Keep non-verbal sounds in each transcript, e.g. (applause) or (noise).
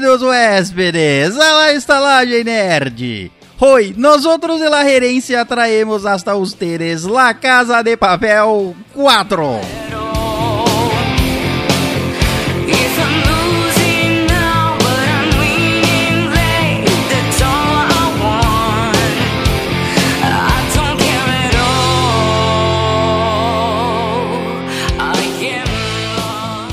meus hóspedes, a la estalagem nerd. Oi, nós outros de la herência traemos hasta ustedes La Casa de Papel 4. If I'm losing now, but I'm winning late, that's all I want. I don't care at all. I am lost.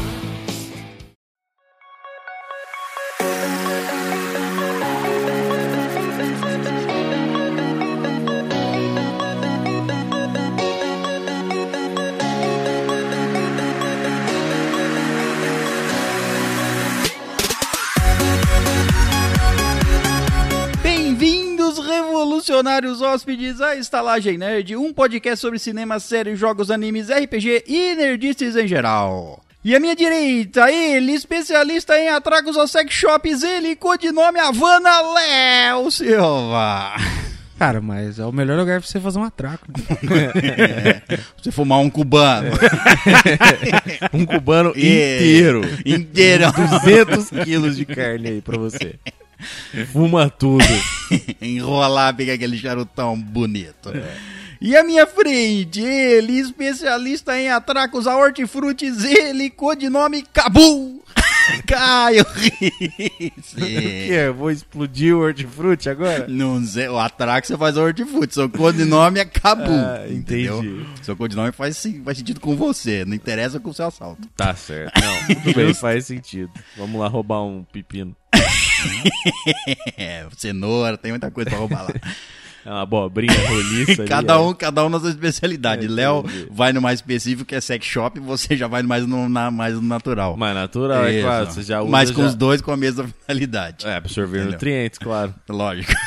Bem-vindos, revolucionários hóspedes, à Estalagem Nerd, um podcast sobre cinema, séries, jogos, animes, RPG e nerdices em geral. E à minha direita, ele, especialista em atracos aos sex shops, ele, codinome Havana Léo Silva. (laughs) Cara, mas é o melhor lugar pra você fazer um (laughs) atraco. Você fumar um cubano (laughs) Um cubano É. inteiro. (laughs) inteiro. 200 quilos de carne aí pra você. Fuma tudo. enrolar, pegar aquele charutão bonito. É. E à minha frente, ele, especialista em atracos a hortifrutis, ele, codinome (laughs) Cabul. Caio (laughs) O Risse. quê? Vou explodir o hortifruti agora? Não sei, o atraco você faz hortifruti, seu codinome é Cabul. Ah, entendi. entendeu? Seu codinome faz, sim- faz sentido com você, não interessa com o seu assalto. (laughs) Tá certo. Não, tudo bem, faz sentido. Vamos lá roubar um pepino. É, cenoura, tem muita coisa pra roubar lá. É (laughs) uma abobrinha roliça ali. cada, é. um, cada um na sua especialidade. É, Léo entendi. vai no mais específico, que é sex shop, você já vai no mais no, na, mais no natural. Mas natural, é um. Isso. claro. Você já usa. Mas com já... os dois com a mesma finalidade. É, absorver Entendeu? nutrientes, claro. Lógico. (laughs)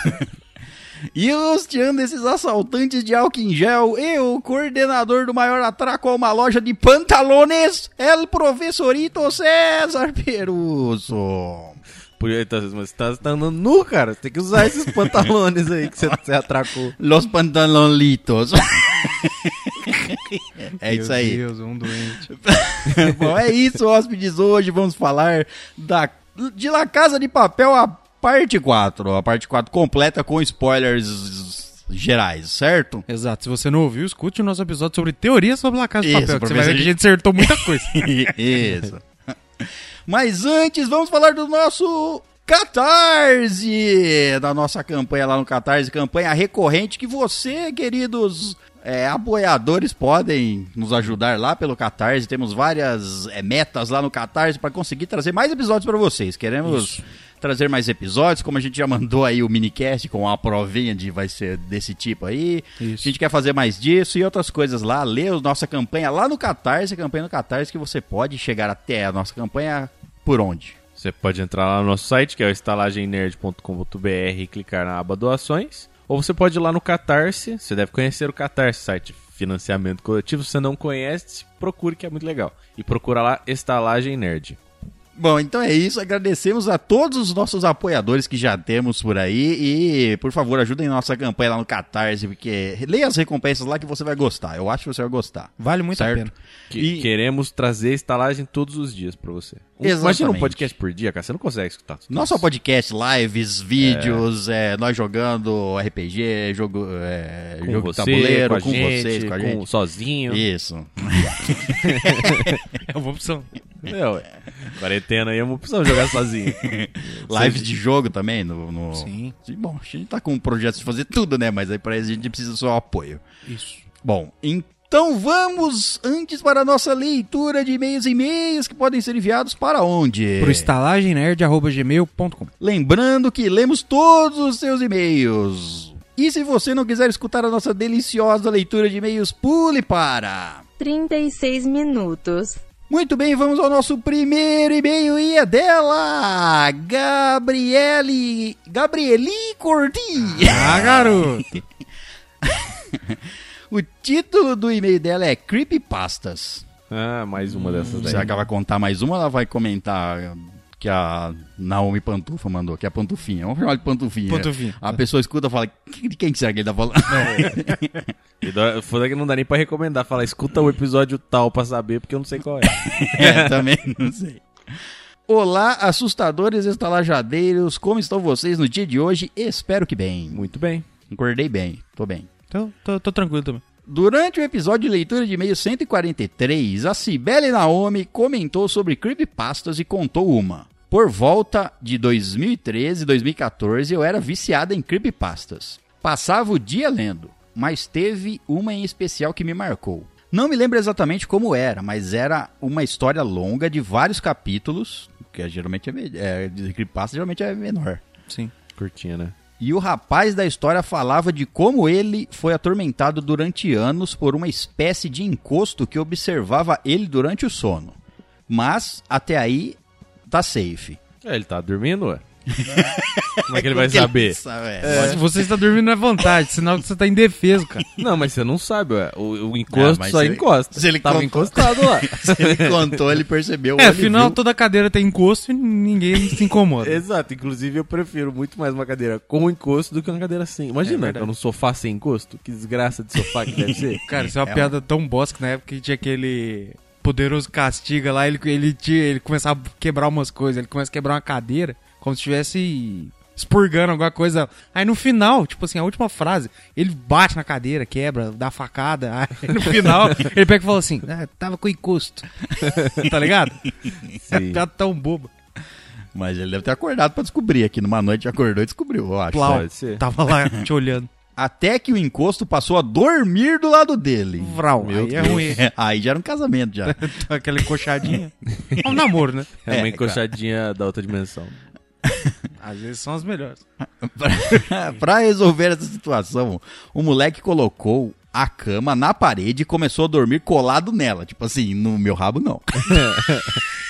E rosteando esses assaltantes de álcool em gel, eu, coordenador do maior atraco a uma loja de pantalones, El Professorito César Peruso. Por aí, tá, mas você tá, tá andando nu, cara. Você tem que usar esses (laughs) pantalones aí que você, você atracou. Los pantalonitos. (laughs) é isso aí. Meu Deus, um doente. (laughs) Bom, é isso, hóspedes. Hoje vamos falar da, de La Casa de Papel, a parte 4. A parte 4 completa com spoilers gerais, certo? Exato. Se você não ouviu, escute o nosso episódio sobre teorias sobre a casa de Isso, papel. Que você professor, vai ver que a gente acertou muita (laughs) coisa. Isso. Mas antes, vamos falar do nosso Catarse, da nossa campanha lá no Catarse, campanha recorrente que você, queridos é, apoiadores, podem nos ajudar lá pelo Catarse. Temos várias é, metas lá no Catarse para conseguir trazer mais episódios para vocês. Queremos trazer mais episódios, como a gente já mandou aí o minicast com a provinha de vai ser desse tipo aí. Isso. A gente quer fazer mais disso e outras coisas lá. Lê a nossa campanha lá no Catarse, a campanha no Catarse que você pode chegar até a nossa campanha por onde? Você pode entrar lá no nosso site, que é o estalagemnerd.com.br e clicar na aba doações. Ou você pode ir lá no Catarse, você deve conhecer o Catarse, site de financiamento coletivo. Se você não conhece, procure que é muito legal. E procura lá Estalagem Nerd. Bom, então é isso. Agradecemos a todos os nossos apoiadores que já temos por aí. E, por favor, ajudem nossa campanha lá no Catarse, porque leia as recompensas lá que você vai gostar. Eu acho que você vai gostar. Vale muito Certo. a pena. Que E- Queremos trazer estalagem todos os dias pra você. Um- Exatamente. Imagina um podcast por dia, cara. Você não consegue escutar tudo. Não só podcast, lives, vídeos, é, nós jogando RPG, jogo, é, com jogo de você, tabuleiro, com, a com gente, vocês, com a gente. sozinho. Isso. É uma opção. É, ué. Quarentena aí é uma opção (laughs) jogar sozinho. Lives de jogo também no, no- Sim. Bom, a gente tá com um projeto de fazer tudo, né? Mas aí pra isso a gente precisa do seu apoio. Isso. Bom, então vamos antes para a nossa leitura de e-mails e e-mails que podem ser enviados para onde? Pro estalagemnerd.gmail.com. Lembrando que lemos todos os seus e-mails. E se você não quiser escutar a nossa deliciosa leitura de e-mails, pule para. 36 minutos. Muito bem, vamos ao nosso primeiro e-mail e é dela, Gabriele, Gabrieli Cordi. Ah, garoto! O título do e-mail dela é Creepypastas. ah, mais uma dessas daí. Será que ela vai contar mais uma ou ela vai comentar que a Naomi Pantufa mandou, que é a Pantufinha? Vamos chamar de Pantufinha. Pantufinha. A pessoa escuta e fala, "Que- de quem que será que ele tá falando? (laughs) E dó- Foda que não dá nem pra recomendar. Fala, escuta o episódio tal pra saber, porque eu não sei qual é. É, também não sei. Olá, assustadores estalajadeiros, como estão vocês no dia de hoje? Espero que bem. (laughs) Muito bem. Acordei bem, tô bem. Então, tô, tô tranquilo também. Durante o episódio de leitura de e-mail 143, a Cibele Naomi comentou sobre creepypastas e contou uma. Por volta de 2013, 2014, eu era viciada em creepypastas. Passava o dia lendo, mas teve uma em especial que me marcou. Não me lembro exatamente como era, mas era uma história longa de vários capítulos, que geralmente é, me- é de creepypasta geralmente é menor. Sim. Curtinha, né? E o rapaz da história falava de como ele foi atormentado durante anos por uma espécie de encosto que observava ele durante o sono. Mas, até aí, tá safe. É, ele tá dormindo, ué. Como é que ele vai (laughs) saber? Nossa, velho. Se você está dormindo à vontade, sinal que você tá indefeso, cara. Não, mas você não sabe, ué. O, o Ah, encosto mas só se ele- encosta. se ele Tava contou- encostado lá. Se ele contou, ele percebeu. É, ele afinal, viu. toda cadeira tem encosto e ninguém (laughs) se incomoda. (laughs) Exato, inclusive eu prefiro muito mais uma cadeira com encosto do que uma cadeira sem. Imagina, eu num sofá sem encosto, que desgraça de sofá que deve (laughs) ser. Cara, isso é uma É piada tão bosta que na época que tinha aquele poderoso castiga lá, ele, ele, tinha, ele começava a quebrar umas coisas, ele começa a quebrar uma cadeira, como se estivesse expurgando alguma coisa. Aí no final, tipo assim, a última frase, ele bate na cadeira, quebra, dá facada, aí no final ele pega e fala assim, "Ah, tava com encosto, tá ligado? É uma piada tão boba. Mas ele deve ter acordado pra descobrir. Aqui numa noite acordou e descobriu, eu acho. Plau, pode ser. tava lá te olhando. Até que o encosto passou a dormir do lado dele. Vral, aí é ruim. (laughs) (laughs) Aí já era um casamento, já. Aquela encoxadinha. É um namoro, né? É uma encoxadinha da outra dimensão. Às vezes são as melhores. Pra- (laughs) pra resolver essa situação, o moleque colocou a cama na parede e começou a dormir colado nela. Tipo assim, no meu rabo não.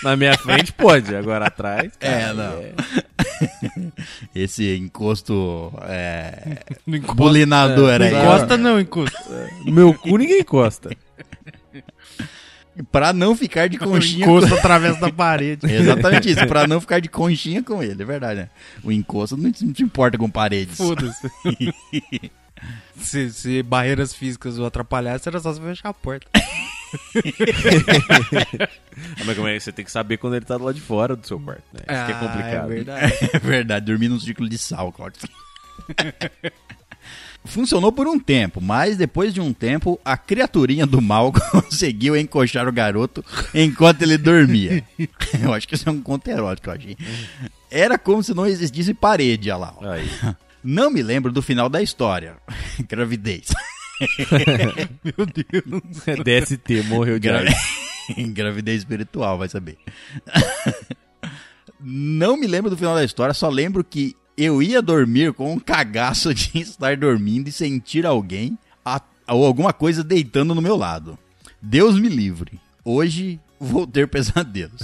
Na minha frente pode, agora atrás. É, não. Esse encosto é, Não encosta. bulinador Não aí. ó. É, encosta É. não, encosta. Meu cu ninguém encosta. Pra não ficar (laughs) de conchinha com... um (laughs) encosto através da parede. Exatamente isso, pra não ficar de conchinha com ele, é verdade, né? O encosto não te, não te importa com paredes. Foda-se. (laughs) se, se barreiras físicas o atrapalhassem, era só você fechar a porta. Ah, Mas como é que você tem que saber quando ele tá do lado de fora do seu quarto, né? Isso que é complicado. É verdade. É verdade, dormi num ciclo de sal, Cláudio. (laughs) Funcionou por um tempo, mas depois de um tempo, a criaturinha do mal (laughs) conseguiu encoxar o garoto enquanto ele dormia. (laughs) Eu acho que isso é um conto erótico, eu achei. Era como se não existisse parede, olha lá. ó. Aí. Não me lembro do final da história. (laughs) Gravidez. Meu Deus. DST morreu de Gra- (laughs) AIDS. Gravidez espiritual, vai saber. (laughs) Não me lembro do final da história, só lembro que eu ia dormir com um cagaço de (laughs) estar dormindo e sentir alguém a- ou alguma coisa deitando no meu lado. Deus me livre. Hoje vou ter (laughs) pesadelos.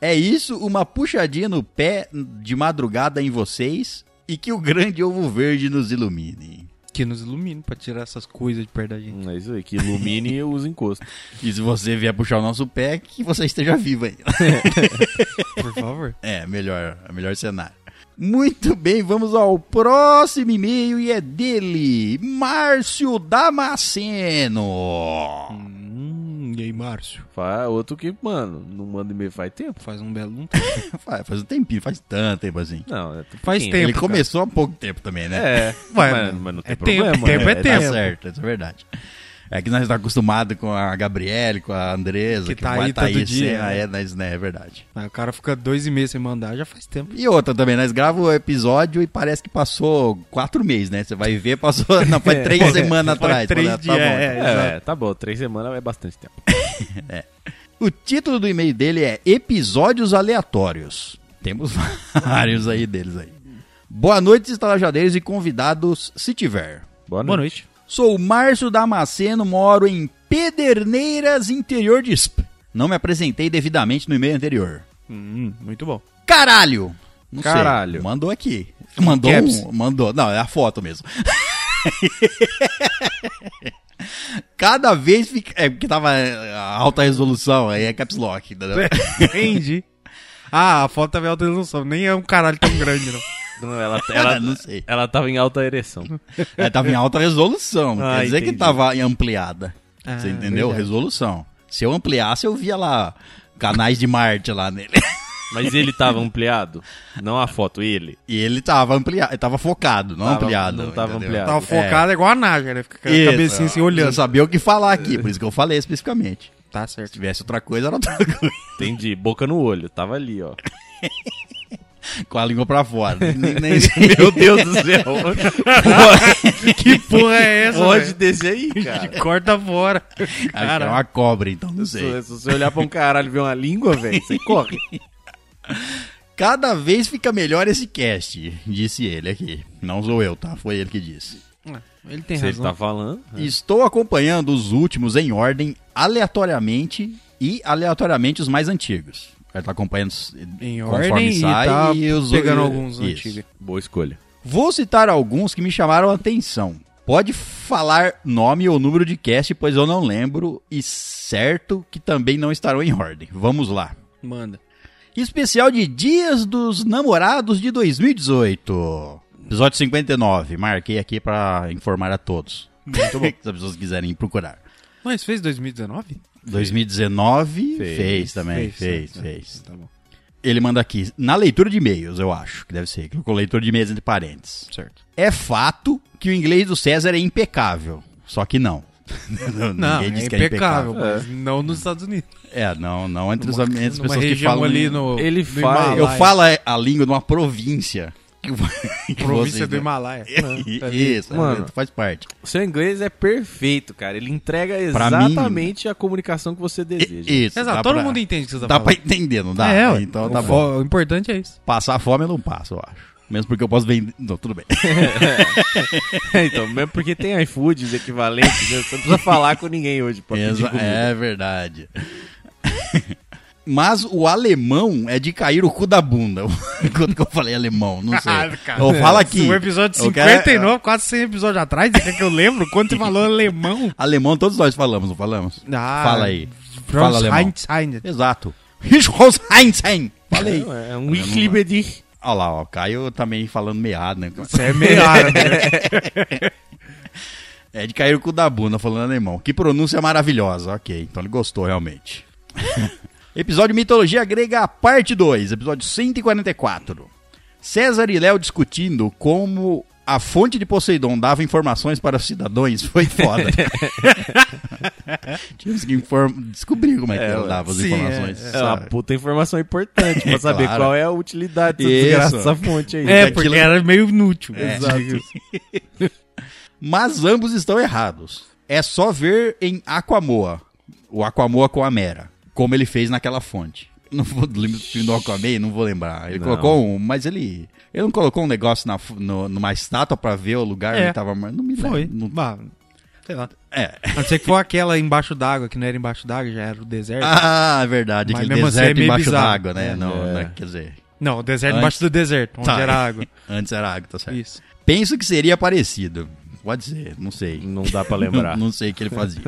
É isso, uma puxadinha no pé de madrugada em vocês e que o grande ovo verde nos ilumine. Que nos ilumine pra tirar essas coisas de perto da gente. É isso aí, que ilumine e usa encosto. E se você vier puxar o nosso pé, que você esteja vivo ainda. Por favor. É, melhor, melhor cenário. Muito bem, vamos ao próximo e-mail e é dele, Márcio Damasceno. (laughs) Hum, e aí, Márcio? Fá, outro que, mano, não manda e-mail faz tempo. Faz um belo um tempo. Faz, faz um tempinho, faz tanto tempo assim. Não, é tão Faz pouquinho. tempo. Ele cara. começou há pouco tempo também, né? É, Vai, mas, mano. mas não tem É tempo, problema. tempo é né? Tá tempo. certo, isso é verdade. É que nós estamos acostumados com a Gabriele, com a Andresa, Que que, tá vai aí tá todo aí dia, sem- né? é, nós, né, é verdade. Aí o cara fica dois e meio sem mandar, já faz (laughs) tempo. E outra também, nós gravamos o episódio e parece que passou quatro meses, né? Você vai ver, passou. Não, (laughs) foi três semanas É. Foi atrás. três Fala, tá dias, bom, é, tá É, é, tá bom, três semanas é bastante tempo. O título do e-mail dele é Episódios Aleatórios. Temos (laughs) vários aí deles aí. Boa noite, estalajadeiros e convidados, se tiver. Boa noite. Boa noite. Sou o Márcio Damasceno, moro em Pederneiras, interior de Sp. Não me apresentei devidamente no e-mail anterior. Hum, muito bom. Caralho! Não sei. Caralho. Mandou aqui. Mandou Caps. um, Mandou. Não, é a foto mesmo. (laughs) Cada vez fica. É porque tava é, alta resolução, aí é caps lock, entendeu? Entendi. Ah, a foto também é alta resolução. Nem é um caralho tão grande, não. Não, ela, (laughs) ela, Não sei. ela tava em alta ereção. É, tava em alta resolução. não Ah, quer dizer entendi. que tava em ampliada. Ah, Você entendeu? verdade. Resolução. Se eu ampliasse, eu via lá canais de Marte lá nele. (laughs) Mas ele tava ampliado? Não a foto, ele. E ele tava ampliado, ele tava focado, não Tava- ampliado. não tava entendeu? ampliado. Tava focado igual a Naja, né? Fica com a Isso, cabecinha assim ó. olhando. Não sabia o que falar aqui, por isso que eu falei especificamente. Tá Se certo. tivesse outra coisa, era outra (laughs) coisa. Entendi, boca no olho, tava ali, ó. (laughs) Com a língua pra fora. Nem, (laughs) nem sei. Meu Deus (laughs) do céu. Que porra é essa, Pode velho? descer aí, cara. (laughs) Corta fora. Acho que Cara, era é uma cobra, então, não sei. (laughs) Se, se você olhar pra um caralho e ver uma língua, velho, você corre. Cada vez fica melhor esse cast, disse ele aqui. Não sou eu, tá? Foi ele que disse. ele (laughs) tem Se ele razão. tá falando. É. Estou acompanhando os últimos em ordem, aleatoriamente e aleatoriamente os mais antigos. Ele tá acompanhando os- Em conforme ordem e sai tá e os pegando alguns isso. antigos. Boa escolha. Vou citar alguns que me chamaram a atenção. Pode falar nome ou número de cast, pois eu não lembro, e certo que também não estarão em ordem. Vamos lá. Manda. Especial de Dias dos Namorados de 2018. Episódio 59. Marquei aqui pra informar a todos. Muito bom. (laughs) Se as pessoas quiserem procurar. Mas fez 2019? 2019 fez, Fez. também, É, fez, né? fez. Tá bom. Ele manda aqui, na leitura de e-mails, eu acho, que deve ser, que colocou leitura de e-mails entre parênteses. Certo. É fato que o inglês do César é impecável. Só que não. (laughs) Não, é disse impecável, mas não nos Estados Unidos. É, não, não entre, os, Numa- entre as numa pessoas que região falam. ali no, Ele no faz- Eu Himalaia. falo a- a língua de uma província. que vo- (laughs) que Província vocês do não- (laughs) Himalaia. Tá ali. Isso, Mano. é, faz parte. O seu inglês é perfeito, cara. Ele entrega Pra mim- exatamente a comunicação que você deseja. Isso. Exato, dá É, todo pra- mundo entende o que você tá Dá pra falando. entender, não dá? é, ué. então O tá fo- bom. O importante é isso. Passar fome eu não passo, eu acho. Mesmo porque eu posso vender. Não, tudo (laughs) bem. (laughs) então, mesmo porque tem iFoods equivalentes, né? você não precisa falar com ninguém hoje pra pedir Exa- comida. é verdade. (laughs) Mas o alemão é de cair o cu da bunda. (laughs) Quando que eu falei alemão, não sei. Ah, cara. eu falo aqui. O episódio eu quero- é, 59, quase 100 episódios atrás, é que eu lembro, quando você falou alemão. Alemão todos nós falamos, não falamos? Ah, Fala aí. Franz Fala alemão. Heinz Heine. Exato. (laughs) Heinz Falei. Não, é um Wikipedia. Olha lá, ó, o Caio também falando meado, né? Você (laughs) é meio árabe, né? É de cair o cu da bunda falando alemão. Que pronúncia maravilhosa. Ok, então ele gostou realmente. (laughs) episódio Mitologia Grega, parte 2, episódio 144. César e Léo discutindo como a fonte de Poseidon dava informações para os cidadãos foi (laughs) foda. Tivemos que inform- descobrir como é que É, ela ué. dava as Sim, informações. É uma sabe? puta informação importante pra saber claro. qual (laughs) é a utilidade dessa Isso. desgraça, essa fonte aí. É, Aquilo- porque era meio inútil. Exato. Mas ambos estão errados. É só ver em Aquamoa, o Aquamoa com a Mera, como ele fez naquela fonte. (laughs) Não vou lembrar do filme do Aquaman, não vou lembrar. Ele Não. colocou um, mas ele. Ele não colocou um negócio na, fu- no- numa estátua pra ver o lugar onde É. tava. mas Não me lembro. Foi. né? Não- Bah, sei lá. é. A não ser que for aquela embaixo d'água, que não era embaixo d'água, já era o deserto. Ah, é verdade. Mas Aquele mesmo assim é deserto meio embaixo bizarro. d'água, né? Não, É. né? Quer dizer. Não, o deserto Antes- embaixo do deserto, onde tá. era água. (laughs) Antes era água, tá certo. Isso. Penso que seria parecido. Pode ser, não sei. Não dá pra lembrar. (laughs) Não, não sei o que ele fazia.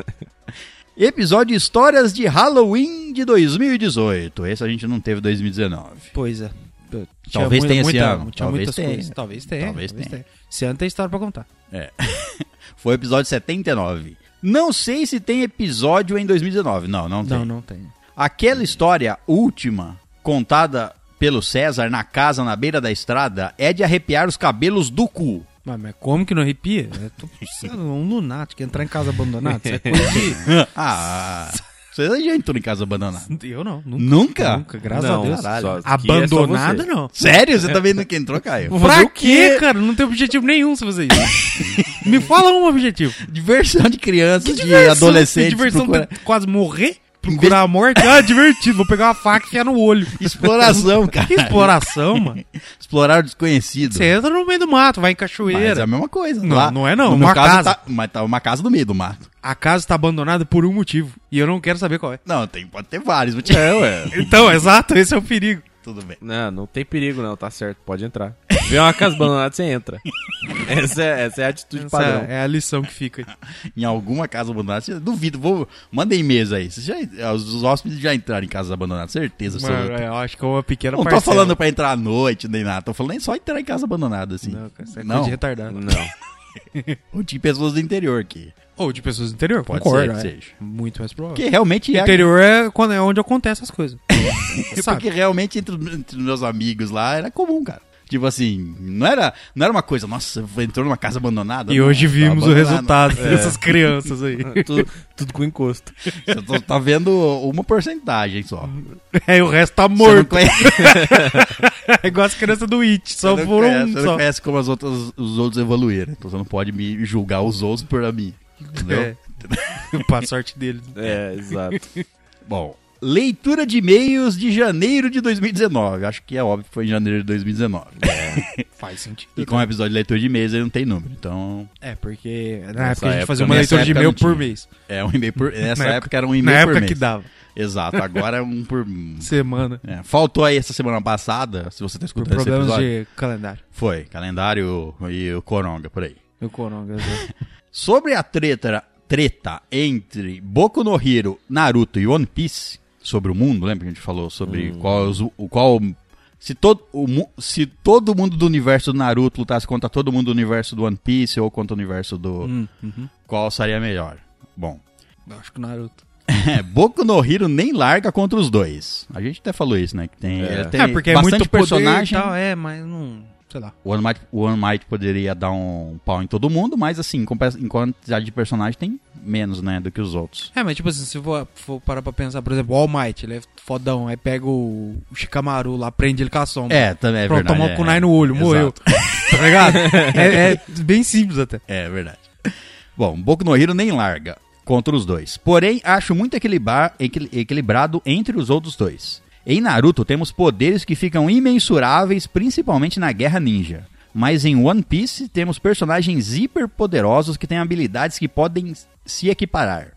Episódio Histórias de Halloween de 2018. Esse a gente não teve 2019. Pois é. Pô, tinha Talvez mu- tenha esse muita- ano. Tinha Talvez muitas tenha. coisas. Talvez tenha. Talvez Talvez tenha. tenha. Esse ano tem história pra contar. É. (laughs) Foi o episódio 79. Não sei se tem episódio em 2019. Não, não tem. Não, não tem. Aquela história última contada pelo César na casa na beira da estrada é de arrepiar os cabelos do (laughs) cu. Mas, mas como que não arrepia? É tu- sei lá, um lunático, entrar em casa abandonado. Isso é coisa de... Ah, você já entrou em casa abandonada? Eu não. Nunca? Nunca. Nunca, graças Não, a Deus. caralho. Só- que é só Abandonado, você. não. Sério? Você também nunca entrou, Caio? Vou fazer Pra o quê? quê, cara? Não tem objetivo nenhum se fazer isso. Me fala um objetivo. (laughs) Diversão de criança, de diversão, adolescente. que diversão procura- tem- quase morrer? Procurar a morte? Ah, divertido. Vou pegar uma faca e enfiar no olho. Exploração, cara. Que exploração, mano. Explorar o desconhecido. Você entra no meio do mato, vai em Mas é cachoeira. a mesma coisa. é Não, Lá- não é não, No uma meu caso, casa. Tá, mas tá uma casa no meio do mato. A casa tá abandonada por um motivo. E eu não quero saber qual é. Não, tem, pode ter vários. motivos. Então, exato, esse é o perigo. (laughs) Tudo bem. Não, Né, não tem perigo não, tá certo, pode entrar. Vê uma casa abandonada, você entra. (laughs) Essa é, essa é a atitude Essa padrão. é a lição que fica aí. Em alguma casa abandonada, você- duvido. Vou, mandem mesa aí. Vocês já- os hóspedes já entraram em casas abandonadas, certeza. Mano, absoluta. eu acho que é uma pequena não tô parcela. falando pra entrar à noite, nem nada. Tô falando nem só entrar em casa abandonada, assim. Não, cara, isso é coisa de retardado. Não. Ou de pessoas do interior que Ou de pessoas do interior, pode concordo. ser que é. seja. Muito mais provável. Porque realmente é, Interior é, quando, é onde acontece (laughs) as coisas. É, porque realmente entre, entre meus amigos lá era comum, cara. Tipo assim, não era, não era uma coisa, nossa, entrou numa casa abandonada. E Não, hoje tá vimos o abandonado. resultado dessas (laughs) crianças aí. tudo, tudo com encosto. Você tá- tá vendo uma porcentagem só. Aí o resto tá Você não morto. conhece- (laughs) É igual as crianças do It, (laughs) só você não foram conhece- um Você não só. conhece como as outras, os outros evoluíram. Então você não pode me julgar os outros por a mim. Entendeu? É. (laughs) Pra sorte deles. (laughs) É, exato. Bom, leitura de e-mails de janeiro de 2019. Acho que é óbvio que foi em janeiro de 2019. Faz sentido. E como é episódio de leitura de e-mails, ele não tem número. Então, É, porque na Nessa época a gente época- fazia uma nessa leitura de época e-mail não tinha. por mês. é um e-mail por. Nessa (laughs) Na época, época- era um e-mail Na por época mês. que dava. Exato, agora é um por. Semana. É, faltou aí essa semana passada, se você tá Por escutando esse problemas episódio. de calendário. Foi, calendário e o Coronga, por aí. Eu coronga. Sobre a treta, treta entre Boku no Hero, Naruto e One Piece, sobre o mundo, lembra que a gente falou sobre Hum. qual, os- o qual se todo o mu- se todo mundo do universo do Naruto lutasse contra todo mundo do universo do One Piece ou contra o universo do Hum, uhum. qual seria melhor? Bom, Eu acho que o Naruto. é, Boku no Hero nem larga contra os dois. A gente até falou isso, né? Que tem, É. ele tem é, porque é bastante muito personagem. personagem. e tal, é, mas não. Sei lá. O One, Might, o One Might poderia dar um pau em todo mundo, mas assim, em compensa- em quantidade de personagem tem menos, né, do que os outros. É, mas tipo assim, se for, for parar pra pensar, por exemplo, o All Might, ele é fodão. Aí pega o, o Shikamaru lá, prende ele com a sombra. É, também é Pronto, verdade. tomou é, o kunai no olho, Exato. morreu. (laughs) tá ligado? É, (laughs) é bem simples até. É verdade. Bom, Boku no Hero nem larga contra os dois. Porém, acho muito equilibrar, equil- equilibrado entre os outros dois. Em Naruto temos poderes que ficam imensuráveis, principalmente na Guerra Ninja. Mas em One Piece temos personagens hiperpoderosos que têm habilidades que podem se equiparar.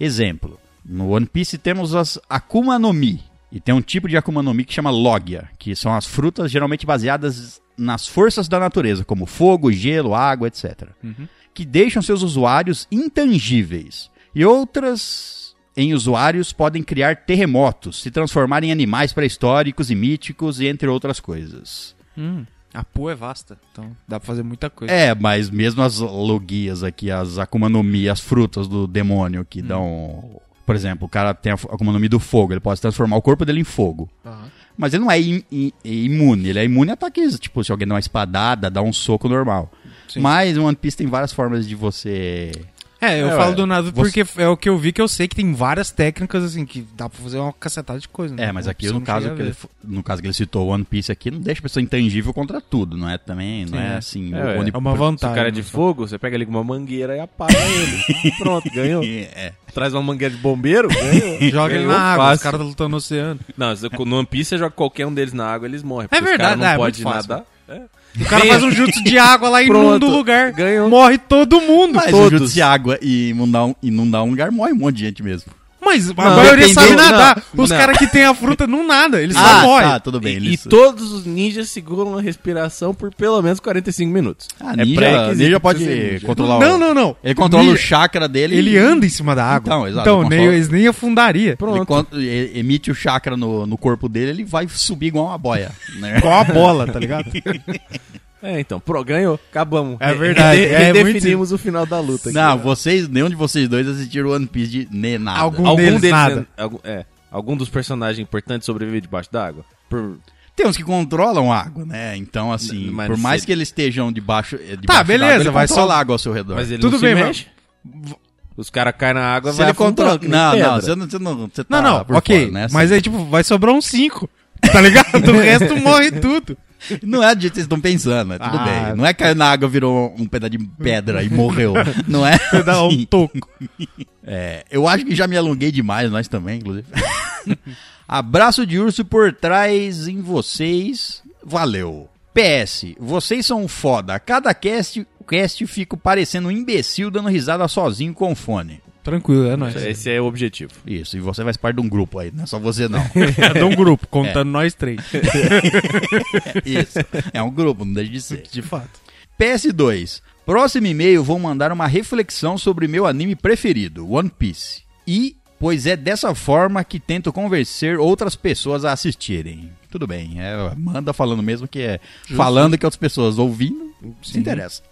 Exemplo, no One Piece temos as Akuma no Mi. E tem um tipo de Akuma no Mi que chama Logia, que são as frutas geralmente baseadas nas forças da natureza, como fogo, gelo, água, etc. Que deixam seus usuários intangíveis. E outras em usuários podem criar terremotos, se transformar em animais pré-históricos e míticos, e entre outras coisas. A Pô é vasta, então dá pra fazer muita coisa. É, mas mesmo as logias aqui, as Akuma no Mi, as frutas do demônio que Hum. dão. Por exemplo, o cara tem a Akuma no Mi do fogo, ele pode transformar o corpo dele em fogo. Aham. Mas ele não é im- im- imune, ele é imune a ataques, tipo, se alguém dá uma espadada, dá um soco normal. Sim. Mas o One Piece tem várias formas de você. É, eu É, falo ué, do Naruto você- porque é o que eu vi que eu sei que tem várias técnicas, assim, que dá pra fazer uma cacetada de coisa. né? É, mas Uma aqui pessoa no não caso, chega a que ele, ver. fo- no caso que ele citou o One Piece aqui, não deixa a pessoa intangível contra tudo, não é também? Não Sim, é é. assim. É, ué. onip- É uma Se vantagem. o cara é de né? fogo, você pega ele com uma mangueira e apaga ele. Pronto, (laughs) ganhou. É, Traz uma mangueira de bombeiro, ganhou. (laughs) Joga ele Ganhou na água, os fácil. caras tá lutando (laughs) no oceano. Não, se- no One Piece você joga qualquer um deles na água, eles morrem. É porque os verdade, caras não é, é pode muito fácil. nadar. É. O cara faz um jutsu de água lá e Pronto, inunda o lugar. ganhou. Morre todo mundo. Mas o todos. jutsu de água e inundar, um, inundar um lugar morre um monte de gente mesmo. Mas a Não, maioria dependendo- sabe nadar. não, Os não. caras que tem a fruta não nada, eles Ah, só morrem. tá, tudo bem. E, e eles- todos os ninjas seguram a respiração por pelo menos 45 minutos. É Ah, ninja, pré-requisito ninja pra pode ser ninja. controlar o... Não, não, não. Ele controla o Ninja- chakra dele. Ele anda em cima da água. Então, exato, Então, ele nem, controla. eles nem afundaria. Ele con- e- emite o chakra no, no corpo dele, ele vai subir igual uma (laughs) boia. né? Igual a bola, tá ligado? É, então, pro, ganhou, acabamos. É verdade, Rede- é muito- redefinimos o final da luta. aqui. Não, vocês, nenhum de vocês dois assistiram One Piece de nem nada. Algum- algum deles deles, nada. é, algum, é, algum dos personagens importantes sobrevive debaixo d'água? Por... (laughs) Tem uns que controlam a água, né? Então, assim, N- mas por não mais sei. que eles estejam debaixo, eh, debaixo Tá, beleza, d'água, ele vai controla só- a água ao seu redor. Mas ele Tudo não bem, se mas- mexe? Os caras caem na água, se vai ele controla... afundando, que nem Não, não, pedra. você não, você não, você tá Não, não, por ok. fora, né? Mas aí, tipo, vai sobrar uns cinco. Tá ligado? O resto morre (laughs) tudo. Não é do jeito que vocês estão pensando, é tudo tipo- Ah. bem. Não é caiu na água, virou um pedaço de pedra e (laughs) morreu. Não é? Você dá um assim. toco. É, eu acho que já me alonguei demais, nós também, inclusive. (laughs) Abraço de urso por trás em vocês. Valeu. PS, vocês são foda. A cada cast, cast fico parecendo um imbecil dando risada sozinho com fone. Tranquilo, é nóis. Esse é o objetivo. Isso, e você faz parte de um grupo aí, não é só você não. É de um grupo, contando nós três. Isso, (laughs) é um grupo, não deixa de ser. De fato. PS2. Próximo e-mail vou mandar uma reflexão sobre meu anime preferido, One Piece. E, pois é dessa forma que tento convencer outras pessoas a assistirem. Tudo bem, é, manda falando mesmo que é. Falando que outras pessoas ouvindo se interessa.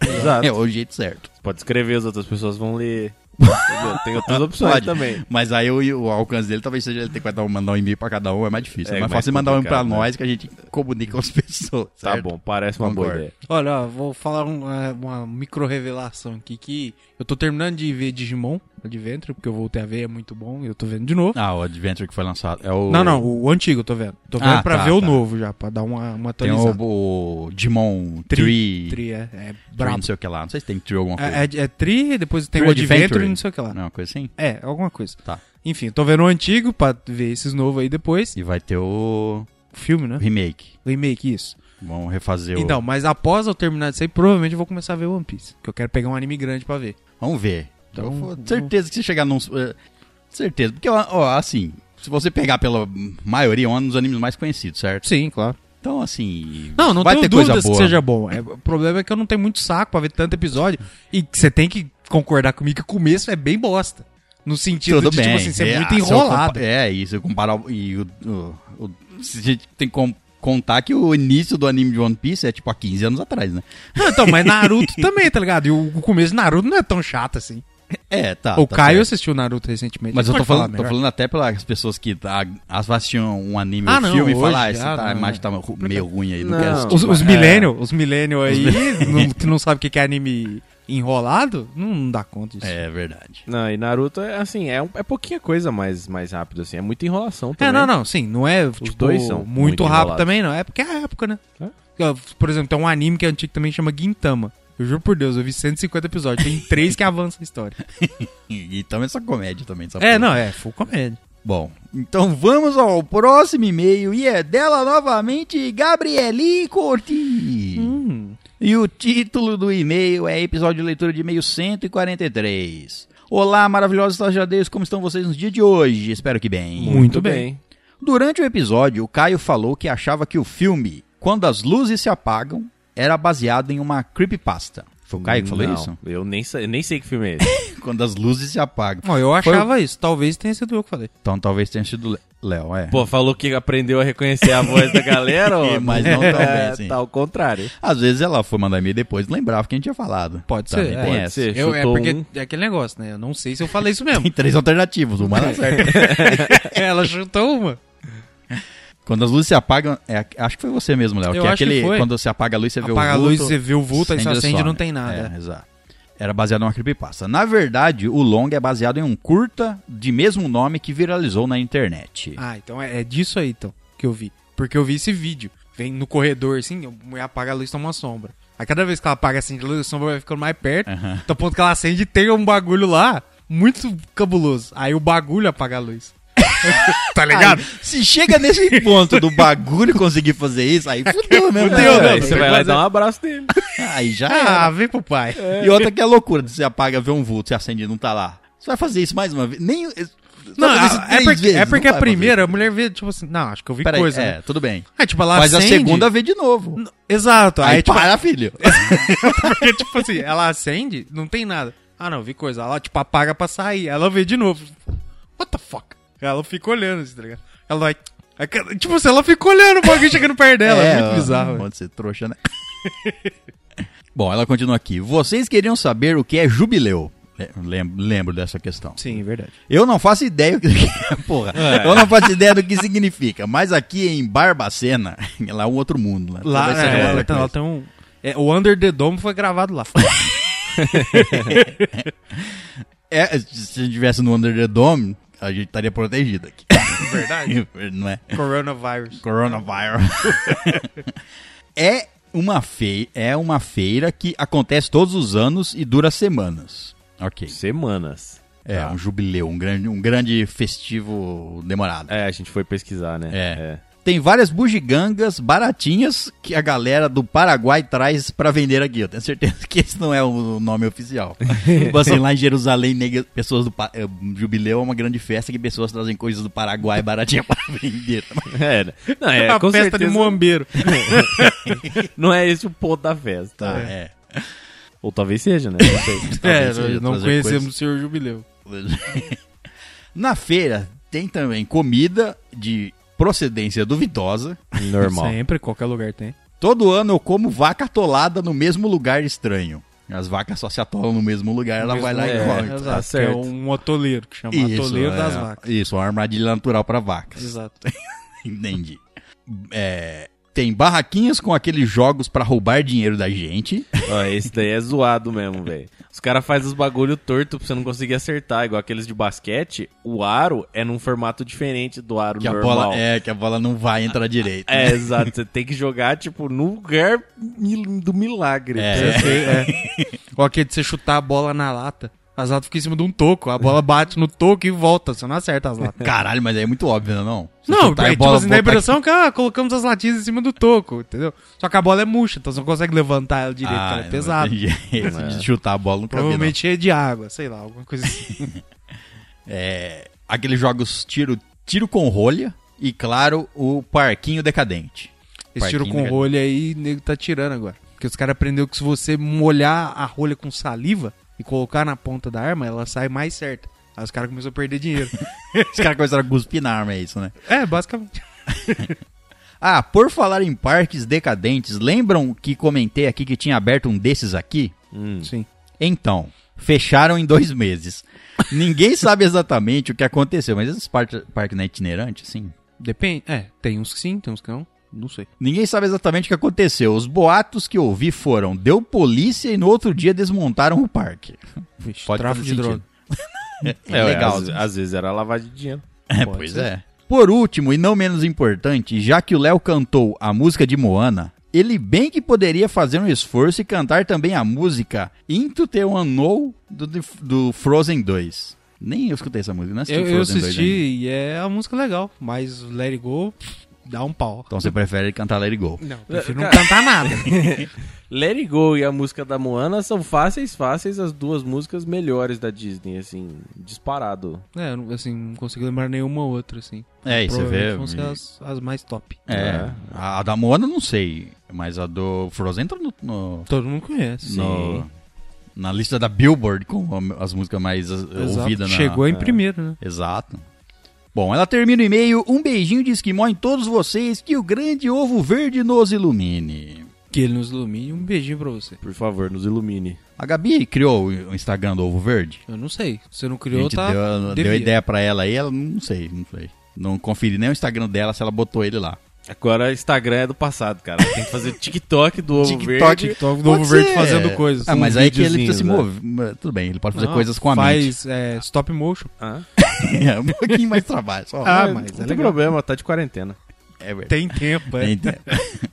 (laughs) Exato. É o jeito certo. Você pode escrever, as outras pessoas vão ler. (laughs) Entendeu? Tem outras opções Pode. também. Mas aí o, o alcance dele talvez seja ele ter que dar um- mandar um e-mail pra cada um, é mais difícil. É É mais mais fácil mandar um e-mail pra complicado, né? nós que a gente comunica com as (laughs) pessoas. Tá certo? bom, parece uma boa Concordo. ideia. Olha, ó, vou falar uma, uma micro-revelação aqui que eu tô terminando de ver Digimon Adventure, porque eu voltei a ver, é muito bom, e eu tô vendo de novo. Ah, o Adventure que foi lançado. É o... Não, não, o antigo eu tô vendo. Tô vendo Ah, pra tá, ver o tá. novo já, pra dar uma, uma Tem atualizada. o, o Digimon Tri, Tree. tri, é, é Tree, brabo. não sei o que lá. Não sei se tem Tree alguma coisa. É, é, é Tri, depois tem Tri o Adventure Adventure. e não sei o que lá. Não, coisa assim. É, alguma coisa. Tá. Enfim, tô vendo o antigo pra ver esses novos aí depois. E vai ter o Filme, né? remake. Remake, isso. Vão refazer o... Então, mas após eu terminar disso aí, provavelmente eu vou começar a ver One Piece. Porque eu quero pegar um anime grande pra ver. Vamos ver. Então, Eu vou- vamos- certeza que se chegar num. eh, Certeza. Porque, ó, ó, assim, se você pegar pela maioria, é um dos animes mais conhecidos, certo? Sim, claro. Então, assim. Não, não vai tenho ter dúvidas coisa que boa. seja bom. É, o problema é que eu não tenho muito saco pra ver tanto episódio. E que você tem que concordar comigo que o começo é bem bosta. No sentido Tudo de, bem. tipo assim, ser é, muito se eu enrolado. compa- É, e se eu comparar. o- E o, o- o- se a gente tem que com- contar que o início do anime de One Piece é tipo há 15 anos atrás, né? Não, então, mas Naruto também, tá ligado? E o o começo de Naruto não é tão chato assim. É, tá. o tá Caio certo. assistiu Naruto recentemente. Mas eu tô ele pode falar falando, tô melhor. falando até pelas pessoas que tá, as assistiam um anime Ah, ou não, filme e hoje falam, ah, esse já tá, a não, é imagem tá meio ruim aí, não, Não. quero assistir Os, os mais." É. millennial, os millennial aí, não- que não sabe o que que é anime enrolado, não, não dá conta disso. É, É verdade. Não, e Naruto é assim, é, um- é pouquinha coisa mais, mais rápido, assim. É muita enrolação também. não, não, sim, não é tipo, dois são muito, muito rápido enrolados. também, não. É porque é a época, né? É. Eu, Por exemplo, tem um anime que é antigo também chama Gintama. Eu juro por Deus, eu vi 150 episódios, (laughs) tem três que avançam a história. E então é só comédia também. Tá Essa É, porra. não, é full comédia. Bom, então vamos ao próximo e-mail e é dela novamente, Gabrieli Corti. Hum. E o título do e-mail é episódio de leitura de e-mail 143. Olá, maravilhosos estagiadeiros, como estão vocês no dia de hoje? Espero que bem. Muito Durante o episódio, o Caio falou que achava que o filme Quando as Luzes Se Apagam era baseado em uma creepypasta. Foi o Caio que falou Não, isso? Eu nem, sa- eu nem sei que filme é esse. Quando as luzes se apagam. Ó, eu Foi o- achava isso, talvez tenha sido eu que falei. Então talvez tenha sido Le- Léo, é. Pô, falou que aprendeu a reconhecer a voz (laughs) da galera, ó. Mas não tão bem assim. Tá ao contrário. Às vezes ela foi mandar e-mail depois, lembrava que a gente tinha falado. Pode ser, Também é. tem Pode essa. ser. Você Eu, é chutou porque um. é aquele negócio, né? Eu não sei se eu falei isso mesmo. (laughs) Tem três alternativas, uma dá certo. Ela chutou uma. Quando as luzes se apagam, é a- acho que foi você mesmo, Léo. Eu que é acho que aquele, foi. quando você apaga a luz, você vê o vulto. Apaga a luz, você vê o vulto, aí você acende e some. não tem nada. É, exato. Era baseado numa creepypasta. Na verdade, o longa é baseado em um curta de mesmo nome que viralizou na internet. Ah, então é, é disso aí, então, que eu vi. Porque eu vi esse vídeo. Vem no corredor, assim, a mulher apaga a luz e toma uma sombra. Aí cada vez que ela apaga, acende a luz, a sombra vai ficando mais perto. Aham. Então, ponto que ela acende, e tem um bagulho lá, muito cabuloso. Aí o bagulho apaga a luz. (laughs) tá ligado? Se chega (laughs) nesse ponto do bagulho conseguir fazer isso, aí fudeu mesmo. né, Fudeu, velho? né? Aí você vai lá e dá um abraço nele. Aí já era. Ah, vem pro pai. E outra que é loucura, você apaga, vê um vulto, você acende e não tá lá. Você vai fazer isso mais uma vez? Nem. você Não, vai fazer isso é três porque, vezes, é não porque vai a fazer. primeira, a mulher vê, tipo assim, não, acho que eu vi Peraí, coisa, é, né? tudo bem. Aí, tipo, ela Mas acende. a segunda vê de novo. Exato. Aí, Aí, tipo, para, (laughs) filho. Porque, tipo assim, ela acende, não tem nada. Ah, não, vi coisa. Ela, tipo, apaga pra sair. Ela vê de novo. What the fuck? Ela fica olhando, assim, tá ligado? Ela vai... Aí, cara, Tipo assim, ela fica olhando o bagulho chegando perto dela. É, muito ó, bizarro. velho. Pode ser trouxa, né? (laughs) Bom, ela continua aqui. Vocês queriam saber o que é jubileu? É, lem- Lembro dessa questão. Sim, verdade. Eu não faço ideia o que é, porra. É. Eu não faço ideia do que significa, mas aqui em Barbacena, (laughs) lá é um outro mundo, né? Lá, Talvez seja é, outra ela tem- coisa. ela tem um... é, o Under the Dome foi gravado lá. É, se eu estivesse no Under the Dome, a gente estaria protegido aqui. (laughs) Verdade. Não é? Coronavirus. Coronavirus. (laughs) é, uma fei é uma feira que acontece todos os anos e dura semanas. Ok. Semanas. É, um jubileu, um grande, um grande festivo demorado. É, a gente foi pesquisar, né? É. Tem várias bugigangas baratinhas que a galera do Paraguai traz pra vender aqui. Eu tenho certeza que esse não é o nome (laughs) oficial. tipo assim, lá em Jerusalém, nega- pessoas do pa- eh, Jubileu é uma grande festa que pessoas trazem coisas do Paraguai baratinha pra (laughs) vender. É, né? (laughs) não, é a com festa de certeza- muambeiro. (laughs) Não é esse o ponto da festa. Tá, é. Ou talvez seja, né? Não sei. é, Talvez seja nós não trazer conhecemos coisas- o Senhor Jubileu. (laughs) Na feira tem também comida de procedência duvidosa. Normal. (laughs) Sempre, qualquer lugar tem. Todo ano eu como vaca atolada no mesmo lugar estranho. As vacas só se atolam no mesmo lugar, ela vai lá lugar, e é, come. tá que certo. É um atoleiro, que chama atoleiro é, das vacas. Isso, uma armadilha natural para vacas. Exato. Entendi. É, tem barraquinhas com aqueles jogos pra roubar dinheiro da gente. Ó, esse daí é zoado mesmo, velho. Os caras fazem os bagulho torto pra você não conseguir acertar. Igual aqueles de basquete, o aro é num formato diferente do aro Que a, normal. bola, é, que a bola não vai entrar direito. (laughs) É, exato. Você tem que jogar, tipo, no lugar mil- do milagre. É. Pra você- (laughs) Ou é. aquele de você chutar a bola na lata. As latas ficam em cima de um toco. A bola bate no toco e volta. Você não acerta as latas. Caralho, mas aí é muito óbvio, não? Se (laughs) Não, chutar a é, tipo bola, assim, dá a botar- impressão que ah, colocamos as latinhas em cima do toco, entendeu? Só que a bola é murcha, então você não consegue levantar ela direito, Ah, porque ela é não pesada. É. tem (laughs) jeito de chutar a bola nunca vi, não Provavelmente cheia de água, sei lá, alguma coisa (laughs) assim. É, aqueles jogos tiro, tiro com rolha e, claro, o parquinho (laughs) decadente. Esse tiro com Parquinho rolha aí, o nego tá tirando agora. Porque os caras aprenderam que se você molhar a rolha com saliva e colocar na ponta da arma, ela sai mais certa. Aí os caras começaram a perder (laughs) dinheiro. Os caras começaram a cuspir na arma, é isso, né? é, basicamente. Ah, por falar em parques decadentes, lembram que comentei aqui que tinha aberto um desses aqui? Sim. Então, fecharam em dois meses. (laughs) Ninguém sabe exatamente o que aconteceu, mas esses parques parque não é itinerante, assim? Depende. É, tem uns que sim, tem uns que não. Não sei. Ninguém sabe exatamente o que aconteceu. Os boatos que eu ouvi foram: deu polícia e no outro dia desmontaram o parque. Vixe, Pode tráfico de fazer (laughs) droga. É, ué, legal. Às, às vezes era lavagem de dinheiro. É, Pode pois ser. é. Por último, e não menos importante, já que o Léo cantou a música de Moana, ele bem que poderia fazer um esforço e cantar também a música Into the Unknown do, do Frozen 2. Nem eu escutei essa música, não assisti Eu, eu Frozen 2 assisti ainda. e é uma música legal, mas Let It Go pff, dá um pau. Então você prefere cantar Let It Go. Não, prefiro não Cara- cantar nada. Let It Go e a música da Moana são fáceis, fáceis, as duas músicas melhores da Disney, assim, disparado. é, eu não- assim, não consigo lembrar nenhuma outra, assim. É, e você vê... Provavelmente vão ser as, as mais top. É, a da Moana eu não sei, mas a do Frozen entra no- no, Todo mundo conhece. no- na lista da Billboard com a- as músicas mais eh, Exato. ouvidas. na- Chegou em primeiro, né? Exato. Bom, ela termina o e-mail. Um beijinho de esquimó em todos vocês. Que o grande ovo verde nos ilumine. Que ele nos ilumine. Um beijinho pra você. Por favor, nos ilumine. A Gabi criou o Instagram do Ovo Verde. Eu não sei. Você não A criou, gente tá? deu, deu devia. ideia pra ela aí. Ela não sei, não sei. Não conferi nem o Instagram dela se ela botou ele lá. Agora, Instagram é do passado, cara. Tem que (laughs) fazer TikTok do Ovo TikTok. Verde. TikTok do Ovo Pode Verde ser. fazendo coisas. Ah, Um mas aí que ele precisa videozinhos, se né? mover. Mas Tudo bem, ele pode fazer Não, coisas com a mente. (laughs) Faz é, stop motion. Ah, É um pouquinho mais trabalho. Só. Ah, mas mas não é tem legal. problema, tá de quarentena. É verdade. Tem tempo, é. Entendo. (laughs)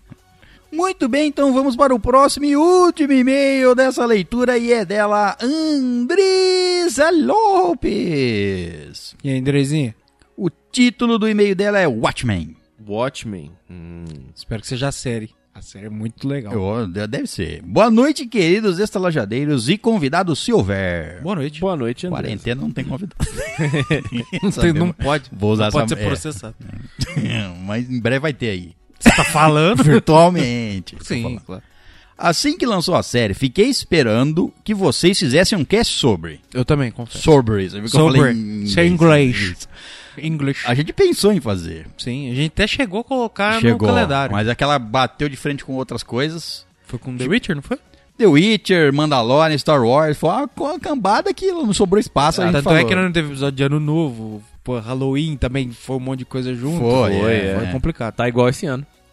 Muito bem, então vamos para o próximo e último e-mail dessa leitura e é dela Andresa Lopes. E aí, Andrezinha? O título do e-mail dela é Watchmen. Watchmen. Hum. Espero que seja a série. A série é muito legal. Eu- deve ser. Boa noite, queridos estalajadeiros e convidados, se houver. Boa noite. Boa noite, André. Quarentena não tem (laughs) convidado. Não, tem, não pode. né? Vou usar não pode essa- (laughs) ser processado. É, mas em breve vai ter aí. Você tá (laughs) falando? (laughs) Virtualmente. Tô Sim, falando. claro. Assim que lançou a série, fiquei esperando que vocês fizessem um cast sobre. Eu também, confesso. Sobre. Você viu que eu falei em Isso é inglês. English. A gente pensou em fazer. Sim, a gente até chegou a colocar Chegou. Ah, no calendário. Mas aquela bateu de frente com outras coisas. Foi com The Witcher, não foi? The Witcher, Mandalorian, Star Wars, foi uma co- cambada que não sobrou espaço. a gente Tanto falou. é que não teve episódio de Ano Novo. Pô, Halloween também foi um monte de coisa junto. Foi, é, foi é. complicado. Tá igual esse ano. (laughs)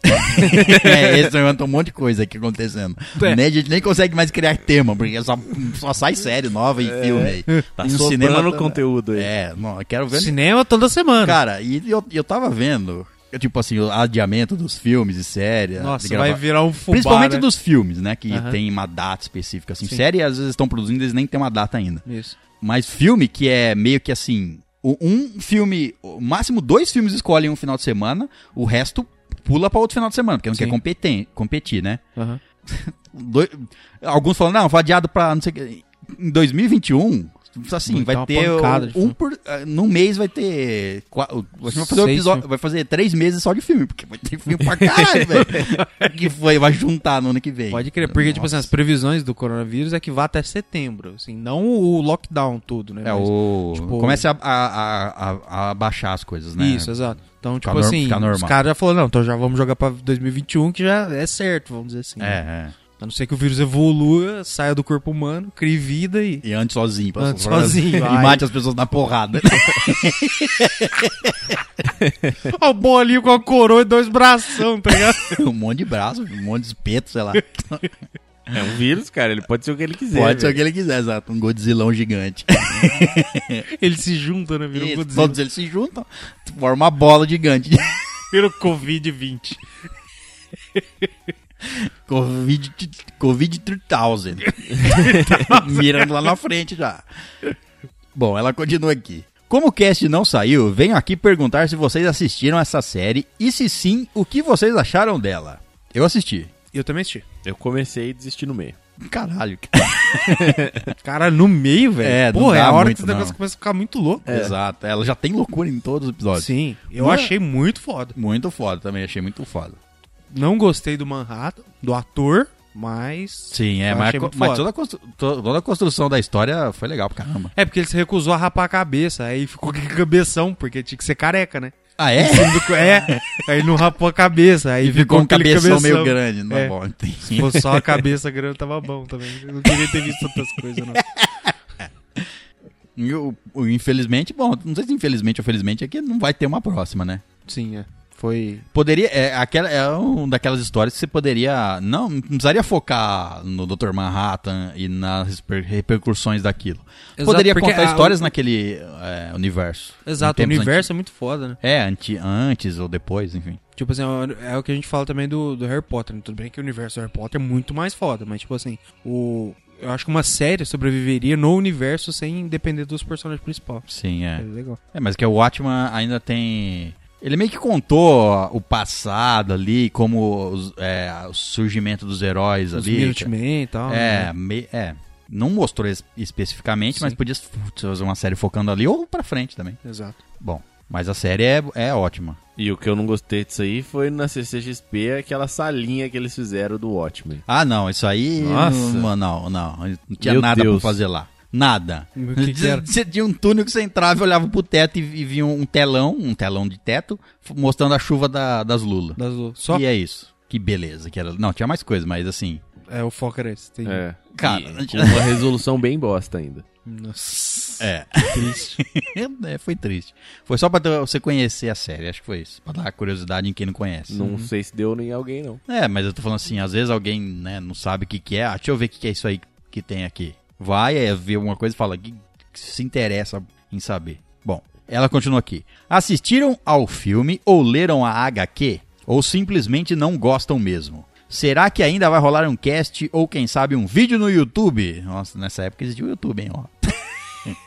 é, esse ano tem um monte de coisa aqui acontecendo. É. Nem- a gente nem consegue mais criar tema, porque só, só sai série nova e filme aí. (laughs) Tá E no sobrando cinema- conteúdo aí. É, não, eu quero ver. Cinema toda semana. Cara, e eu, eu tava vendo, eu, tipo assim, o adiamento dos filmes e séries. Nossa, de vai gravar- virar um fubá, Principalmente né? dos filmes, né? Que Aham. tem uma data específica. Assim, Sim. série, às vezes estão produzindo, eles nem têm uma data ainda. Isso. Mas filme que é meio que assim. o- Um filme. o Máximo dois filmes escolhem um final de semana, o resto pula pra outro final de semana, porque não Sim. quer competen- competir, né? Doi- alguns falam, não, foi adiado pra não sei o que. Em 2021, Assim, Vai vai, ter ter. é uma pancada de um filme. por, ah, num mês vai ter. qua- Vai fazer, um Seis episódio, filmes. vai fazer três meses só de filme, porque vai ter filme pra caralho, (laughs) velho. Que foi, vai juntar no ano que vem. Pode crer, porque, tipo assim, Nossa. as previsões do coronavírus é que vá até setembro, assim, não o lockdown todo, né? É, mas- o... tipo, Começa a, a, a- a- a baixar as coisas, né? Isso, exato. Então, tipo nor- assim, fica os normal. caras já falaram, não, então já vamos jogar pra 2021, que já é certo, vamos dizer assim. né? É, é. A não ser que o vírus evolua, saia do corpo humano, crie vida (laughs) e... E ande sozinho. pra- Ande sozinho, E vai. mate as pessoas na porrada. (laughs) Ó, o bolinho com a coroa e dois bração, tá (laughs) ligado? um monte de braço, um monte de espeto, (laughs) sei lá. É um vírus, cara. Ele pode ser o que ele quiser. Pode ser o velho. que ele quiser, exato. Um Godzillão gigante. Ele se junta, né? Vira o Isso, Godzilla. todos eles se juntam, formam uma bola gigante. (laughs) Vira o Covid-20. Covid, Covid 3000. (laughs) Mirando lá na frente já. Bom, ela continua aqui. Como o cast não saiu, venho aqui perguntar se vocês assistiram essa série e se sim, o que vocês acharam dela. Eu assisti. Eu também assisti. Eu comecei e desisti no meio. Caralho. cara. Cara, no meio, velho. É, não Pô, é dá a hora muito, que esse negócio não. começa a ficar muito louco. É. É, Exato. Ela já tem loucura em todos os episódios. Sim, eu Não é- achei muito foda. Muito foda também, achei muito foda. Não gostei do Manhattan, do ator, mas. Sim, é, eu mas, achei muito mas foda. toda, a constru- to- toda a construção da história foi legal pra caramba. É porque ele se recusou a rapar a cabeça, aí ficou com cabeção, porque tinha que ser careca, né? Ah, é? (laughs) É, aí não rapou a cabeça, aí E ficou um aquele cabeção, meio grande, não É. é bom, Se entendi. fosse só a cabeça grande, tava bom também. Eu não queria ter visto tantas coisas, não. (laughs) E o- o- infelizmente, bom, não sei se infelizmente ou felizmente é que não vai ter uma próxima, né? Sim, é. Foi. Poderia, é, aquela, é uma daquelas histórias que você poderia, não, não precisaria focar no Dr. Manhattan e nas reper- repercussões daquilo. Exato, poderia porque contar a- histórias naquele é, universo. Em Exato, o tempos universo é muito foda, né? antigos. É, anti, antes ou depois, enfim. Tipo assim, é o que a gente fala também do, do Harry Potter. né? Tudo bem que o universo do Harry Potter é muito mais foda, mas tipo assim, o. Eu acho que uma série sobreviveria no universo sem depender dos personagens principais. Sim, É é. legal. É, mas que o Watchman ainda tem. Ele meio que contou o passado ali, como os- é, o surgimento dos heróis Os ali. Minutemen e tal. É, né? me- é. Não mostrou es- especificamente, mas Sim. podia se- putz, fazer uma série focando ali ou pra frente também. Exato. Bom, mas a série é, é ótima. E o que eu não gostei disso aí foi na CCXP, aquela salinha que eles fizeram do Watchmen. Ah, não, isso aí. Nossa. Não, não, não. Não tinha Meu nada Deus. pra fazer lá. Nada. O que que era? (laughs) Você tinha um túnel que você entrava, olhava pro teto e, e via um telão, um telão de teto, f- mostrando a chuva da- das Lula. Das duas. Só E é isso. Que beleza que era. Não, tinha mais coisa, mas assim. é, o foco era esse. entendi. É. Cara, E com uma resolução bem bosta ainda. Nossa. É. (laughs) Triste. É, foi triste. Foi só pra ter- você conhecer a série, acho que foi isso. Pra dar curiosidade em quem não conhece. Não sei se deu nem alguém, não. É, mas eu tô falando assim, às vezes alguém, né, não sabe o que que é. Ah, deixa eu ver o que que é isso aí que tem aqui. Vai, é, vê uma coisa e fala, que, que se interessa em saber. Bom, ela continua aqui. Assistiram ao filme ou leram a HQ? Ou simplesmente não gostam mesmo? Será que ainda vai rolar um cast ou quem sabe um vídeo no YouTube? Nossa, nessa época existia o YouTube, hein, ó.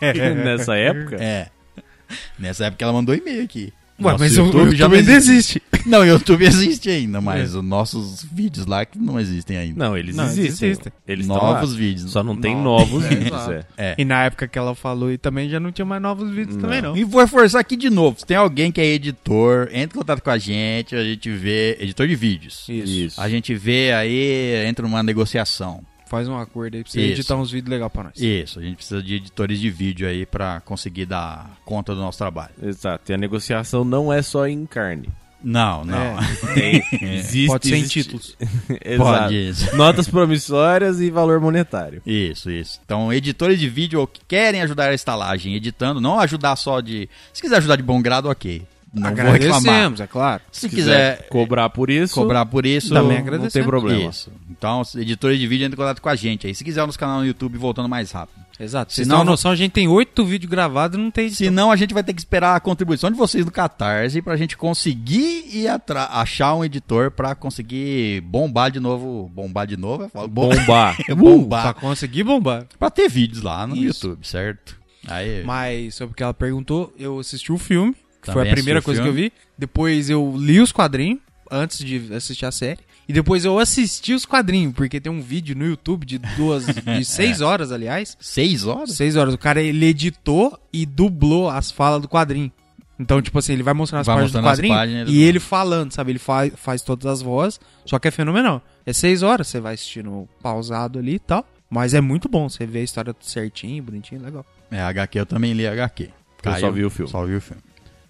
Nessa época? É. (laughs) Nessa época ela mandou e-mail aqui. Ué, Nosso mas o YouTube já não ainda existe. É. Não, o YouTube existe ainda, mas os nossos vídeos lá que não existem ainda. Não, eles Não, eles existem. existem. Eles estão lá. novos vídeos. Só não tem Novos. novos É, vídeos, exato. né? é. É. (laughs) E na época que ela falou e também já não tinha mais novos vídeos também, não. E vou forçar aqui de novo. Se tem alguém que é editor, entre em contato com a gente, a gente vê. Editor de vídeos. Isso. A gente vê aí, entra numa negociação. Faz um acordo aí pra você Isso. editar uns vídeos legais pra nós. Isso, a gente precisa de editores de vídeo aí pra conseguir dar conta do nosso trabalho. Exato. E a negociação não é só em carne. Não, não. (laughs) Tem, existe, É. Pode ser em existe- títulos. (laughs) Exato. Pode, isso. Notas promissórias e valor monetário. (laughs) Isso, isso. Então, editores de vídeo ou que querem ajudar a estalagem editando, não ajudar só de. Se quiser ajudar de bom grado, ok. Não vou reclamar. Agradecemos, é claro. Se quiser cobrar por isso, É. cobrar por isso, Também não agradecemos. tem problema. Isso. Então, os editores de vídeo entram em contato com a gente aí. Se quiser, nos canal no YouTube, voltando mais rápido. Exato. Se Vocês não- têm uma noção, a gente tem oito vídeos gravados e não tem edição. Senão, a gente vai ter que esperar a contribuição de vocês no Catarse pra gente conseguir ir atra- achar um editor pra conseguir bombar de novo. Bombar de novo? Eu falo, bom- (laughs) É Bombar. bombar. Pra conseguir bombar. Pra ter vídeos lá no Uh, tá. Isso. YouTube, certo? Aí. Mas sobre o que ela perguntou, eu assisti o filme, que foi Também a primeira assisti o coisa que eu vi. Depois eu li os quadrinhos antes de assistir a série. E depois eu assisti os quadrinhos, porque tem um vídeo no YouTube de (laughs) duas, de seis É. horas, aliás. Seis horas? Seis horas. O cara, ele editou e dublou as falas do quadrinho. Então, tipo assim, ele vai mostrando as Vai páginas do mostrando as quadrinho páginas do- e ele falando, sabe? Ele faz, faz todas as vozes, só que é fenomenal. É seis horas, você vai assistindo pausado ali e tal. Mas é muito bom, você vê a história tudo certinho, bonitinho, legal. É, HQ eu também li HQ. Eu só vi o filme. Só vi o filme.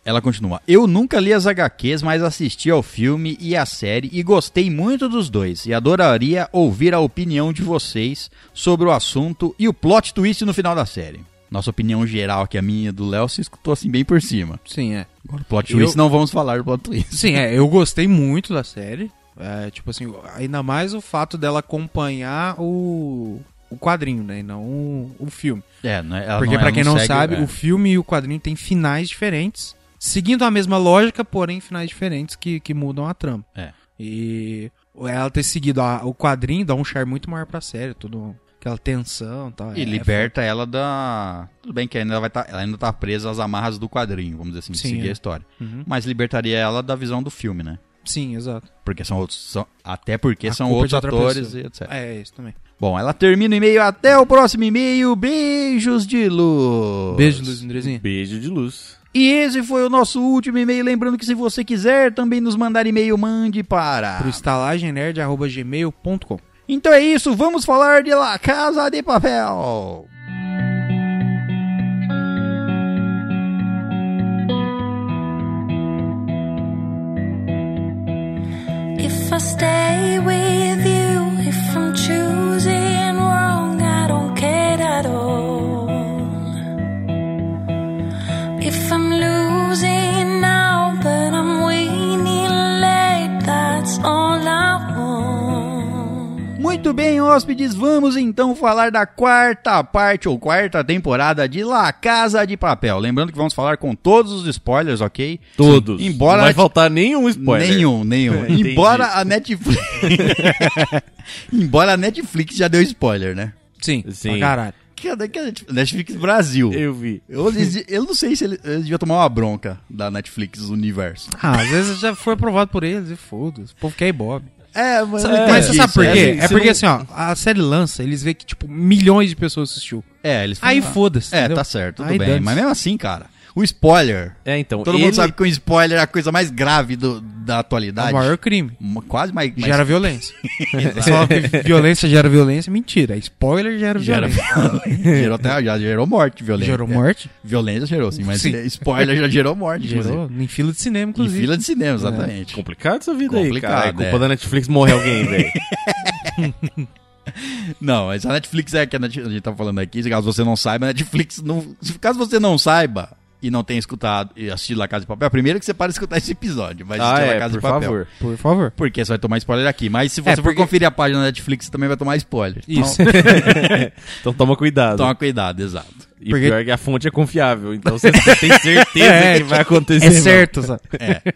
Ela continua. Eu nunca li as HQs, mas assisti ao filme e à série e gostei muito dos dois. E adoraria ouvir a opinião de vocês sobre o assunto e o plot twist no final da série. Nossa opinião geral, que a minha e do Léo, se escutou assim bem por cima. Sim, é. Agora, plot Eu- twist, não vamos falar do plot (laughs) twist. Sim, é, eu gostei muito da série. É, tipo assim, ainda mais o fato dela acompanhar o, o quadrinho, né? E não o, o filme. É, né? ela Porque ela pra quem não, segue- sabe, é. o filme e o quadrinho têm finais diferentes, seguindo a mesma lógica, porém finais diferentes que, que mudam a trama. É. E ela ter seguido a- o quadrinho dá um charme muito maior pra série, tudo aquela tensão, e tal. E É, liberta ela da. Tudo bem que ainda vai tá... ela ainda tá presa às amarras do quadrinho, vamos dizer assim, de Sim, seguir é. a história. Uhum. Mas libertaria ela da visão do filme, né? Sim, exato. Porque são outros. são- até porque A são culpa é de outros outra atores pessoa. e etc. É, isso também. Bom, ela termina o e-mail. Até o próximo e-mail. Beijos de luz. Beijo, Luiz Andrezinha. Beijo de luz. E esse foi o nosso último e-mail. Lembrando que se você quiser também nos mandar e-mail, mande para. Pro estalagemnerd.gmail.com Então é isso. Vamos falar de La Casa de Papel. If I stay with you, if I'm choosing wrong, I don't care at all. If I'm losing now, but I'm winning late, that's all I want. Muito bem, hóspedes, vamos então falar da quarta parte ou quarta temporada de La Casa de Papel. Lembrando que vamos falar com todos os spoilers, ok? Todos. Embora não vai a- faltar nenhum (laughs) spoiler. Nenhum, nenhum. (laughs) Entendi. Embora a Netflix. (laughs) Embora a Netflix já deu spoiler, né? Sim, Sim. pra caralho. Cadê que a Netflix? Netflix Brasil. Eu... Eu vi. eles- eu não sei se ele, eles deviam tomar uma bronca da Netflix Universo. Ah, às vezes já foi aprovado por eles e foda-se. O povo quer Bob. É, mas, Sabe- Mas você isso, sabe por é quê? assim, É você porque não- assim, ó, a série lança, eles veem que, tipo, milhões de pessoas assistiu. É, eles Aí foram- foda-se. É, entendeu? tá certo, tudo Aí bem. dane-se. Mas mesmo assim, cara, o spoiler. É, então. Todo ele- mundo sabe que o spoiler é a coisa mais grave do- da atualidade. É o maior crime. Uma- Quase mais. mais- Gera violência. Só que violência gera violência, mentira. Spoiler gera Gera violência. violência. (laughs) gerou até, já gerou morte, violência. Gerou morte? É, violência gerou, sim, mas Sim. é, spoiler já gerou morte. Gerou em fila de cinema, Em inclusive. fila de cinema, exatamente. Complicado essa vida é Complicado, aí, cara. É culpa é. da Netflix morrer alguém, velho. É. Não, mas a Netflix é que a, Net- a gente tá falando aqui, se caso você não saiba, a Netflix não. Se caso você não saiba e não tenha escutado e assistido La Casa de Papel, primeiro que você para de escutar esse episódio, vai Ah, assistir La é, Casa de por Papel. favor. Por favor. É, Porque você vai tomar spoiler aqui. Mas se você for porque- conferir a página da Netflix, você também vai tomar spoiler. Então, Isso. Então toma cuidado. toma cuidado, exato. E Porque- pior que a fonte é confiável, então você (laughs) tem certeza É, que vai acontecer. é mesmo. certo, sabe? É. (laughs)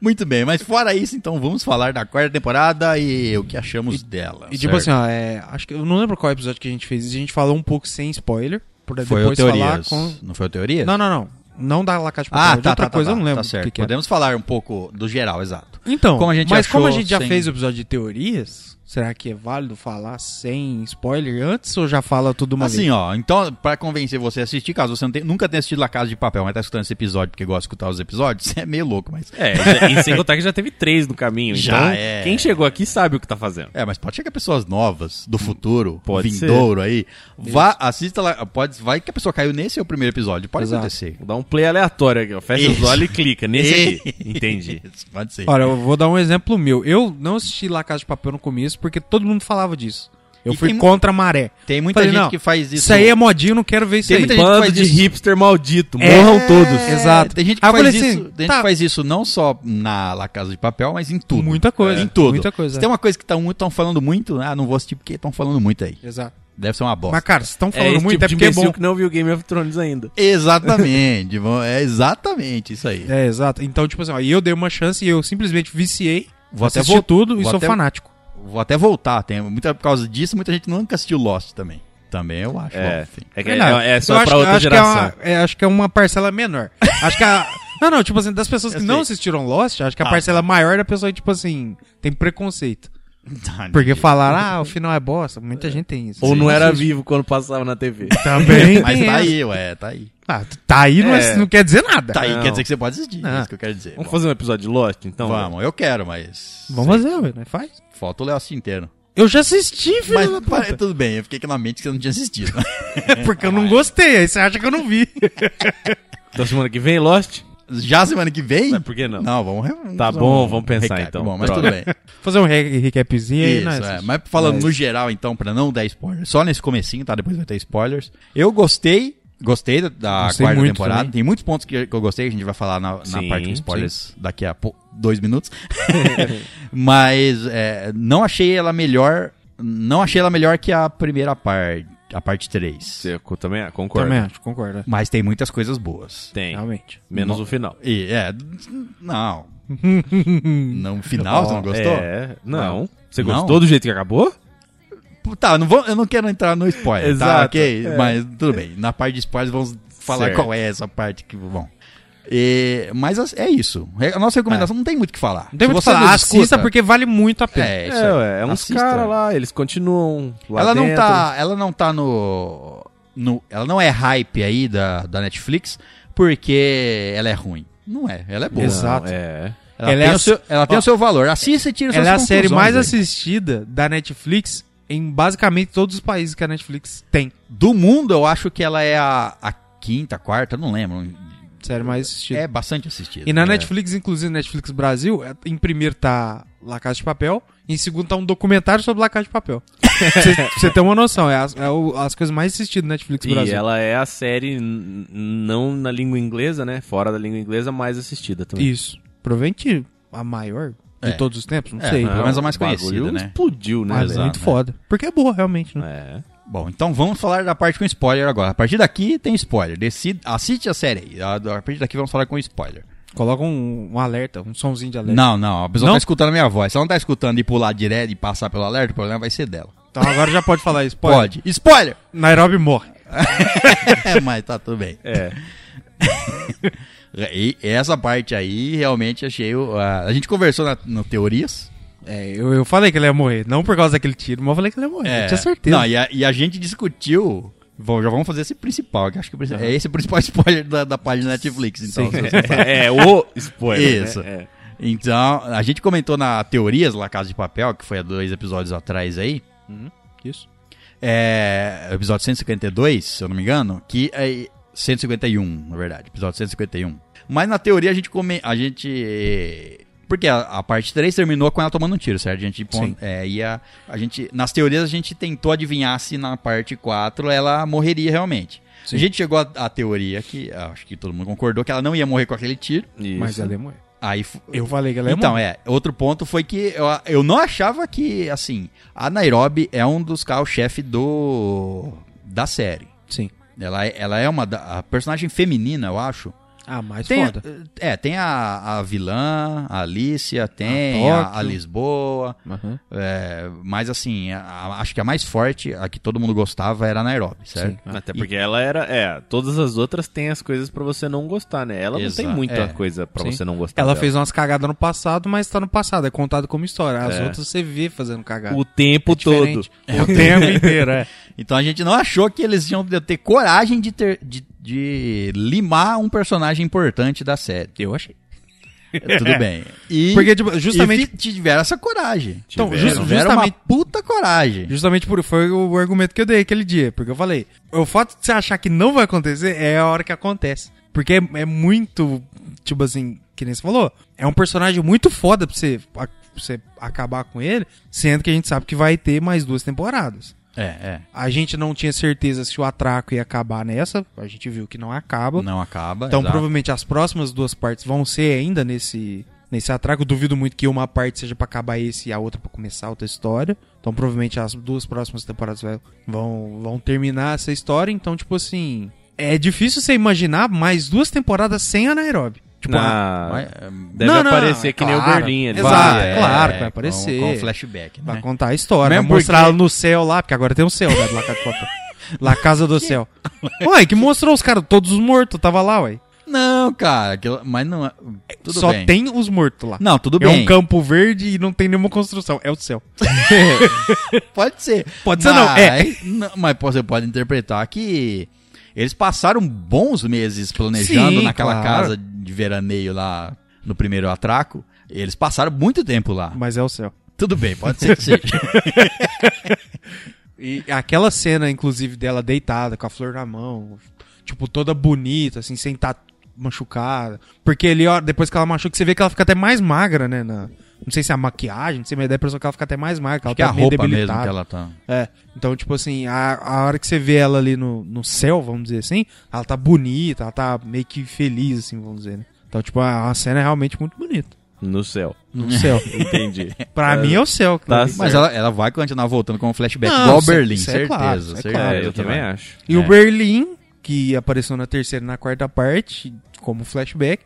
Muito bem, mas fora isso, então vamos falar da quarta temporada e o que achamos dela. E tipo certo? assim, ó, é, acho que eu não lembro qual episódio que a gente fez. A gente falou um pouco sem spoiler, pra foi o depois falar teorias. com. Não foi o teoria? Não, não, não. Não da Lacate Ah, tá, tá, outra tá, coisa tá, eu não lembro Tá certo. o que, que é. Podemos falar um pouco do geral, exato. Então, Como a gente mas achou como a gente já sem- fez o episódio de teorias, será que é válido falar sem spoiler antes ou já fala tudo uma Assim, vez? ó, então, pra convencer você a assistir, caso você não tenha- nunca tenha assistido La Casa de Papel, mas tá escutando esse episódio porque gosta de escutar os episódios, (laughs) é meio louco, mas. É, já- e sem contar que já teve três no caminho. Já então, é. quem chegou aqui sabe o que tá fazendo. É, mas pode chegar pessoas novas, Hum, do futuro, Pode vindouro aí. Vá, assista lá, pode, vai que a pessoa caiu nesse é o primeiro episódio, pode Exato. acontecer. Vou dar um play aleatório aqui, ó. Fecha os Isso. olhos e clica. Nesse aqui. Entendi. (laughs) Isso, Pode ser. Olha, eu vou dar um exemplo meu. Eu não assisti La Casa de Papel no começo porque todo mundo falava disso. Eu E fui tem mu- contra a maré. Tem muita Falei, gente não, que faz isso. Isso aí é modinha, eu não quero ver isso Tem aí. muita gente que Bando faz de isso. hipster maldito. É, Morram todos. Exato. Tem gente que, Aí eu faz, falei isso, assim, tem gente tá. que faz isso não só na La Casa de Papel, mas em tudo. Muita coisa, Em tudo. muita coisa, Se é. tem uma coisa que estão falando muito, ah, não vou assistir porque estão falando muito aí. Exato. Deve ser uma bosta. Mas, cara, vocês estão É falando esse muito, tipo é de porque é imbecil bom. que não viu Game of Thrones ainda. Exatamente, (laughs) vão- é exatamente isso aí. É, exato. Então, tipo assim, ó, eu dei uma chance e eu simplesmente viciei, Vou até assisti vol- tudo e vou sou até- fanático. Vou até voltar, tem muita por causa disso, muita gente nunca assistiu Lost também. Também eu acho. (laughs) É, bom, enfim. é, que- Verdade. é- é Eu só acho pra que- outra acho que é geração. (laughs) uma- é, acho que é uma parcela menor. Acho que a, Não, não, tipo assim, das pessoas Eu que não sei. assistiram Lost, acho que a Ah, parcela maior da pessoa, é, tipo assim, tem preconceito. Tá, Porque entendi. (laughs) falaram, ah, o final é bosta. Muita gente tem isso. Ou não era vivo. vivo quando passava na TV. (laughs) Também Mas tem tá essa. aí, ué, tá aí. Ah, tá aí não, é- É. não quer dizer nada. Tá aí, Não. quer dizer que você pode assistir, é Ah. isso que eu quero dizer. Vamos Bom, fazer um episódio de Lost, então? vamos, eu quero, mas. Vamos fazer, ué, né? Faz. Falta o Léo assim inteiro. Eu já assisti, filho Mas da pare- (laughs) puta. É tudo bem, eu fiquei com na mente que você não tinha assistido. Porque eu não gostei, aí você acha que eu (laughs) não vi. Então semana que vem, Lost? Já semana que vem? Mas por que não? Não, vamos. re- Tá fazer bom, vamos pensar, recap. então. Bom, mas Droga. tudo (laughs) bem. Fazer um re- recapzinho aí, Isso, né? é. Mas falando no geral, então, pra não dar spoiler, só nesse comecinho, tá? Depois vai ter spoilers. Eu gostei, gostei da, da Gostei quarta muito temporada. também. Tem muitos pontos que, que eu gostei, a gente vai falar na, na Sim, parte com spoilers daqui a pou- dois minutos. (laughs) Mas é, não achei ela melhor, não achei ela melhor que a primeira parte, a parte 3. Eu co- também é? concordo. Também acho, concordo. Mas tem muitas coisas boas. Tem. Realmente. Menos o final. E, é, (laughs) não. no final, você não gostou? É, não. Você Não? gostou do jeito que acabou? Tá, não vou, eu não quero entrar no spoiler, tá? Exato, Ok, é. mas tudo bem. Na parte de spoilers vamos falar Certo. qual é essa parte que vão. E- mas as- é isso. Re- A nossa recomendação não tem muito o que falar. Ah. Não tem Se muito o que você falar, escuta- assista porque vale muito a pena. É, isso É, aí. ué, é uns Assista. caras lá, eles continuam lá Ela não dentro. tá, ela não tá no, no ela não é hype aí da, da Netflix porque ela é ruim. Não é, ela é boa. Exato. É. Ela, Ela é tem, a- o seu, ela tem ó, o seu valor. Assista e tira Ela é a suas série conclusões mais aí. assistida da Netflix em basicamente todos os países que a Netflix tem. do mundo. Eu acho que ela é a, a quinta, quarta, não lembro. Série mais assistida. É bastante assistida. E na É. Netflix, inclusive Netflix Brasil, é- em primeiro tá La Casa de Papel, em segundo tá um documentário sobre La Casa de Papel. Pra você- pra você ter uma noção, é as, é o- as coisas mais assistidas na Netflix E Brasil. ela é a série n- n- não na língua inglesa, né? Fora da língua inglesa, mais assistida também. Isso. Provavelmente a maior de É. todos os tempos, não É, sei. pelo Não, menos a mais o bagulho conhecida, né? Explodiu, né? mas é Exato. muito foda. Porque é boa, realmente, né? É. Bom, então vamos falar da parte com spoiler agora. A partir daqui tem spoiler. Decide, assiste a série aí. A, a partir daqui vamos falar com spoiler. Coloca um, um alerta, um sonzinho de alerta. Não, não. A pessoa Não? tá escutando a minha voz. Se ela não tá escutando e pular direto e passar pelo alerta, o problema vai ser dela. Então agora já pode falar isso. Pode. Pode. Spoiler! (laughs) Nairobi morre. é, mas tá tudo bem. É. E essa parte aí realmente achei. o- a, a gente conversou na, no Teorias. É, eu, eu falei que ele ia morrer. Não por causa daquele tiro, mas eu falei que ele ia morrer. É. Eu tinha certeza. Não, e a, e a gente discutiu. Bom, já vamos fazer esse principal, que acho que o principal- é esse o principal (laughs) spoiler da, da página Netflix, então. se (laughs) você é o spoiler. né? Isso. É. Então, a gente comentou na Teorias lá, Casa de Papel, que foi há dois episódios atrás aí. Isso. É, episódio 152, se eu não me engano, que é 151, na verdade, episódio 151. Mas na teoria a gente come, a gente porque a, a parte 3 terminou com ela tomando um tiro, certo? A gente pon- Sim. é, ia a gente nas teorias a gente tentou adivinhar se na parte 4 ela morreria realmente. Sim. A gente chegou à- à teoria que ah, acho que todo mundo concordou que ela não ia morrer com aquele tiro. Isso. Mas ela ia morrer. Aí fu- Eu falei que ela ia então, morrer. é. Outro ponto foi que eu, eu não achava que, assim, a Nairobi é um dos carro-chefe do. da série. Sim. Ela, é- ela é uma. da- A personagem feminina, eu acho. Ah, mais Tem, foda. É, tem a, a vilã, a Alicia, tem a, Tóquio. a Lisboa. é, mas, assim, a- a- acho que a mais forte, a que todo mundo gostava, era a Nairobi, certo? Até porque ela era. É, todas as outras têm as coisas pra você não gostar, né? Ela Exato. não tem muita É. coisa pra Sim. você não gostar. Ela dela. fez umas cagadas no passado, mas tá no passado. É contado como história. As É. outras você vê fazendo cagada. É o tempo todo. Diferente. Tipo, O tempo inteiro, (laughs) é. Então a gente não achou que eles iam ter coragem de, ter, de, de limar um personagem importante da série. É, Eu (laughs) achei. Tudo bem. E, Porque, tipo, justamente- e fi- tiveram essa coragem. Então, tiveram, just- tiveram justamente- uma puta coragem. Justamente por foi o argumento que eu dei aquele dia. Porque eu falei, o fato de você achar que não vai acontecer é a hora que acontece. Porque é, é muito, tipo assim, que nem você falou, é um personagem muito foda pra você, pra você acabar com ele, sendo que a gente sabe que vai ter mais duas temporadas. É, é. A gente não tinha certeza se o atraco ia acabar nessa, a gente viu que não acaba. Não acaba. Então, exato. provavelmente as próximas duas partes vão ser ainda nesse nesse atraco. Eu duvido muito que uma parte seja pra acabar esse e a outra pra começar outra história. Então, provavelmente as duas próximas temporadas vai- vão vão terminar essa história. Então, tipo assim, é difícil você imaginar mais duas temporadas sem a Nairobi. Tipo, a- Na- Mas, é, Deve Não, não, aparecer é que nem o claro. Berlim. ele Exato, vai, vai, é claro é, que vai aparecer. Com, com flashback, né? Vai contar a história, Mesmo vai mostrar porque- ela no céu lá, porque agora tem um céu, né? do La Casa de (laughs) Papel. La Casa do Céu. Ué, que mostrou os caras todos mortos, tava lá, ué. Não, Não, cara. aquilo- Mas não é. Tudo Só bem. tem os mortos lá. Não, tudo é bem. um campo verde e não tem nenhuma construção. É o céu. Pode ser. Pode ser não, é. não, Mas você pode interpretar que eles passaram bons meses planejando Sim, naquela claro. casa de veraneio lá no primeiro atraco. Eles passaram muito tempo lá. Mas é o céu. Tudo bem, pode ser (laughs) que seja. E aquela cena, inclusive, dela deitada, com a flor na mão, tipo, toda bonita, assim, sem estar machucada. Porque ali, ó, depois que ela machuca, você vê que ela fica até mais magra, né? na- Não sei se é a maquiagem, não sei, mas dá a impressão que ela fica até mais magra, que ela que é tá a meio roupa debilitada. mesmo que ela tá. É. Então, tipo assim, a, a hora que você vê ela ali no, no céu, vamos dizer assim, ela tá bonita, ela tá meio que feliz, assim, vamos dizer, né? Então, tipo, a, a cena é realmente muito bonita. No céu. No céu. (laughs) Entendi. pra mim (laughs) é o céu. que Tá eu vi. certo. Mas ela, ela vai continuar voltando com o flashback. Não, igual isso é- Berlim, isso é certeza. claro, isso é certeza claro. é, eu que também vai. acho. E o É. Berlim, que apareceu na terceira e na quarta parte, como flashback,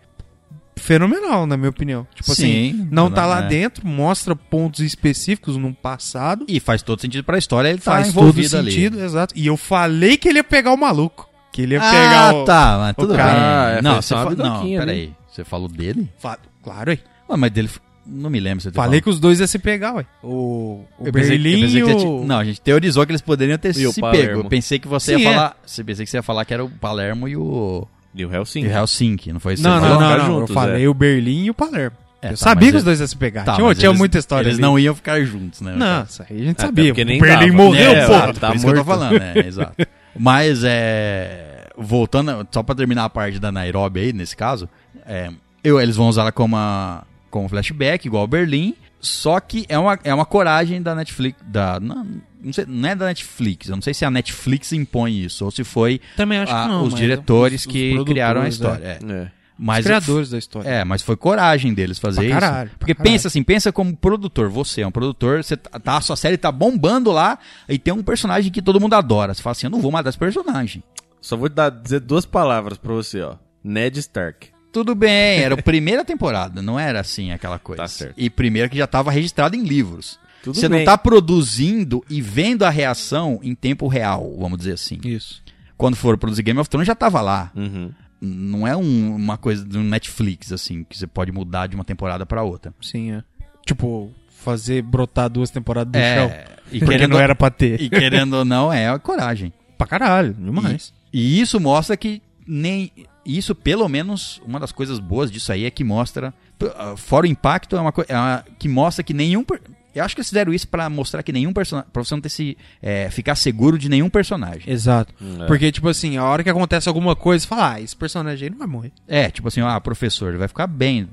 fenomenal, na minha opinião. Tipo Sim, assim, não tá lá é. dentro, mostra pontos específicos no passado, E faz todo sentido pra história, ele tá faz todo envolvido ali. sentido, exato. E eu falei que ele ia pegar o maluco. Que ele ia Ah, pegar o. tá, mas tudo cara- bem. Ah, não, foi você só uma fa... não, bidoquinha ali. peraí. Você falou dele? Fa- Claro, aí. Ah, mas dele. f- Não me lembro se eu te Falei falo. que os dois iam se pegar, ué. O, o Eu pensei, eu Berlim pensei e que o... você tinha- Não, a gente teorizou que eles poderiam ter E o se Palermo. pego. Eu pensei que você Sim, ia é. falar. Você pensei que você ia falar que era o Palermo e o. E o Hellsing. E o Helsinki, não foi isso? que não, você não, falou? não, ficar não. juntos, eu falei é. o Berlim e o Palermo. É, eu tá, mas sabia que os eles- dois iam se pegar. Tá, tinha mas tinha eles- muita história Eles ali. não iam ficar juntos, né? Não, isso aí a gente Até sabia. O porque nem Berlim dava. morreu, É, pô. exato, tá por isso que eu tô morto. falando, né? Exato. (laughs) Mas é. Voltando, só pra terminar a parte da Nairobi aí, nesse caso, é, eu, eles vão usar ela como, a- como flashback, igual Berlim. Só que é uma, é uma coragem da Netflix. Da, não, não, sei, não é da Netflix. Eu não sei se a Netflix impõe isso, ou se foi Também acho a- que não. os mas diretores os- os que criaram a produtores, história. é. é. É. Mas Os criadores da história. é, mas foi coragem deles fazer Pra caralho, isso. pra Porque caralho. pensa assim, pensa como produtor. Você é um produtor, você tá, tá- a sua série tá bombando lá e tem um personagem que todo mundo adora. Você fala assim, eu não vou matar esse personagem. Só vou dar, dizer duas palavras pra você, ó. Ned Stark. Tudo bem, era a primeira temporada, não era assim aquela coisa. Tá certo. E primeira que já estava registrada em livros. Tudo você bem. não tá produzindo e vendo a reação em tempo real, vamos dizer assim. Isso. Quando foram produzir Game of Thrones já tava lá. Uhum. Não é um- uma coisa do Netflix assim que você pode mudar de uma temporada pra outra. Sim, é. Tipo, fazer brotar duas temporadas do chão. e Porque querendo- não era pra ter. E querendo ou não, é a (laughs) coragem. Pra caralho, demais. E isso mostra que nem. Isso, pelo menos, uma das coisas boas disso aí é que mostra. p- ah, Fora o impacto, é uma coisa. que mostra que nenhum. per- Eu acho que eles fizeram isso pra mostrar que nenhum personagem. Pra você não ter se. é, ficar seguro de nenhum personagem. Exato. É. Porque, tipo assim, a hora que acontece alguma coisa, você fala, ah, esse personagem aí não vai morrer. É, tipo assim, ah, professor, ele vai ficar bem.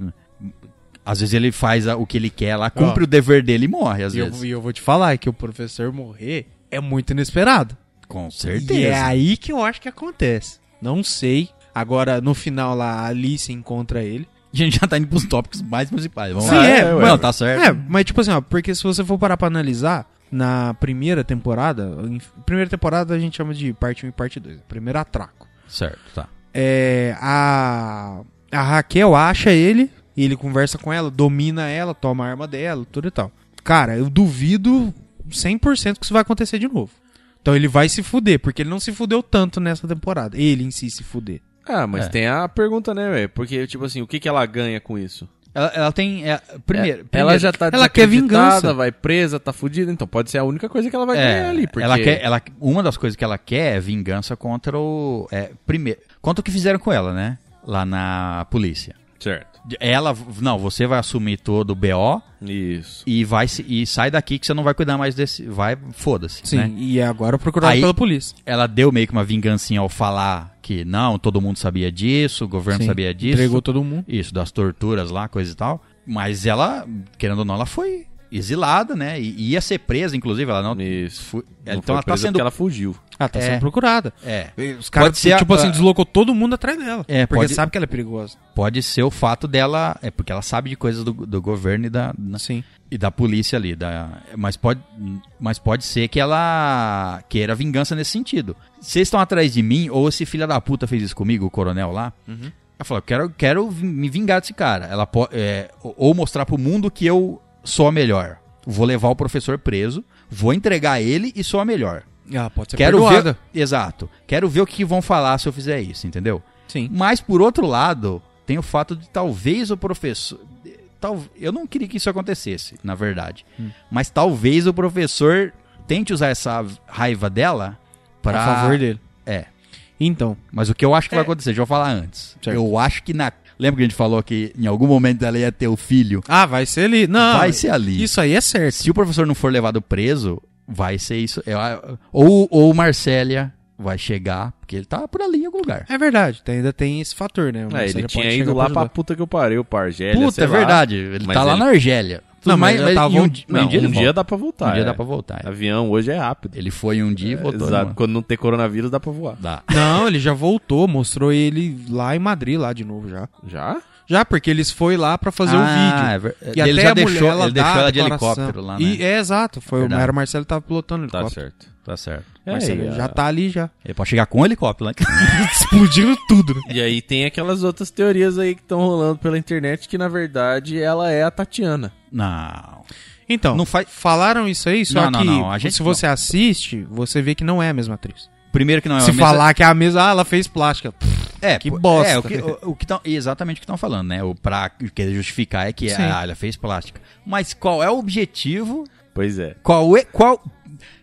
Às vezes ele faz a- o que ele quer lá, cumpre Ó. o dever dele e morre, às Ah. E eu, vezes. e eu vou te falar que o professor morrer é muito inesperado. Com E é certeza. aí que eu acho que acontece. Não sei. Agora, no final lá, a Alice encontra ele. (laughs) A gente já tá indo pros tópicos mais principais. Vamos Sim, lá. é, Não, mas- tá certo. É, mas tipo assim, ó, porque se você for parar pra analisar, na primeira temporada, em- primeira temporada a gente chama de parte 1 e parte 2, primeiro atraco. Certo, tá. É, a, a Raquel acha ele, e ele conversa com ela, domina ela, toma a arma dela, tudo e tal. Cara, eu duvido 100% que isso vai acontecer de novo. Então ele vai se fuder, porque ele não se fudeu tanto nessa temporada. Ele em si se fuder. Ah, mas É. tem a pergunta, né, velho? Porque, tipo assim, o que, que ela ganha com isso? Ela, ela tem. é, primeiro, É, primeiro- ela já tá ela quer desacreditada, vingança. vai presa, tá fudida, então pode ser a única coisa que ela vai É, ganhar ali. Porque... ela quer, ela, uma das coisas que ela quer é vingança contra o. É, primeiro, contra o que fizeram com ela, né? Lá na polícia. Certo. De- Ela. Não, você vai assumir todo o BO Isso. e, vai, se- e sai daqui que você não vai cuidar mais desse. Vai, foda-se. Sim, né? e agora é procurado Aí- pela polícia. Ela deu meio que uma vingancinha ao falar que não, todo mundo sabia disso, o governo Sim, sabia disso. Entregou todo mundo. Isso, das torturas lá, coisa e tal. Mas ela, querendo ou não, ela foi exilada, né? E ia ser presa, inclusive. Ela não. Isso. Fu- Não então foi ela tá presa sendo. porque ela fugiu. Ah, tá É. sendo procurada. É. E Os caras, Pode ser a- tipo assim, a- deslocou todo mundo atrás dela. ah. É, porque pode- sabe que ela é perigosa. pode ser o fato dela. É porque ela sabe de coisas do, do governo e da, né, Sim. e da polícia ali. Da, mas, pode, mas pode ser que ela queira vingança nesse sentido. Vocês estão atrás de mim, ou esse filho da puta fez isso comigo, o coronel lá. Ela falou: quero, quero vin- me vingar desse cara. Ela po- é, ou- ou mostrar pro mundo que eu sou a melhor. Vou levar o professor preso, vou entregar ele e sou a melhor. Ela Ah, pode ser Quero perdoada. ver. Exato. Quero ver o que que vão falar se eu fizer isso, entendeu? Sim. Mas, por outro lado, tem o fato de talvez o professor. Tal, eu não queria que isso acontecesse, na verdade. Hum. Mas talvez o professor tente usar essa raiva dela para. A favor dele. É. Então, Mas o que eu acho que vai acontecer, deixa eu falar antes. Certo. Eu acho que na. Lembra que a gente falou que em algum momento ela ia ter o filho? ah, vai ser ali. Não, Vai ser ali. Isso aí é certo. Se o professor não for levado preso, vai ser isso. Eu- Ou, ou o Marcélia vai chegar, porque ele tá por ali em algum lugar. É verdade, tem- ainda tem esse fator, né? O Então É, Marcelo ele pode tinha chegar ido lá ajudar. pra puta que eu parei, o Argélia. Puta, sei é lá. verdade. Ele Mas tá lá ele- na Argélia. Não, mas ele tava em um, um- di- Não, em um dia, ele volta. dá pra voltar. Um dia é. dá pra voltar. é. Avião hoje é rápido. Ele foi um dia e voltou. Exato. numa- Quando não tem coronavírus, dá pra voar. Dá. Não, ele já voltou, mostrou ele lá em Madrid, lá de novo já. Já? Já, porque eles foi lá pra fazer Ah, o vídeo. é ver- ele já a mulher, deixou- ele dá deixou a ela de declaração. helicóptero lá, né? E, é, exato. Foi, o Verdade. Mário Marcelo tava pilotando o Tá helicóptero. certo. Tá certo. É, Marcelo, e a- já tá ali já. Ele pode chegar com o helicóptero, né? (laughs) Explodindo tudo, né? E aí tem aquelas outras teorias aí que estão rolando pela internet que, na verdade, ela é a Tatiana. Não. Então, Não faz- falaram isso aí, só Não, não, que não, a gente se você assiste, você vê que não é a mesma atriz. Primeiro que não é se uma mesa- falar que é a mesma, ah, ela fez plástica. Pff, É, que pô- bosta. É, o que, o, o que tão- exatamente o que estão falando, né? O pra querer justificar é que Sim. ah, ela fez plástica. Mas qual é o objetivo Pois é. Qual é. Qual.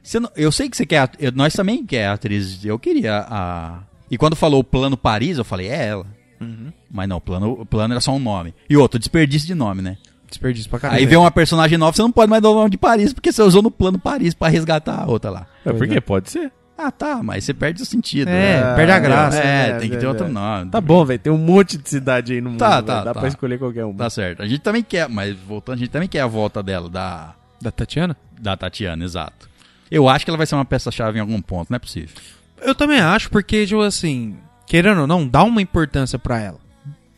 Você não- eu sei que você quer. at- eu- nós também quer a atriz. Eu queria a. E quando falou o plano Paris, eu falei, é ela. Uhum. Mas não, o plano, o plano era só um nome. E outro, desperdício de nome, né? Desperdício pra caralho. Aí vem um- uma personagem nova, você não pode mais dar o nome de Paris, porque você usou no plano Paris pra resgatar a outra lá. Ué, por quê? É, Pode ser. Ah, tá, mas você perde o sentido. É, perde a graça, É, né? tem que ter Verdade. outro nome. Tá bom, velho. Tem um monte de cidade aí no mundo. Tá, velho. tá, Dá tá. pra escolher qualquer uma. Tá certo. A gente também quer, mas voltando, a gente também quer a volta dela, da, Da Tatiana? da Tatiana, exato. Eu acho que ela vai ser uma peça-chave em algum ponto, não é possível. Eu também acho, porque, tipo assim, querendo ou não, dá uma importância pra ela.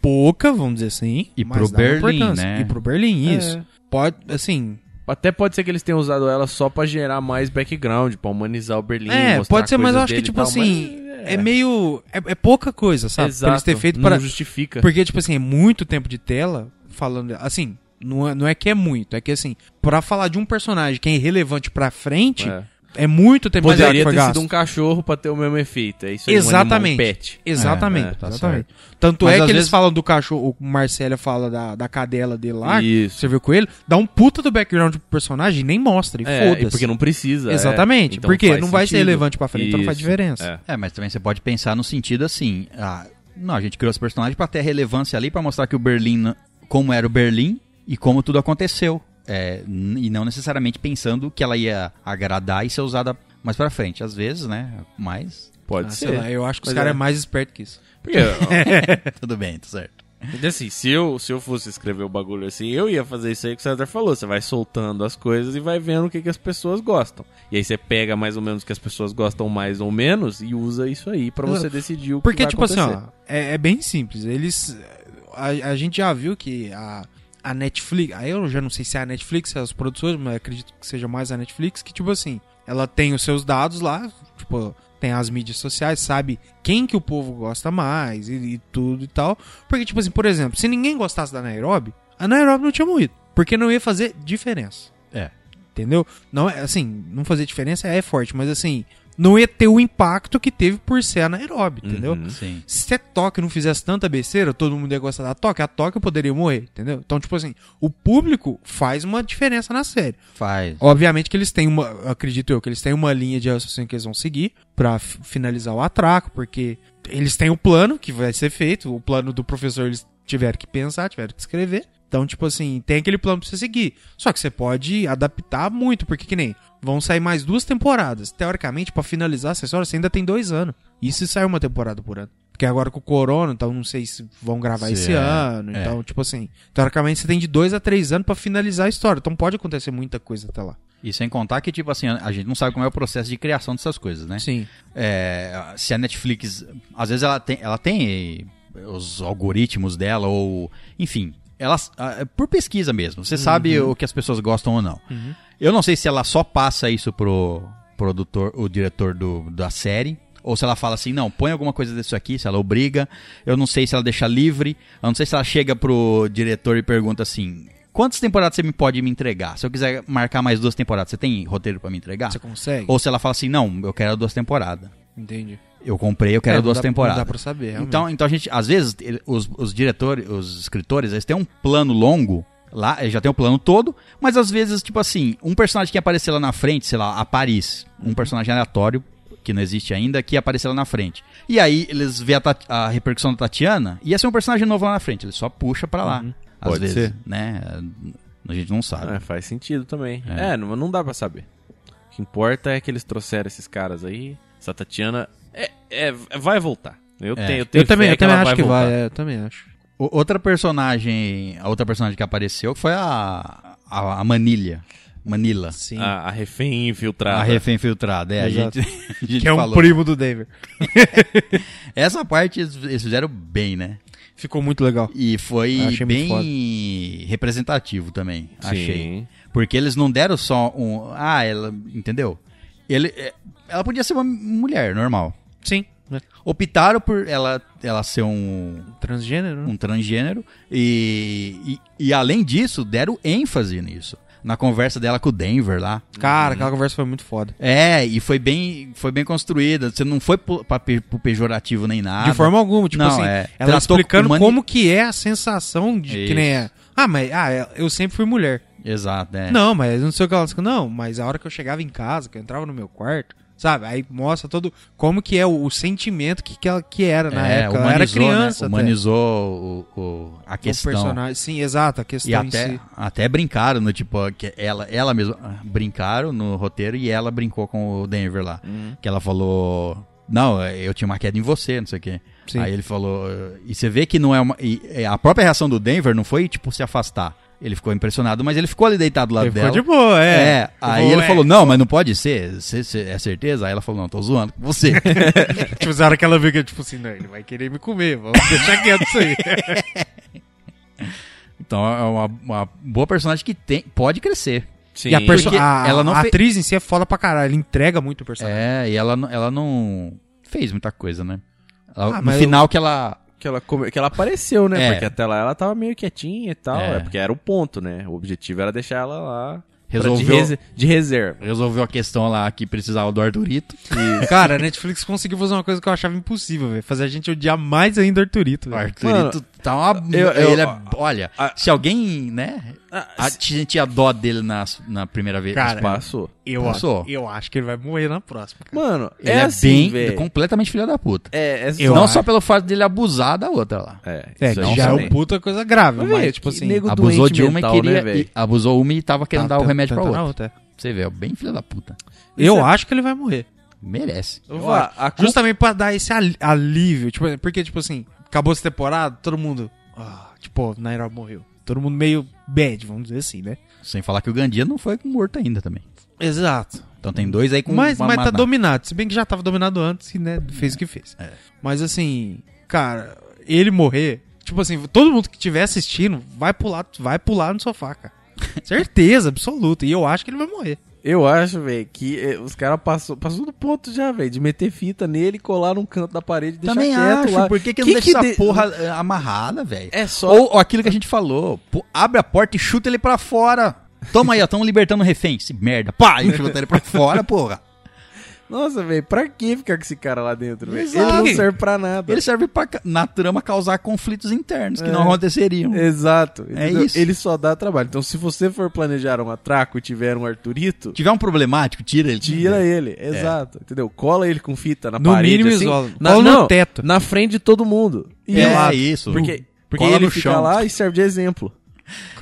Pouca, vamos dizer assim. E mas pro dá uma Berlim, importância. né? E pro Berlim, É. isso. Pode, assim. Até pode ser que eles tenham usado ela só pra gerar mais background, pra humanizar o Berlim. é, mostrar pode ser, mas coisas eu acho que, dele e tipo tal, assim. mas, é. meio. É, é pouca coisa, sabe? Exato. Pra eles terem feito não pra. justifica. Porque, tipo assim, é muito tempo de tela falando. Assim, não é, não é que é muito, é que assim, pra falar de um personagem que é irrelevante pra frente, É. é, muito tempo de tela que Poderia foi ter gasto. sido um cachorro pra ter o mesmo efeito. É isso aí, um Exatamente. animal, um pet. Exatamente. É, é, tá exatamente. Tanto Mas é que às eles vezes- falam do cachorro, o Marcelo fala da, da cadela dele lá, Isso. você viu com ele, dá um puta do background pro personagem e nem mostra, e É, e foda-se. porque não precisa. é. Exatamente, Então porque faz não vai ser sentido. relevante pra frente, então não faz Isso, diferença. é. É, mas também você pode pensar no sentido assim, ah, não, a gente criou esse personagem pra ter relevância ali, pra mostrar que o Berlim, n- como era o Berlim e como tudo aconteceu. É, n- e não necessariamente pensando que ela ia agradar e ser usada mais pra frente. Às vezes, né? Mas (laughs) Pode Ah, ser. sei lá, eu acho que os Mas caras é. é mais esperto que isso. Porque, (laughs) ó, tudo bem, tá certo. assim, se eu, se eu fosse escrever o bagulho assim, eu ia fazer isso aí que o César falou. Você vai soltando as coisas e vai vendo o que, que as pessoas gostam. E aí você pega mais ou menos o que as pessoas gostam mais ou menos e usa isso aí pra você decidir o que Porque, vai tipo assim, acontecer. ó, é, é bem simples. Eles. A, a gente já viu que a, a Netflix. Aí eu já não sei se é a Netflix, se é as produções, mas acredito que seja mais a Netflix, que, tipo assim, ela tem os seus dados lá, tipo, tem as mídias sociais, sabe quem que o povo gosta mais e, e tudo e tal. Porque, tipo assim, por exemplo, se ninguém gostasse da Nairobi, a Nairobi não tinha morrido. Porque não ia fazer diferença. É. Entendeu? Não, é- assim, não fazer diferença é forte, mas assim, não ia ter o impacto que teve por ser a Nairobi, entendeu? Uhum. Sim. Se a Tóquio não fizesse tanta besteira, todo mundo ia gostar da Tóquio, a Tóquio poderia morrer, entendeu? Então, tipo assim, o público faz uma diferença na série. Faz. Obviamente que eles têm uma, eu acredito eu, que eles têm uma linha de raciocínio que eles vão seguir pra f- finalizar o atraco, porque eles têm o plano que vai ser feito, o plano do professor eles tiveram que pensar, tiveram que escrever. Então, tipo assim, tem aquele plano pra você seguir. Só que você pode adaptar muito, porque que nem vão sair mais duas temporadas. Teoricamente, pra finalizar essa história, você ainda tem dois anos. E se sair uma temporada por ano? Porque agora com o corona, então não sei se vão gravar Se esse é, ano. é. Então, tipo assim, teoricamente você tem de dois a três anos pra finalizar a história. Então pode acontecer muita coisa até lá. E sem contar que, tipo assim, a gente não sabe como é o processo de criação dessas coisas, né? Sim. É, se a Netflix, às vezes ela tem, ela tem eh, os algoritmos dela ou, enfim, elas ah, é por pesquisa mesmo. Você sabe o que as pessoas gostam ou não. Eu não sei se ela só passa isso pro produtor, o diretor do, da série. Ou se ela fala assim, não, põe alguma coisa disso aqui, se ela obriga. Eu não sei se ela deixa livre. Eu não sei se ela chega pro diretor e pergunta assim: quantas temporadas você me pode me entregar? Se eu quiser marcar mais duas temporadas, você tem roteiro pra me entregar? Você consegue? Ou se ela fala assim, não, eu quero duas temporadas. Entendi. Eu comprei, eu quero É, não duas dá- temporadas. não dá pra saber, realmente. Então, então a gente, às vezes, ele- os, os diretores, os escritores, eles têm um plano longo. Lá, eles já tem o plano todo, mas às vezes, tipo assim, um personagem que aparecer lá na frente, sei lá, a Paris, um personagem aleatório, que não existe ainda, que aparecer lá na frente. E aí eles vê a, Tat- a repercussão da Tatiana, ia ser um personagem novo lá na frente, ele só puxa pra lá. Uhum. Às Pode vezes, ser. né? A gente não sabe. É, faz sentido também. É, não, não dá pra saber. O que importa é que eles trouxeram esses caras aí. Essa Tatiana é, é- vai voltar. Eu É. tenho, eu tenho Eu também, fé eu também ela acho que voltar. vai, é, eu também acho. O- Outra personagem, a outra personagem que apareceu foi a, a, a Manilha. Manila. Sim. A, a refém infiltrada. A refém filtrada, é, a Exato. gente, (laughs) a gente que é um falou. primo do Denver. Essa parte eles- eles fizeram bem, né? Ficou muito legal. E Eu foi achei muito bem representativo também, Sim. achei. Porque eles não deram só um... Ah, ela... Entendeu? Ele, é, ela podia ser uma mulher, normal. Sim. É. Optaram por ela, ela ser um, Transgênero, né? um transgênero e, e, e além disso, deram ênfase nisso. Na conversa dela com o Denver lá. Cara, Hum. aquela conversa foi muito foda. É, e foi bem, foi bem construída. Você não foi pro, pra pe- pro pejorativo nem nada. de forma alguma, tipo Ah, Não, assim, é. ela Tratou explicando humani- como que é a sensação de que Isso. nem é. Ah, mas ah, é, eu sempre fui mulher. Exato, é. Não, mas não sei o que ela disse. Não, mas a hora que eu chegava em casa, que eu entrava no meu quarto, sabe? Aí mostra todo como que é o, o sentimento que, que ela que era na É, época. Ela era humanizou, né? criança, até. Tipo, Humanizou o, o- a O questão. personagem. Sim, exato, a questão e em até, si. até brincaram no tipo, ó, que ela, ela mesma ah, brincaram no roteiro e ela brincou com o Denver lá. Uhum. Que ela falou. Não, eu tinha uma queda em você, não sei o quê. Sim. Aí ele falou. E você vê que não é uma. e- e a própria reação do Denver não foi, tipo, se afastar. Ele ficou impressionado, mas ele ficou ali deitado do lado Ele ficou dela. de boa, é. É, aí Tipo, ele é. falou, não, mas não pode ser, cê- cê- é certeza? Aí ela falou, não, tô zoando com você. "Né?" (laughs) Tipo, na hora que ela viu que eu, tipo assim, não, ele vai querer me comer, vamos (laughs) deixar quieto isso aí. então é uma, uma boa personagem que tem, pode crescer. Sim. E a, perso- Porque a- ela não a fe- atriz em si é foda pra caralho, ela entrega muito o personagem. É, e ela, não- ela não fez muita coisa, né? Ela- Ah, no mas final que ela... que, ela come- que ela apareceu, né? É. Porque até lá ela tava meio quietinha e tal. É. É. porque era o ponto, né? O objetivo era deixar ela lá. pra- De, Resolveu. rese- de reserva. Resolveu a questão lá que precisava do Arthurito. Cara, a Netflix conseguiu fazer uma coisa que eu achava impossível, velho. Fazer a gente odiar mais ainda o Arthurito, O (laughs) velho. Arthurito tá uma... eu- eu- ele é- olha, a- se alguém, né, a, sentia dó dele na, na primeira vez. Cara, Passou. Eu, Passou. acho, eu acho que ele vai morrer na próxima. cara. Mano, ele é, é, assim, bem, velho. completamente filho da puta. É, é Eu não acho. só pelo fato dele abusar da outra lá. É, É, isso que um já é também. um puta coisa grave, Mas, mas, velho, tipo que assim... nego- abusou doente de uma mental, e queria. né, velho? e abusou uma e tava querendo tá- dar o tá- remédio tá- pra é- tá na outra. é. Você vê, é bem filho da puta. Eu acho que ele vai morrer. Merece. Eu vá, a culpa- Justamente pra dar esse al- alívio, tipo, porque, tipo assim, acabou essa temporada, todo mundo... Ah, tipo, Nairobi morreu. Todo mundo meio bad, vamos dizer assim, né? Sem falar que o Gandia não foi morto ainda também. Exato. Então tem dois aí com Mas, uma- mas uma- tá dominado. Se bem que já tava dominado antes e, né, fez o que fez. É. Mas assim, cara, ele morrer, tipo assim, todo mundo que estiver assistindo vai pular, vai pular no sofá, cara. (laughs) Certeza, absoluta. E eu acho que ele vai morrer. Eu acho, velho, que eh, os caras passou, passou do ponto já, velho, de meter fita nele, colar num canto da parede, e deixar Também quieto acho, lá. por que, que não deixa essa de- porra eh, amarrada, velho? É só- Ou, ou aquilo que a gente falou, pô, abre a porta e chuta ele pra fora. Toma aí, ó, tamo libertando o refém, esse merda. Pá, e chuta ele pra fora, porra. Nossa, velho, pra que ficar com esse cara lá dentro, velho? Ele Exato. não serve pra nada. Ele serve pra, ca- na trama, causar conflitos internos que não aconteceriam. Exato. É entendeu? isso. Ele só dá trabalho. Então, se você for planejar um atraco e tiver um Arturito, Se tiver um problemático, tira ele. tira ele. Exato. Entendeu? Cola ele com fita na É. No parede. mínimo, assim, isola. Na, Cola no não, teto. Na frente de todo mundo. E É, lá. isso. Porque, porque Cola ele no fica chão. lá e serve de exemplo.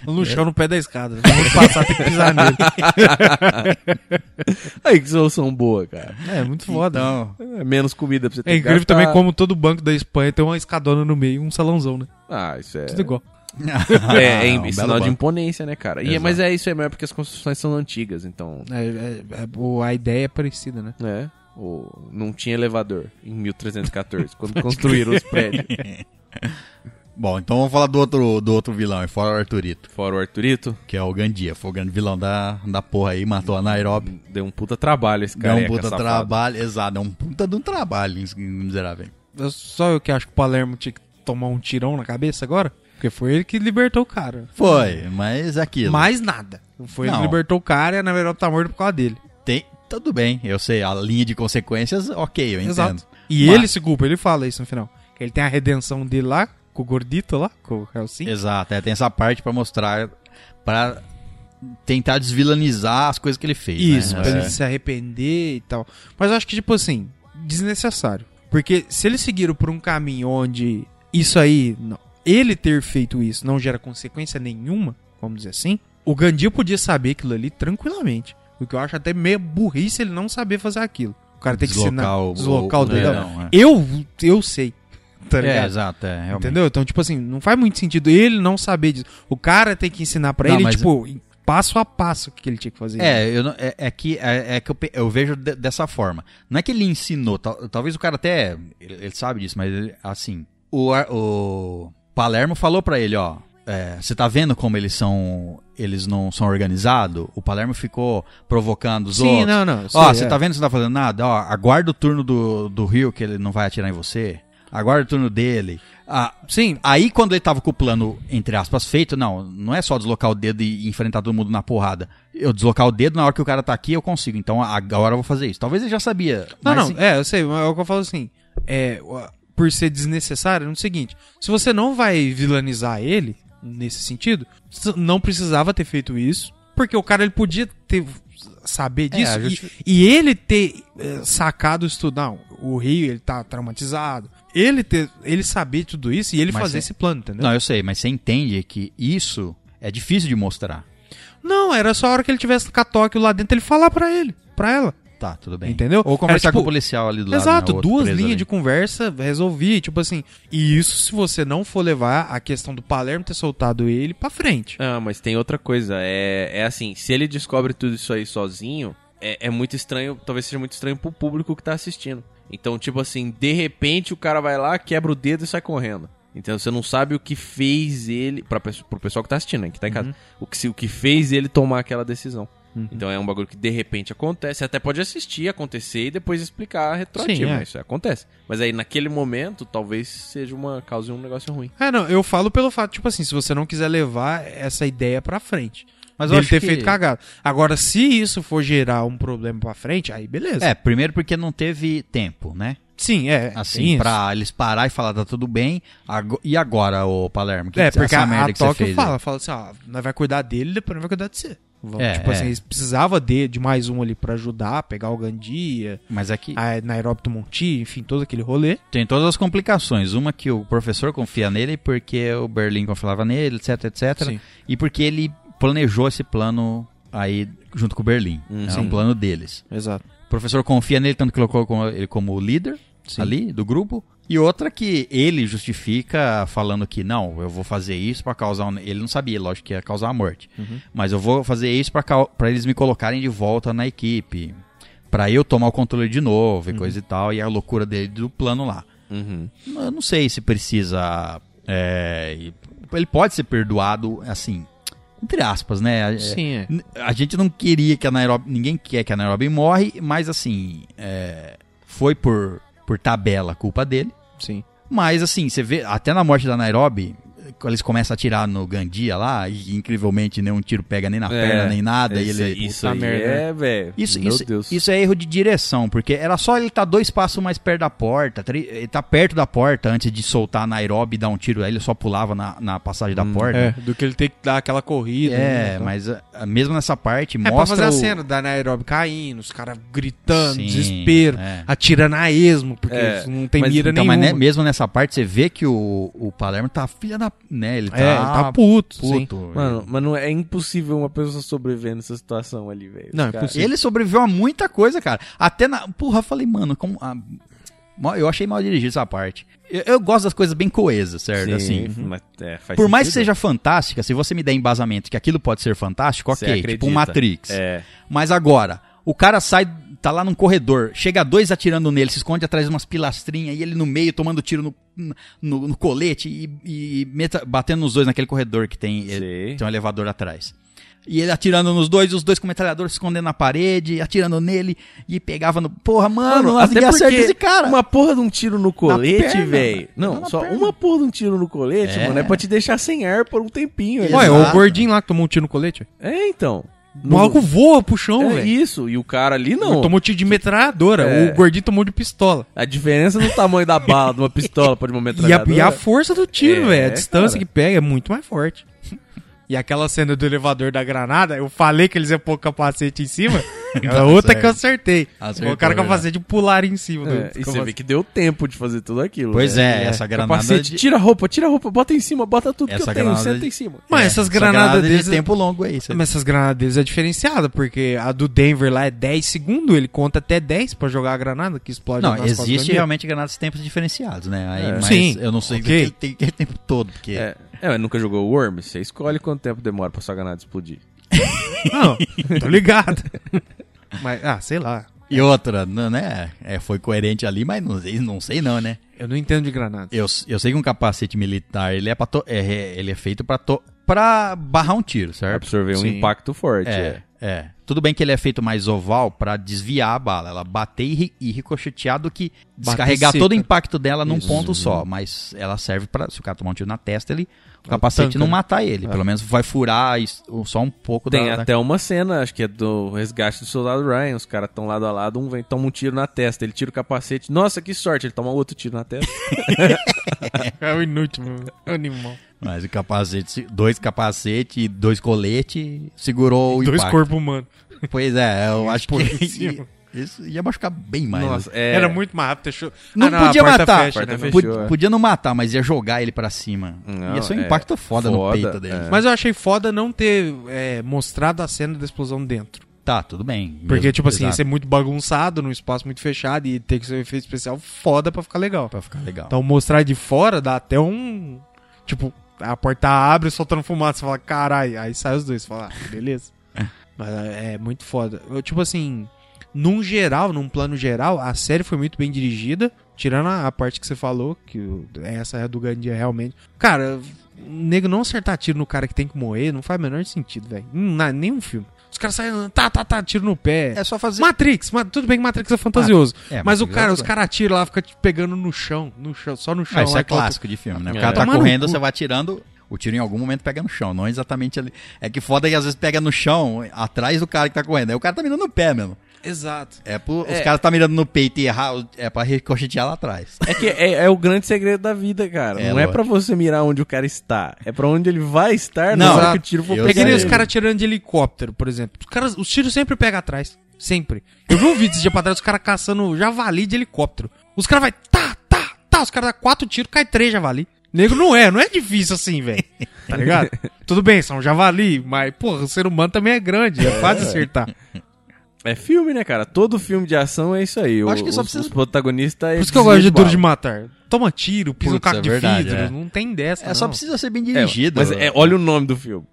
No chão, no pé da escada. Não É. (laughs) vou passar, tem que pisar nele. Aí que solução boa, cara. É, muito foda. Então, É, menos comida pra você ter é que incrível gastar. também como todo banco da Espanha tem uma escadona no meio e um salãozão, né? Ah, isso é. Tudo igual. (laughs) (laughs) Ah, É, é em- um belo sinal de banco. imponência, né, cara? E, é- mas é isso aí mesmo, porque as construções são antigas, então. É, é- é- o- a ideia é parecida, né? né? O, não tinha elevador em 1314, quando construíram (laughs) os prédios. Bom, então vamos falar do outro, do outro vilão, é fora o Arthurito, Fora o Arturito, que é o Gandia. Foi o grande vilão da, da porra aí, matou a Nairobi. deu um puta trabalho esse cara. Deu um puta trabalho, exato, é um puta de um trabalho, esse miserável. Eu- Só eu que acho que o Palermo tinha que tomar um tirão na cabeça agora. Porque foi ele que libertou o cara. Foi, mas é aquilo. Mais nada. Foi ele Não. que libertou o cara e na verdade tá morto por causa dele. Tem, tudo bem, eu sei, a linha de consequências, ok, eu entendo. Exato. E Mas- ele se culpa, ele fala isso no final. Que ele tem a redenção dele lá, com o gordito lá, com o Helsing. Exato, é, tem essa parte pra mostrar, pra tentar desvilanizar as coisas que ele fez. Isso, né? pra É. ele se arrepender e tal. Mas eu acho que, tipo assim, desnecessário. Porque se eles seguiram por um caminho onde isso aí, não, ele ter feito isso não gera consequência nenhuma, vamos dizer assim, o Gandhi podia saber aquilo ali tranquilamente. O que eu acho até meio burrice ele não saber fazer aquilo. O cara tem que Deslocar ensinar, o- deslocar o, o- dedão. dedão, é. Eu, eu sei, (laughs) tá É, ligado? exato, é, realmente. Entendeu? Então, tipo assim, não faz muito sentido ele não saber disso. O cara tem que ensinar pra Não, ele, mas- tipo, passo a passo o que ele tinha que fazer. É, eu não- é, é que, é, é que eu, pe- eu vejo de- dessa forma. Não é que ele ensinou, tal- talvez o cara até. Ele, ele sabe disso, mas ele- assim. O, Ar- o Palermo falou pra ele: ó, é, você tá vendo como eles são. Eles não são organizados? O Palermo ficou provocando os Sim, outros. não, não, eu Ó, sei, você é. tá vendo que você não tá fazendo nada? Ó, aguarda o turno do, do Rio que ele não vai atirar em você. Aguarda o turno dele. Ah, Sim, Aí, quando ele tava com o plano, entre aspas, feito, não, não é só deslocar o dedo e enfrentar todo mundo na porrada. Eu deslocar o dedo na hora que o cara tá aqui, eu consigo. Então, agora eu vou fazer isso. Talvez ele já sabia. Não, mas- não, é, eu sei, mas é o que eu falo assim. É, o- a- por ser desnecessário, no seguinte: se você não vai vilanizar ele, nesse sentido, s- não precisava ter feito isso, porque o cara ele podia ter saber disso É, a e- justi- e, ele ter eh, sacado isso tudo. Não, o Rio ele tá traumatizado. Ele ter, ele saber tudo isso e ele Mas fazer é- esse plano, entendeu? Não, eu sei, mas você entende que isso é difícil de mostrar. Não, era só a hora que ele tivesse com a Tóquio lá dentro ele falar pra ele, pra ela. Tá, tudo bem. Entendeu? Ou conversar É, tipo, com o policial ali do lado. né, Exato, o outro duas preso linhas ali. de conversa, resolvi, tipo assim. E isso se você não for levar a questão do Palermo ter soltado ele pra frente. Ah, mas tem outra coisa. É, é assim, se ele descobre tudo isso aí sozinho, é, é muito estranho, talvez seja muito estranho pro público que tá assistindo. Então, tipo assim, de repente o cara vai lá, quebra o dedo e sai correndo. Então você não sabe o que fez ele. Pra, pesso- pro pessoal que tá assistindo, né? Que tá em casa. Uhum. O, que, se- o que fez ele tomar aquela decisão. Então é um bagulho que de repente acontece. Você até pode assistir, acontecer e depois explicar retroativo. Sim, é. né? Isso acontece. Mas aí naquele momento, talvez seja uma causa um negócio ruim. É, não, eu falo pelo fato, tipo assim, se você não quiser levar essa ideia pra frente. Mas Mas eu ele acho ter que- feito cagada. Agora, se isso for gerar um problema pra frente, aí beleza. É, primeiro porque não teve tempo, né? Sim, é. tem Assim, isso. pra eles parar e falar, tá tudo bem. ago- E agora, ô Palermo? Que É, que- porque essa a, merda a que você Tóquio fez, fala, fala assim, ó, nós vai cuidar dele, depois nós vai cuidar de você. Vamos, É, tipo é. assim, eles precisavam de, de mais um ali pra ajudar, pegar o Gandia, aí?" Mas é que. a Nairobi do Monti, enfim, todo aquele rolê. Tem todas as complicações. Uma que o professor confia nele porque o Berlim confiava nele, etc, etc. Sim. E porque ele planejou esse plano aí junto com o Berlim. é um plano deles. Exato. O professor confia nele, tanto que colocou como- ele como o líder Sim. ali do grupo. E outra que ele justifica falando que não, eu vou fazer isso pra causar. um- Ele não sabia, lógico que ia causar a morte. Mas eu vou fazer isso pra cau- pra eles me colocarem de volta na equipe. Pra eu tomar o controle de novo e coisa e tal. E a loucura dele do plano lá. Uhum. Eu não sei se precisa. é, e- ele pode ser perdoado, assim, entre aspas, né? É, Sim, é. n- A gente não queria que a Nairobi. Ninguém quer que a Nairobi morre, mas assim. é, foi por, por tabela a culpa dele. Sim. Mas assim, você vê, até na morte da Nairobi, quando eles começam a atirar no Gandia lá, e incrivelmente nenhum tiro pega nem na perna, nem nada. É, Esse- e ele, isso Puta aí merda. né? é, velho. isso, Meu isso, Deus. isso é erro de direção, porque era só ele estar dois passos mais perto da porta, tre- ele tá perto da porta antes de soltar a Nairobi e dar um tiro, aí ele só pulava na, na passagem Hum, da É, porta. do que ele ter que dar aquela corrida. né, É, então. mas ah, mesmo nessa parte É mostra pra fazer a o- cena da Nairobi caindo, os caras gritando, Sim, desespero, é. atirando a esmo, porque É, eles não tem mas mira Então, mas nenhuma. né, mesmo nessa parte você vê que o, o Palermo tá filha da, né, ele tá, é, ele tá puto, sim. puto. Mano, mas não é, é impossível uma pessoa sobreviver nessa situação ali, velho. Não, é Cara, possível. Ele sobreviveu a muita coisa, cara. Até na. Porra, eu falei, mano, como. ah, mal- eu achei mal dirigido essa parte. Eu, eu gosto das coisas bem coesas, certo? assim, Uhum. Sim, mas, é, faz Por mais que sentido. seja fantástica, se você me der embasamento que aquilo pode ser fantástico, Você ok, acredita. tipo um Matrix. É. Mas agora, o cara sai, tá lá num corredor, chega dois atirando nele, se esconde atrás de umas pilastrinhas e ele no meio tomando tiro no, no, no colete e, e meta- batendo nos dois naquele corredor que tem, Sei. tem um elevador atrás. E ele atirando nos dois, os dois com metralhador se escondendo na parede, atirando nele e pegava no. Porra, mano, até ninguém acerta porque esse cara. Uma porra de um tiro no colete, perna, velho. cara. Não, Na só perna. uma porra de um tiro no colete, É. mano, é pra te deixar sem ar por um tempinho. ali. Ué, Olha, Exato. o gordinho lá que tomou um tiro no colete. É, então. O maluco voa pro chão, é velho. isso, e o cara ali não. Tomou tiro de metralhadora. É. O gordinho tomou de pistola. A diferença é do tamanho da bala de uma pistola para E uma a, metralhadora. e a força do tiro, É, velho. A distância cara. que pega é muito mais forte. (laughs) E aquela cena do elevador da granada, eu falei que eles iam pôr o capacete em (laughs) cima. a outra que eu acertei. Acertou, Colocaram o verdade. capacete e pularam em cima do É, e você vê que deu tempo de fazer tudo aquilo. Pois né? é, essa granada Capacete, de- tira a roupa, tira a roupa, bota em cima, bota tudo que Essa eu tenho, granada senta de- em cima. Mas É, essas essa granadas granada deles- de tempo longo aí. Você... Mas essas granadas deles é diferenciada, porque a do Denver lá é 10 segundos, ele conta até 10 pra jogar a granada que explode. Não, nas costas do existe inimigo. (laughs) realmente granadas de tempos diferenciados, né? Aí, É. Mas Sim, eu não sei ok. do que tem que é o tempo todo, porque... É, é, mas nunca jogou Worms? Você escolhe quanto tempo demora pra sua granada explodir. Não, tô ligado. Mas, ah, sei lá. E outra, n- né? É, foi coerente ali, mas não sei não, sei não né? Eu não entendo de granada. Eu, eu sei que um capacete militar, ele é, pra to- é, é- ele é feito pra, to- pra barrar um tiro, certo? Absorver um Sim. impacto forte. É, É. é. Tudo bem que ele é feito mais oval pra desviar a bala, ela bater e, ri- e ricochetear do que descarregar seca. todo o impacto dela num Isso. ponto só, mas ela serve pra. se o cara tomar um tiro na testa, ele o capacete tanca, não né? matar ele, pelo menos vai furar is- o- só um pouco Tem da, da- até uma cena, acho que é do resgate do soldado Ryan. Os caras estão lado a lado, um vem, toma um tiro na testa, ele tira o capacete. Nossa, que sorte! Ele toma outro tiro (laughs) na testa. É o inútil, meu. Animal. Mas o capacete, se- dois capacete e dois colete segurou o Dois impacto. corpos humanos. Pois é, (laughs) eu acho que por cima. isso ia machucar bem mais. né? Nossa, é. Era muito mais rápido. Deixou... Não Ah, podia a porta matar. fecha, Porta né, fecha. velho? Pod- fechou, é. podia não matar, mas ia jogar ele pra cima. Não, ia ser um é. impacto foda, no Foda, peito dele. é. Mas eu achei foda não ter é, mostrado a cena da explosão dentro. Tá, tudo bem. Porque, Mesmo- tipo assim, ia exato, ser muito bagunçado, num espaço muito fechado, e ter que ser um efeito especial foda pra ficar legal. Pra ficar legal. Então mostrar de fora dá até um. Tipo, a porta abre soltando fumaça. Você fala, caralho. Aí sai os dois. Você fala, ah, beleza. Mas é muito foda. Eu, tipo assim, num geral, num plano geral, a série foi muito bem dirigida. Tirando a, a parte que você falou, que o- essa é a do Gandia realmente. Cara, o nego não acertar tiro no cara que tem que morrer não faz o menor sentido, velho. Em na- Nenhum filme. Os caras saem, andando, tá, tá, tá, tiro no pé. é só fazer. Matrix, ma- tudo bem que Matrix é fantasioso. Ah, é, mas o Matrix cara, é os tudo caras atiram lá, fica te pegando no chão, no chão, só no chão. Ah, isso lá é que outro- clássico de filme, né? O É. cara tá Tomar no correndo, cu. você vai atirando. O tiro em algum momento pega no chão, não exatamente ali. É que foda que às vezes pega no chão, atrás do cara que tá correndo. Aí o cara tá mirando no pé mesmo. Exato. É pro, Os É. caras tá mirando no peito e errar, o- é pra ricochetear lá atrás. É que é, é o grande segredo da vida, cara. É, não é lógico. pra você mirar onde o cara está, é pra onde ele vai estar Não, na hora que o exato. tiro for Eu É que sei. nem pegar os ele. caras atirando de helicóptero, por exemplo. Os, caras, os tiros sempre pegam atrás. Sempre. Eu vi um vídeo esse dia pra trás, os caras caçando javali de helicóptero. Os caras vai tá, tá, tá. Os caras dão quatro tiros, cai três javali. Nego não é, não é difícil assim, velho. (laughs) Tá ligado? Tudo bem, são javali, mas, porra, o ser humano também é grande, é fácil acertar. É filme, né, cara? Todo filme de ação é isso aí. acho O- que só os, precisa- os é protagonistas... Por isso que eu gosto de duro de matar. Toma tiro, pisa no Putz, caco é de verdade, vidro, é. não tem dessa. É só não. precisa ser bem é, dirigido. Mas é, olha o nome do filme.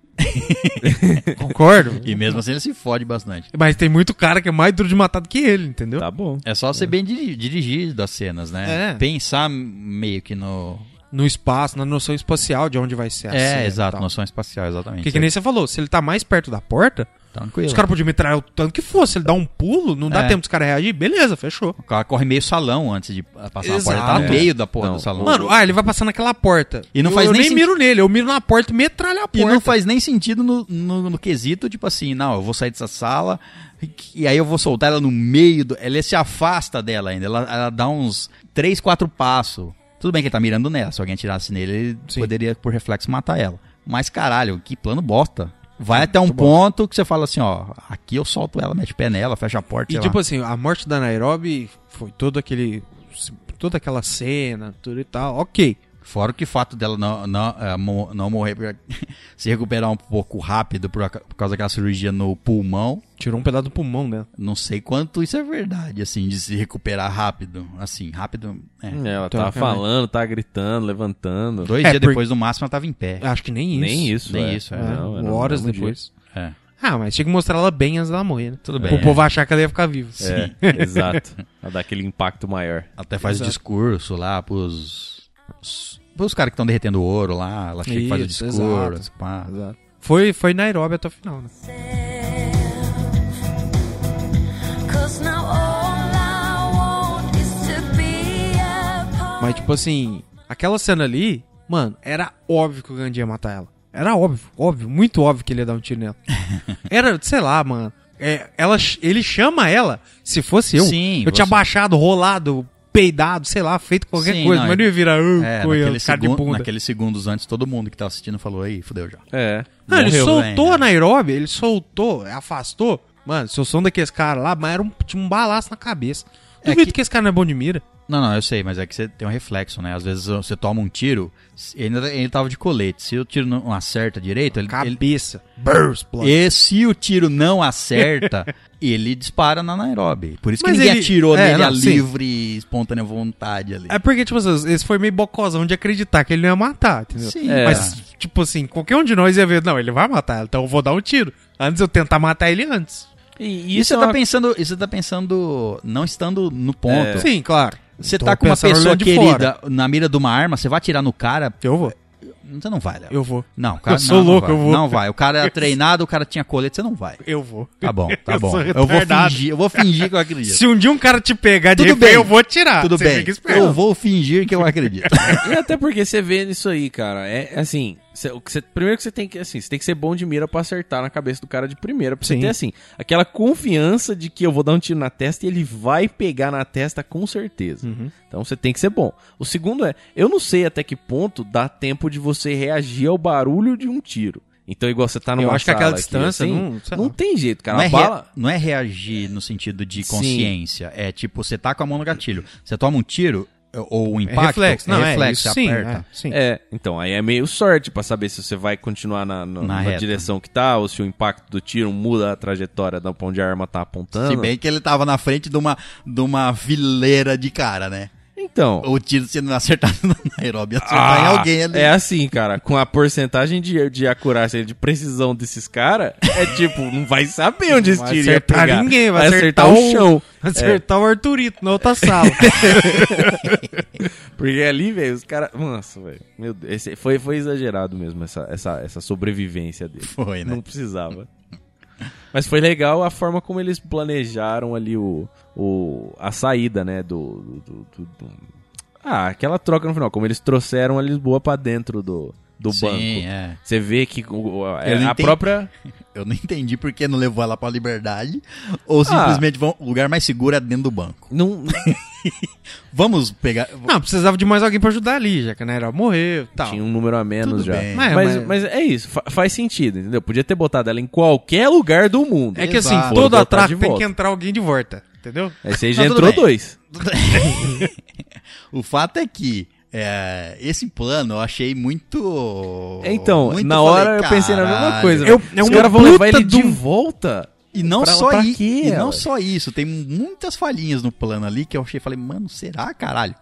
Concordo. E mesmo assim ele se fode bastante. Mas tem muito cara que é mais duro de matar do que ele, entendeu? Tá bom. É só ser bem diri- dirigido as cenas, né? É. Pensar meio que no. No espaço, na noção espacial de onde vai ser a cena É, e exato, tal. noção espacial, exatamente. Porque que nem você falou, se ele tá mais perto da porta, Tranquilo. os caras podiam metralhar o tanto que for. Se ele dá um pulo, não dá É. tempo dos caras reagir, beleza, fechou. O cara corre meio salão antes de passar na porta. Exato. Ele Tá no É. meio da porra Não, do salão. Mano, ah, ele vai passar naquela porta. E não eu, faz eu nem nem senti- miro nele, eu miro na porta e metralho a e porta. não faz nem sentido no, no, no quesito, tipo assim, não, eu vou sair dessa sala e aí eu vou soltar ela no meio do. Ela se afasta dela ainda. Ela, ela dá uns 3, 4 passos. Tudo bem que ele tá mirando nela. Se alguém atirasse nele, ele Sim. poderia, por reflexo, matar ela. Mas caralho, que plano bosta. Vai até um ponto que você fala assim, ó, aqui eu solto ela, mete o pé nela, fecha a porta. E sei tipo lá. assim, a morte da Nairobi foi todo aquele. toda aquela cena, tudo e tal, ok. Fora que o fato dela não, não, eh, mo- não morrer, porque- (laughs) se recuperar um pouco rápido por, aca- por causa daquela cirurgia no pulmão, Tirou um pedaço do pulmão dela. não sei quanto isso é verdade, assim, de se recuperar rápido. Assim, rápido. é. É, Ela Então, tá realmente. falando, tá gritando, levantando. Dois É, dias por- depois, no máximo, ela tava em pé. Acho que nem isso. Nem isso. Nem é. isso, é. É, Não, é no horas mesmo dia. depois. É. Ah, mas tinha que mostrar ela bem antes dela morrer, né? Tudo O bem. é. povo achar que ela ia ficar viva. (laughs) É, exato. Pra dar aquele impacto maior. Até faz Exato. o discurso lá pros. os- Pros caras que estão derretendo o ouro lá, ela chega e faz o Isso, discurso. exato. pá. Exato. Foi, foi Nairobi até o final, né? Cause now all I want is to be a part Mas, tipo assim, aquela cena ali, mano, era óbvio que o Gandhi ia matar ela. Era óbvio, óbvio, muito óbvio que ele ia dar um tiro (laughs) nela. Era, sei lá, mano. É, ela, ch- ele chama ela, se fosse eu, Sim, eu tinha você- baixado, rolado, peidado, sei lá, feito qualquer Sim, coisa, não, mas não ia virar "Ah, É, coi, naquele cara de segun- bunda. naqueles segundos antes, todo mundo que tá assistindo falou, aí, fudeu já. É. Não, ele Morreu, né? soltou velho. a Nairobi, ele soltou, afastou. Mano, se eu sou um daqueles caras lá, mas era um, tinha um balaço na cabeça. É Duvido que- que... esse cara não é bom de mira. Não, não, eu sei, mas é que você tem um reflexo, né? Às vezes você toma um tiro, se- ele, ele tava de colete. Se o tiro não acerta direito, ele, ele- Cabeça. Brrr, explode. E se o tiro não (laughs) acerta, ele dispara na Nairobi. Por isso que Mas ninguém ele- atirou é, nele não, a sim. livre e espontânea vontade ali. É porque, tipo assim, esse foi meio bocozão de acreditar que ele não ia matar, entendeu? Sim, É. Mas, tipo assim, qualquer um de nós ia ver, não, ele vai matar, então eu vou dar um tiro. Antes eu tentar matar ele antes. E, E, isso você é tá uma- pensando, e você tá pensando não estando no ponto. Sim, claro. Então Você É. Tô tá com uma pensando pessoa olhando de querida na mira de uma arma, você vai atirar no cara, Eu vou, você não vai, Léo. eu vou, Não, o cara, Eu sou não, não louco, vai, eu vou. Não vai. O cara (laughs) é treinado, o cara tinha colete, você não vai. eu vou. Tá bom, tá Eu bom. sou Eu vou retardado. fingir, eu vou fingir que eu acredito. (laughs) Se um dia um cara te pegar de Tudo refém, bem. eu vou tirar. Tudo Ah, Você bem. fica esperto. Eu vou fingir que eu acredito. E até porque você vê nisso aí, cara. É assim, cê- o que cê- primeiro que você tem que assim, você tem que ser bom de mira pra acertar na cabeça do cara de primeira, pra você Sim. ter assim, aquela confiança de que eu vou dar um tiro na testa e ele vai pegar na testa com certeza. Uhum. Então você tem que ser bom. O segundo é, eu não sei até que ponto dá tempo de você reagir ao barulho de um tiro. Então igual você tá numa Eu acho que aquela sala aqui, distância assim, não- sei não, lá. tem jeito, cara. não, é a rea- bala não é reagir no sentido de Sim. consciência. É tipo, você tá com a mão no gatilho. Você toma um tiro ou um impacto. é reflexo, não, é, reflexo, isso você sim, aperta. é, sim. É, então, aí é meio sorte pra saber se você vai continuar na, Na na, na reta. direção que tá, ou se o impacto do tiro muda a trajetória da pra onde a arma tá apontando. Se bem que ele tava na frente de uma, de uma fileira de cara, né? Então. O tiro sendo (laughs) acertado na Nairobi, ia acertar tá em ah, alguém ali. É assim, cara, com a porcentagem de, de acurácia, de precisão desses caras, é tipo, não vai saber onde esse Vai tiro ia acertar pegar. ninguém, vai acertar o um. o- chão. (laughs) Acertar o Arthurito na outra sala. Porque ali, velho, os caras. Nossa, velho. Meu Deus. esse- foi, foi exagerado mesmo essa, essa, essa sobrevivência dele. Foi, né? Não precisava. (laughs) Mas foi legal a forma como eles planejaram ali o, o, a saída, né? Do, do, do- do- do- Ah, aquela troca no final. Como eles trouxeram a Lisboa pra dentro do, do Sim, banco. é. (laughs) Você vê que o- o- é Eu não a entendi. própria. Eu não entendi por que não levou ela pra liberdade. Ou Ah. simplesmente vão, o lugar mais seguro é dentro do banco. Não, Vamos pegar. (laughs) Não, precisava de mais alguém pra ajudar ali, já que a Nairobi morreu e tal. (laughs) Tinha um número a menos Tudo já. bem. Mas, mas, mas é isso, fa- faz sentido, entendeu? Podia ter botado ela em qualquer lugar do mundo. É que assim, Exato. todo Foram botar atraco de tem volta. que entrar alguém de volta, entendeu? Aí você Não, já tudo entrou bem. dois. (laughs) O fato é que é, esse plano eu achei muito. Então, muito- na hora eu falei, pensei na mesma "Caralho". coisa. Eu- velho. é Os uma caras vão levar puta ele de de um- volta. E não Pra- só pra isso. quê, E não ué? só isso. Tem muitas falhinhas no plano ali que eu achei. Falei, mano, será, caralho?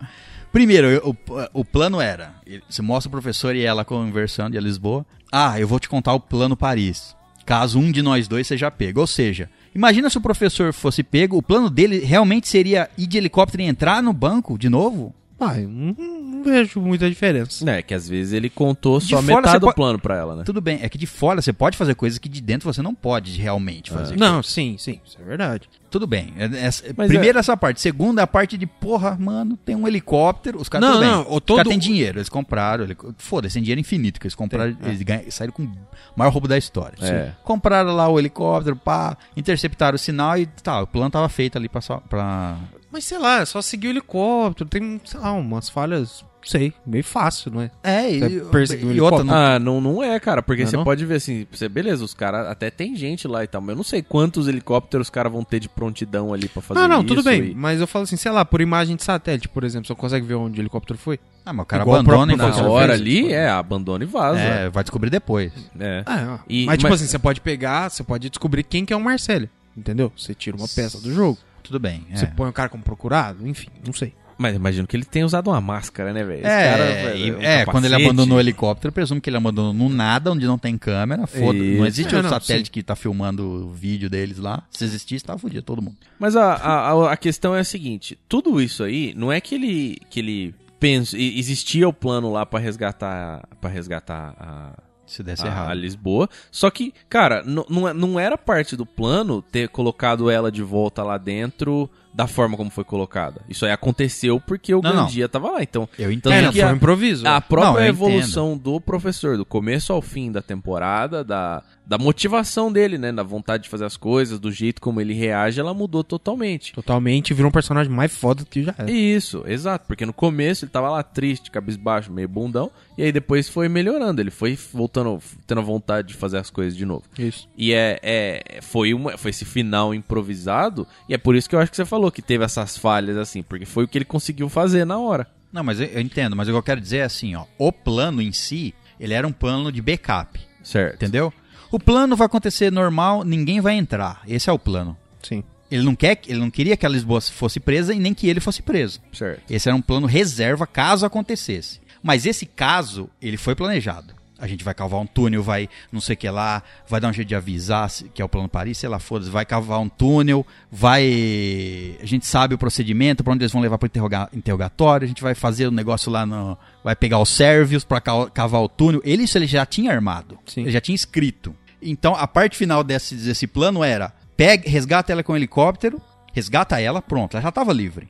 Primeiro, eu- o, o plano era: você mostra o professor e ela conversando e a Lisboa. Ah, eu vou te contar o plano Paris. Caso um de nós dois seja pego. Ou seja, imagina se o professor fosse pego, o plano dele realmente seria ir de helicóptero e entrar no banco de novo? Ah, eu não, não vejo muita diferença. É, que às vezes ele contou De só fora você metade do pode- plano pra ela, né? Tudo bem, é que de fora você pode fazer coisas que de dentro você não pode É. realmente fazer. Não, sim, sim, isso é verdade. Tudo bem. é- essa- Mas primeiro essa parte. Segunda, a parte de, porra, mano, tem um helicóptero. Os caras Não, tudo bem. não, o Os todo- caras têm dinheiro, eles compraram. helic- Foda-se, tem dinheiro infinito que eles compraram. é. Eles ganha- saíram com o maior roubo da história. É. Sim. Compraram lá o helicóptero, pá, interceptaram o sinal e tá, o plano tava feito ali pra. só- pra... Mas sei lá, é só seguir o helicóptero, tem, sei lá, umas falhas, não sei, meio fácil, não é? É, e, Pra perseguir o e outra, helicóptero. não, Ah, não, não é, cara, porque Não é você não? pode ver assim, você, beleza, os caras até tem gente lá e tal, mas eu não sei quantos helicópteros os caras vão ter de prontidão ali pra fazer não, Ah, não, isso tudo bem, e- mas eu falo assim, sei lá, por imagem de satélite, por exemplo, você consegue ver onde o helicóptero foi? Ah, mas o cara Igual o abandona próprio e Na professor hora fez, ali, tipo- é, abandona e vaza. É, vai descobrir depois. É. Ah, E- mas tipo mas- assim, você pode pegar, você pode descobrir quem que é o Marcelo, entendeu? Você tira uma peça do jogo, Tudo bem. é. você põe o cara como procurado, enfim, não sei. Mas imagino que ele tenha usado uma máscara, né, velho? Esse É, cara, e- velho, um é, quando ele capacete. abandonou o helicóptero, eu presumo que ele abandonou no nada, onde não tem câmera, foda Isso. não existe É, outro não, satélite que tá filmando o vídeo deles lá. Se existisse, tava fudido todo mundo. Mas a, a, a- a questão é a seguinte: tudo isso aí não é que ele que ele pensa, e- existia o plano lá pra resgatar para resgatar a, Se desse a, errado. a Lisboa. Só que, cara, n- não é- não era parte do plano ter colocado ela de volta lá dentro da forma como foi colocada. Isso aí aconteceu porque o Não, não. Gandia tava lá. Então, Eu entendo. tanto É, não, que foi a- um improviso. a própria Não, eu evolução do professor, do começo ao fim da temporada, da, da motivação dele, né? Da vontade de fazer as coisas, do jeito como ele reage, ela mudou totalmente. Totalmente virou um personagem mais foda do que já É. era. Isso, exato. Porque no começo ele tava lá triste, cabisbaixo, meio bundão. E aí depois foi melhorando. Ele foi voltando, tendo a vontade de fazer as coisas de novo. Isso. E é, é- foi, uma, foi esse final improvisado. E é por isso que eu acho que você falou que teve essas falhas assim. Porque foi o que ele conseguiu fazer na hora. Não, mas eu, eu entendo, mas o que eu quero dizer é assim, ó, o plano em si, ele era um plano de backup, Certo. entendeu? O plano vai acontecer normal, ninguém vai entrar. Esse é o plano. Sim. Ele não quer, ele não queria que a Lisboa fosse presa e nem que ele fosse preso. Certo. Esse era um plano reserva caso acontecesse. Mas esse caso, ele foi planejado. A gente vai cavar um túnel, vai não sei o que lá, vai dar um jeito de avisar, se- que é o plano Paris, sei lá, foda-se, vai cavar um túnel, vai. A gente sabe o procedimento, pra onde eles vão levar pro interroga- interrogatório, a gente vai fazer o negócio lá no. Vai pegar os sérvios pra ca- cavar o túnel. Ele, isso ele já tinha armado, Sim. ele já tinha escrito. Então a parte final desse, desse plano era: pega, resgata ela com um helicóptero, resgata ela, pronto, ela já tava livre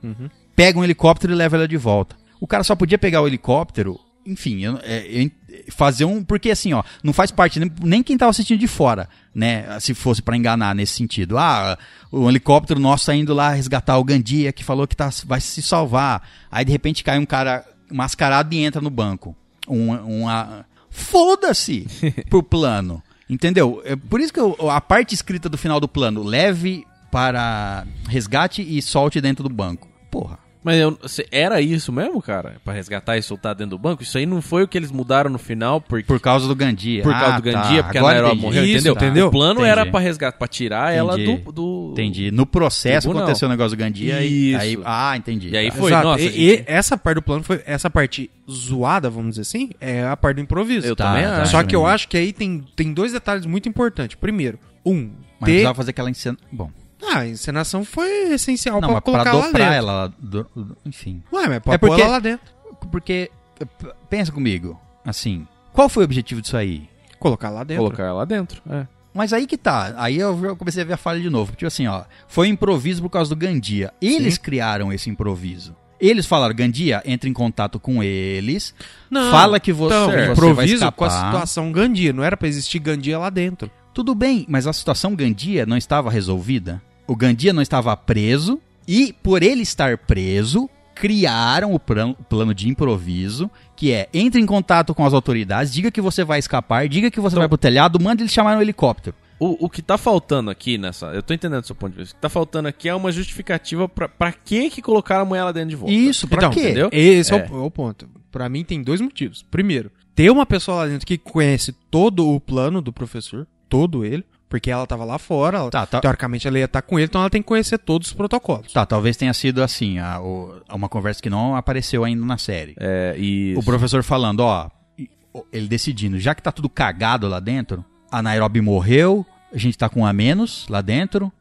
pega um helicóptero e leva ela de volta. O cara só podia pegar o helicóptero, enfim, eu- é, eu en- fazer um. Porque assim, ó, não faz parte nem, nem quem tava assistindo de fora, né? Se fosse pra enganar nesse sentido. Ah, o helicóptero nosso tá indo lá resgatar o Gandia, que falou que tá, vai se salvar. Aí de repente cai um cara mascarado e entra no banco. Um. um a- Foda-se pro plano. Entendeu? É por isso que eu- a parte escrita do final do plano, leve para resgate e solte dentro do banco. Porra. Mas eu- cê- era isso mesmo, cara? Pra resgatar e soltar dentro do banco? Isso aí não foi o que eles mudaram no final porque. Por causa do Gandia. por Ah, causa do Gandia, tá. porque Agora ela era entendi. morreu, Isso, entendeu? tá. O plano era Entendi. pra resgatar, pra tirar ela Entendi. do, do. Entendi. No processo Tribunal. aconteceu o negócio do Gandia e Isso. aí. Ah, entendi. E aí Tá. foi, nossa, E, gente. e essa parte do plano foi. Essa parte zoada, vamos dizer assim, é a parte do improviso. Eu também acho. Só que eu né? acho que aí tem, tem dois detalhes muito importantes. Primeiro, um, Mas ter. precisava fazer aquela encenação. Bom. Ah, a encenação foi essencial Não, pra mas colocar pra lá dentro. dobrar ela. lá do- do- Enfim. Ué, mas pra É pôr porque- ela lá dentro. Porque. p- Pensa comigo. Assim. Qual foi o objetivo disso aí? Colocar lá dentro. Colocar ela dentro. É. Mas aí que tá. Aí eu eu comecei a ver a falha de novo. Tipo assim, ó. Foi um improviso por causa do Gandia. Eles criaram esse improviso. Eles falaram, Gandia, entra em contato com eles. Não, fala que você, Então, você vai improviso escapar. com a situação Gandia. Não era pra existir Gandia lá dentro. Tudo bem, mas a situação Gandia não estava resolvida. O Gandia não estava preso e, por ele estar preso, criaram o plan- o plano de improviso, que é entre em contato com as autoridades, diga que você vai escapar, diga que você vai pro telhado, manda eles chamarem um helicóptero. O, o que tá faltando aqui nessa. Eu tô entendendo o seu ponto de vista. O que tá faltando aqui é uma justificativa pra, pra que que colocaram a mulher lá dentro de volta. Isso, pra então, quê? entendeu? Esse é, É. o, é o ponto. Pra mim tem dois motivos. Primeiro, ter uma pessoa lá dentro que conhece todo o plano do professor, todo ele, porque ela tava lá fora, ela- Tá, tá. teoricamente ela ia estar com ele, então ela tem que conhecer todos os protocolos. Tá, talvez tenha sido assim, a- o- uma conversa que não apareceu ainda na série. É, isso. O professor falando, ó, e- ó, ele decidindo, já que tá tudo cagado lá dentro, a Nairobi morreu, a gente tá com um a menos lá dentro,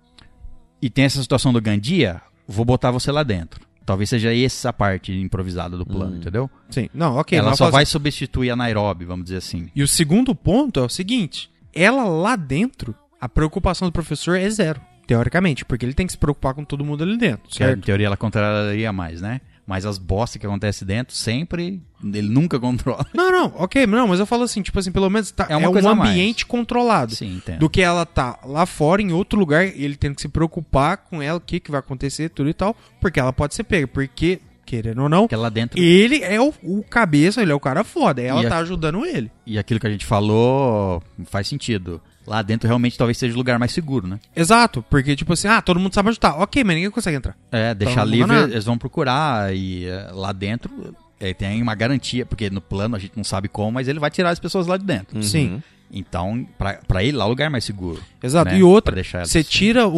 e tem essa situação do Gandia, vou botar você lá dentro. Talvez seja essa parte improvisada do plano, entendeu? Sim. Não, Hum. ok. ela mas só faz- vai substituir a Nairobi, vamos dizer assim. E o segundo ponto é o seguinte: ela lá dentro, a preocupação do professor é zero, teoricamente, porque ele tem que se preocupar com todo mundo ali dentro, Que, é, em certo? teoria ela controlaria mais, né? Mas as bostas que acontecem dentro, sempre, ele nunca (laughs) controla. Não, não, ok, não, mas eu falo assim, tipo assim, pelo menos tá, É é, uma um coisa a mais. ambiente controlado. Sim, entendo. do que ela tá lá fora, em outro lugar, ele tendo que se preocupar com ela, o que, que vai acontecer, tudo e tal, porque ela pode ser pega, porque, querendo ou não, Porque lá dentro ele é o, o cabeça, ele é o cara foda, ela E a- tá ajudando ele. E aquilo que a gente falou faz sentido. Lá dentro realmente talvez seja o lugar mais seguro, né? Exato, porque tipo assim, ah, todo mundo sabe onde tá, ok, mas ninguém consegue entrar. É, deixar Então, não livre, muda nada. eles vão procurar e é, lá dentro é, tem uma garantia, porque no plano a gente não sabe como, mas ele vai tirar as pessoas lá de dentro. Uhum. Sim. Então, pra, pra ele lá o lugar é mais seguro. Exato, né? e Pra outra, deixar elas- você tira um,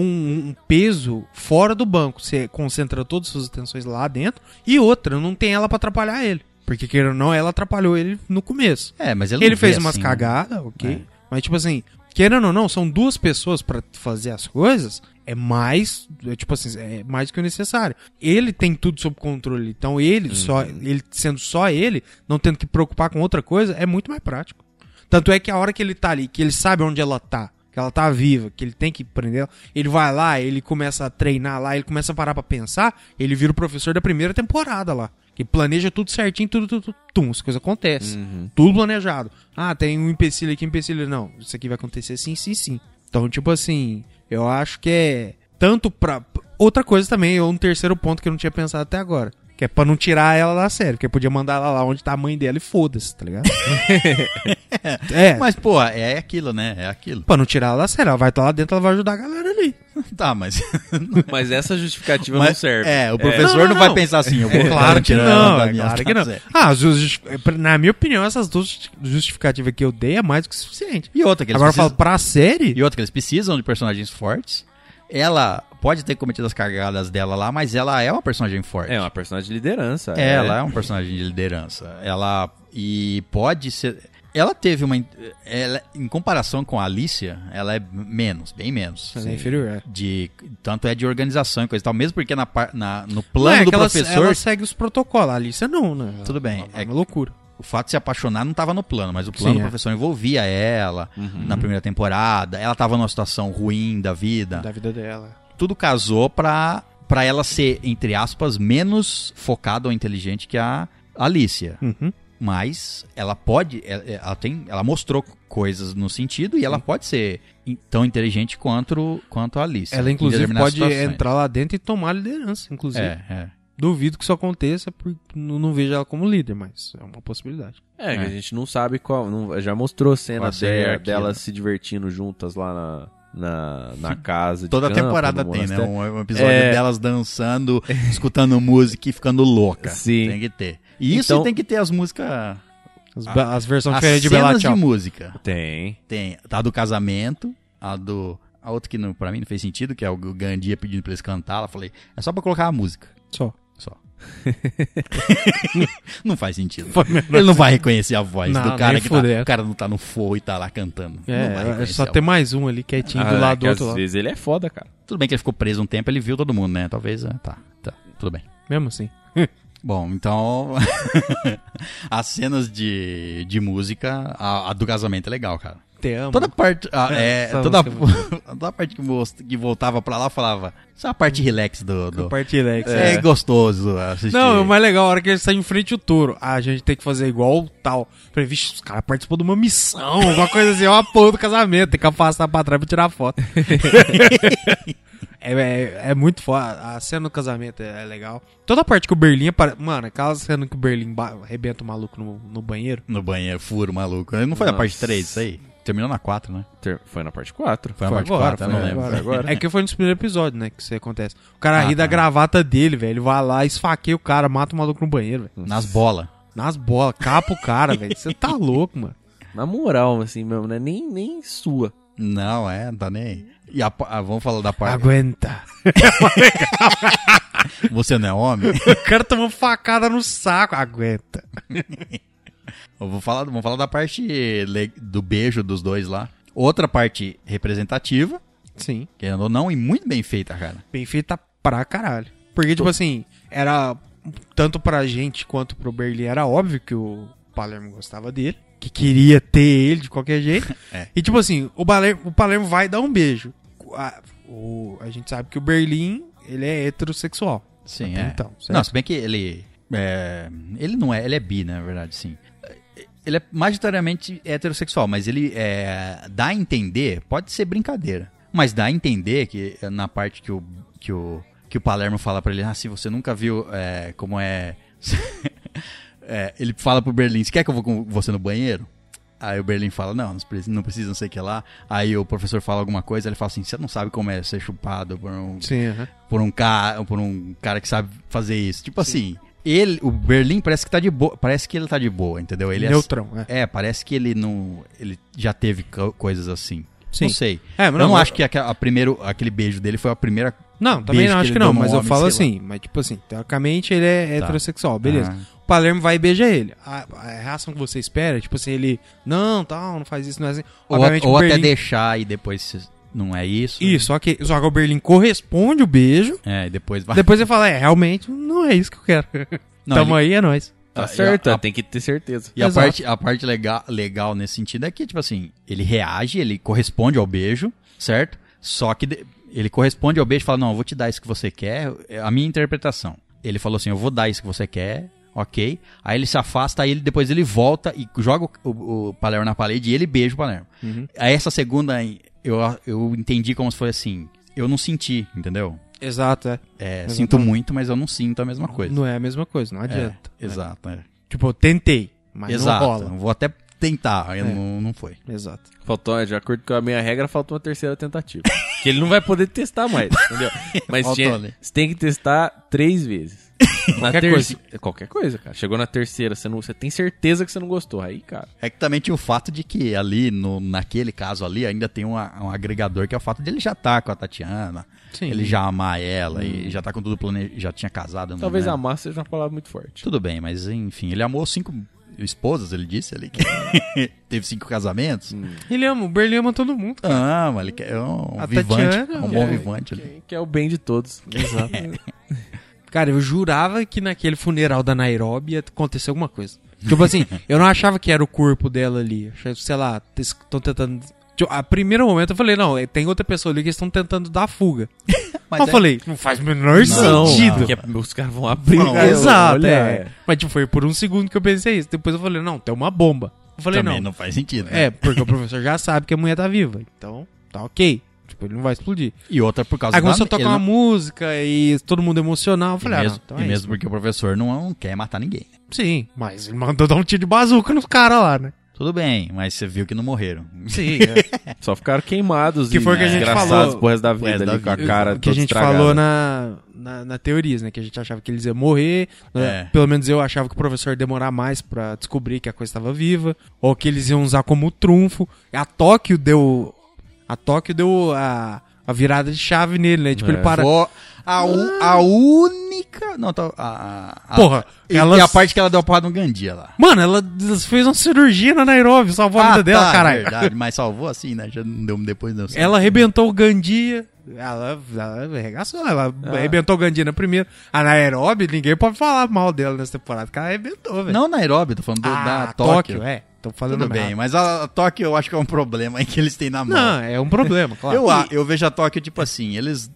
um peso fora do banco, você concentra todas as suas atenções lá dentro, e outra, não tem ela pra atrapalhar ele, porque querendo ou não, ela atrapalhou ele no começo. É, mas ele Ele, não vê fez umas assim, né? cagadas, ok. É. Mas, tipo assim, querendo ou não, são duas pessoas pra fazer as coisas. É mais, é, tipo assim, é mais do que o necessário. Ele tem tudo sob controle. Então, ele, Uhum. só, ele sendo só ele, não tendo que preocupar com outra coisa, é muito mais prático. Tanto é que a hora que ele tá ali, que ele sabe onde ela tá, que ela tá viva, que ele tem que prender ela. Ele vai lá, ele começa a treinar lá, ele começa a parar pra pensar, ele vira o professor da primeira temporada lá. Que planeja tudo certinho, tudo, tudo, tudo tum, as coisas acontecem. Tudo planejado. Ah, tem um empecilho aqui, um empecilho. Não, isso aqui vai acontecer sim, sim, sim. Então, tipo assim, eu acho que é tanto pra. Outra coisa também, é um terceiro ponto que eu não tinha pensado até agora. Que é pra não tirar ela da série, porque podia mandar ela lá onde tá a mãe dela e foda-se, tá ligado? é, Mas, pô, é aquilo, né? É aquilo. (laughs) pra não tirar ela da série, ela vai estar lá dentro, ela vai ajudar a galera ali. Tá, mas. Mas essa justificativa (laughs) não mas- serve. É, o professor não, não, vai não. pensar assim. Eu vou É tentar claro que tirar não, ela da é minha claro que não. casa. Ah, as justi- na minha opinião, essas duas justi- justificativas que eu dei é mais do que suficiente. E outra que eles Agora eu precisam- falo, pra série? E outra, que eles precisam de personagens fortes. Ela pode ter cometido as cagadas dela lá, mas ela é uma personagem forte. É uma personagem de liderança. Ela é um personagem de liderança. Ela. E pode ser. Ela teve uma. in- Ela, em comparação com a Alicia, ela é menos, bem menos. assim, Ela é inferior, é. De, tanto é de organização e coisa e tal. Mesmo porque na, par- na- no plano Não, é do que ela- professor. Ela segue os protocolos, a Alicia não, né? Tudo bem, É é- uma loucura. O fato de se apaixonar não estava no plano, mas o plano Sim, do é. Uhum. professor envolvia ela na primeira temporada. Ela estava numa situação ruim da vida. Da vida dela. Tudo casou pra, pra ela ser, entre aspas, menos focada ou inteligente que a Alicia. Uhum. Mas ela pode, ela, ela tem, ela mostrou coisas no sentido e ela pode ser in- tão inteligente quanto, quanto a Alicia. Ela, em inclusive, determinadas pode situações. entrar lá dentro e tomar a liderança, inclusive. É, é. Duvido que isso aconteça, porque não, não vejo ela como líder, mas é uma possibilidade. É, que É. a gente não sabe qual. não- já mostrou a cena Qual a cena dela- é aqui, delas né? se divertindo juntas lá na, na, na casa. de Toda campo, temporada no tem, né? monastério. Um, um episódio É. delas (laughs) dançando, escutando música e ficando louca. Sim. Tem que ter. E isso Então- tem que ter as músicas. As, be- as versões Ah, As cenas diferentes de Bela de Tchau. música. Tem. Tem a do casamento, a do. A outra que não, pra mim não fez sentido, que é o Gandia pedindo pra eles cantar. Ela falei, é só pra colocar a música. Só. Só. não faz sentido. Ele não vai reconhecer a voz Não, do cara nem que tá, fudendo. o cara não tá no forro e tá lá cantando. não vai É, é reconhecer só a ter mais um ali quietinho do Ah, lado do que outro Às lá. vezes ele é foda, cara. voz. Tudo bem que ele ficou preso um tempo, ele viu todo mundo, né? Talvez. é, Tá, tá, tudo bem. Mesmo assim. Bom, então. (laughs) as cenas de, de música, a, a do casamento é legal, cara. Te amo. Toda parte. a- é, Então Essa toda, música (laughs) toda parte que, mos- que voltava pra lá falava. Isso é a parte relax do. do- Compartilha aí. que É, você- gostoso assistir. Não, o mais legal, é a hora que ele sai em frente o touro. Ah, a gente tem que fazer igual o tal. Falei, vixe, os caras participou de uma missão, uma coisa assim, é uma porra do casamento. Tem que afastar pra trás pra tirar foto. (laughs) é, é- é muito foda. A cena do casamento é, é legal. Toda a parte que o Berlim apare... Mano, aquela cena que o Berlim ba- arrebenta o maluco no, no banheiro. No banheiro, furo, maluco. Não foi na Nossa. parte 3 isso aí? Terminou na 4, né? Ter- foi na parte 4. Foi na parte agora, 4, foi eu não lembro. agora. Agora. É que foi no primeiro episódio, né, que isso acontece. O cara Ah, ri da tá. gravata dele, velho. Ele vai lá, esfaqueia o cara, mata o maluco no banheiro, velho. Nas bolas. Nas bolas, capa o cara, velho. Você tá louco, mano. Na moral, assim mesmo, né? Nem, nem sua. Não, é, não tá nem. aí. E a, pa- ah, vamos falar da parte. Aguenta. Você não é homem? (laughs) (laughs) O cara tomou facada no saco. Aguenta. Eu vou falar, vamos falar da parte le- do beijo dos dois lá. Outra parte representativa, Sim. querendo ou não, e muito bem feita, cara. Bem feita pra caralho. Porque, tipo assim, era. Tanto pra gente quanto pro Berlim era óbvio que o Palermo gostava dele. Que queria ter ele de qualquer jeito. (laughs) É. E, tipo assim, o Palermo, o Palermo vai dar um beijo. A, o- a gente sabe que o Berlim, ele é heterossexual. Sim, Até é. então, certo? não, se bem que ele. é, ele não é, ele é bi, né, na verdade, sim. Ele é majoritariamente heterossexual, mas ele é, dá a entender, pode ser brincadeira, mas dá a entender que é, na parte que o, que o, que o Palermo fala pra ele, ah, se você nunca viu é, como é, (laughs) É, Ele fala pro Berlim, você quer que eu vou com você no banheiro? Aí o Berlim fala, não, não precisa, não precisa, não sei o que lá. Aí o professor fala alguma coisa, ele fala assim, você não sabe como é ser chupado por um, Sim, aham. por um cara, por um cara que sabe fazer isso. Tipo assim, ele, o Berlim parece que tá de boa, parece que ele tá de boa, entendeu? Ele é- Neutrão, é. é, parece que ele não, ele já teve co- coisas assim. Sim. Não sei. É, mas eu não, não, eu- acho que aquela- a primeiro, aquele beijo dele foi a primeira. Não, também beijo não, que acho que, ele não, deu num mas eu homem, falo sei lá. Tá. assim, mas tipo assim, teoricamente ele é heterossexual, beleza. Aham. O Palermo vai e beija ele. A, a reação que você espera, tipo assim, ele, não, tal, não faz isso, não é assim. Ou, Obviamente ou o até Berlim... deixar e depois se- não é isso. Isso, só que, só que o Berlim corresponde o beijo, É, e depois vai. (laughs) depois ele fala, é, realmente, (laughs) não é isso que eu quero. Não, Tamo ele- aí, é nóis. Tá Ah, certo, e a- tem que ter certeza. E a Exato. parte, a parte legal, legal nesse sentido é que, tipo assim, ele reage, ele corresponde ao beijo, certo? Só que de- ele corresponde ao beijo e fala: Não, eu vou te dar isso que você quer. É a minha interpretação. Ele falou assim: Eu vou dar isso que você quer, ok. Aí ele se afasta, aí ele, depois ele volta e joga o, o- o Palermo na parede e ele beija o Palermo. Uhum. Aí essa segunda eu, eu entendi como se fosse assim: Eu não senti, entendeu? Exato, é. É, sinto muito, mas eu não sinto a mesma coisa. Não é a mesma coisa, não é, adianta. exato. é. Tipo, eu tentei, mas Exato. não rola. É. Vou até tentar, aí não, não foi. Exato. Faltou, de acordo com a minha regra, faltou uma terceira tentativa. que ele não vai poder testar mais, entendeu? Mas Faltou, tinha- né? você tem que testar três vezes. Na Qualquer terce- Qualquer coisa, cara. Chegou na terceira, você, não... você tem certeza que você não gostou. Aí, cara. É que também tinha o fato de que ali, no, naquele caso ali, ainda tem uma- um agregador que é o fato dele já tá com a Tatiana. Sim. Hum. Ele já amar ela e já tá com tudo planejado, já tinha casado. eu não Talvez lembro. a massa seja uma palavra muito forte. Tudo bem, mas enfim, ele amou cinco esposas, ele disse ali (laughs) que teve cinco casamentos. Ele ama, o Berlim ama todo mundo. Ah, mas ele quer- é um Hum. A vivante, Tatiana, é um bom é, vivante ali. Que é o bem de todos. Exato. Cara, eu jurava que naquele funeral da Nairobi ia acontecer alguma coisa. Tipo assim, eu não achava que era o corpo dela ali. Achei, Sei lá, estão tentando. Tipo, a primeiro momento eu falei, não, é, tem outra pessoa ali que eles estão tentando dar fuga. Mas eu é- falei, não faz o menor Não, sentido. Porque é- os caras vão abrir. Não, cara. Exato, Olha, é. Mas tipo, foi por um segundo que eu pensei isso. Depois eu falei, não, tem uma bomba. Eu falei, também não, não. faz sentido. né? É, porque o professor já sabe que a mulher tá viva. Então, tá ok. Tipo, ele não vai explodir. E outra por causa Aí da... começou tá a tocar ele uma não- música e todo mundo emocional. Eu e falei, ah, mesmo, não, então e é mesmo porque o professor não, não quer matar ninguém. isso. Sim, mas ele mandou dar um tiro de bazuca nos caras lá, né? Tudo bem, mas você viu que não morreram. Sim, é. Só ficaram queimados Que e foi o que a gente desgraçados falou. pro resto da vida Pro resto da ali, com a vida. cara o que a toda gente estragada. falou na, na, na teorias, né? Que a gente achava que eles iam morrer. né? É. Pelo menos eu achava que o professor ia demorar mais pra descobrir que a coisa estava viva. Ou que eles iam usar como trunfo. A Tóquio deu. A Tóquio deu a, a virada de chave nele, né? Tipo, É. ele para. Ó, a, un- a única. Não, tá. A, a- Ah. Porra, E, ela- e a parte que ela deu a porrada no Gandia lá. Mano, ela des- fez uma cirurgia na Nairobi, salvou a vida dela, tá, caralho. verdade, mas salvou assim, né? Já não deu depois, não. Ela arrebentou o Gandia. Ela, ela arregaçou, ela Ah. arrebentou o Gandia na primeira. A Nairobi, ninguém pode falar mal dela nessa temporada, porque ela arrebentou, velho. Não Nairobi, tô falando do- Ah, da Tóquio. é. Tô falando Tudo bem, errado. mas a, a Tóquio eu acho que é um problema aí que eles têm na mão. Não, é um problema, (laughs) claro. eu, a- eu vejo a Tóquio tipo assim, eles.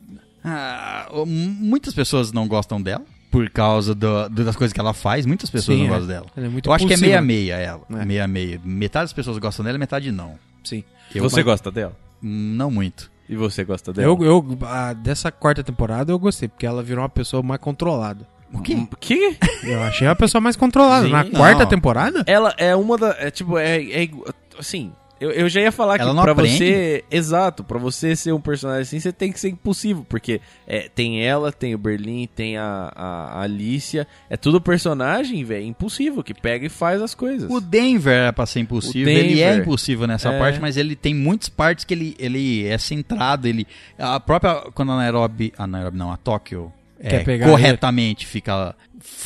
ah, m- muitas pessoas não gostam dela por causa do- do- das coisas que ela faz. Muitas pessoas Sim, não é. gostam dela. Ela é muito eu acho que é impulsiva. meia-meia ela. É. Meia-meia. Metade das pessoas gostam dela, metade não. Sim. Eu- Você mas- gosta dela? Não muito. E você gosta dela? Eu, eu, ah, dessa quarta temporada eu gostei, porque ela virou uma pessoa mais controlada. O Hum, quê? Que? Eu achei a pessoa mais controlada. Sim. Na quarta Não. temporada? Ela é uma da. É, tipo, é, é igu- Assim. Eu, eu já ia falar Ela que não pra aprende? você. Exato, pra você ser um personagem assim, você tem que ser impossível. Porque é, tem ela, tem o Berlim, tem a, a, a Alicia. É tudo personagem, velho, impossível, que pega e faz as coisas. O Denver era pra ser impossível. O Denver. Ele é impossível nessa É. parte, mas ele tem muitas partes que ele, ele é centrado. Ele, a própria. Quando a Nairobi. A Nairobi não, a Tóquio. é, Quer pegar corretamente fica.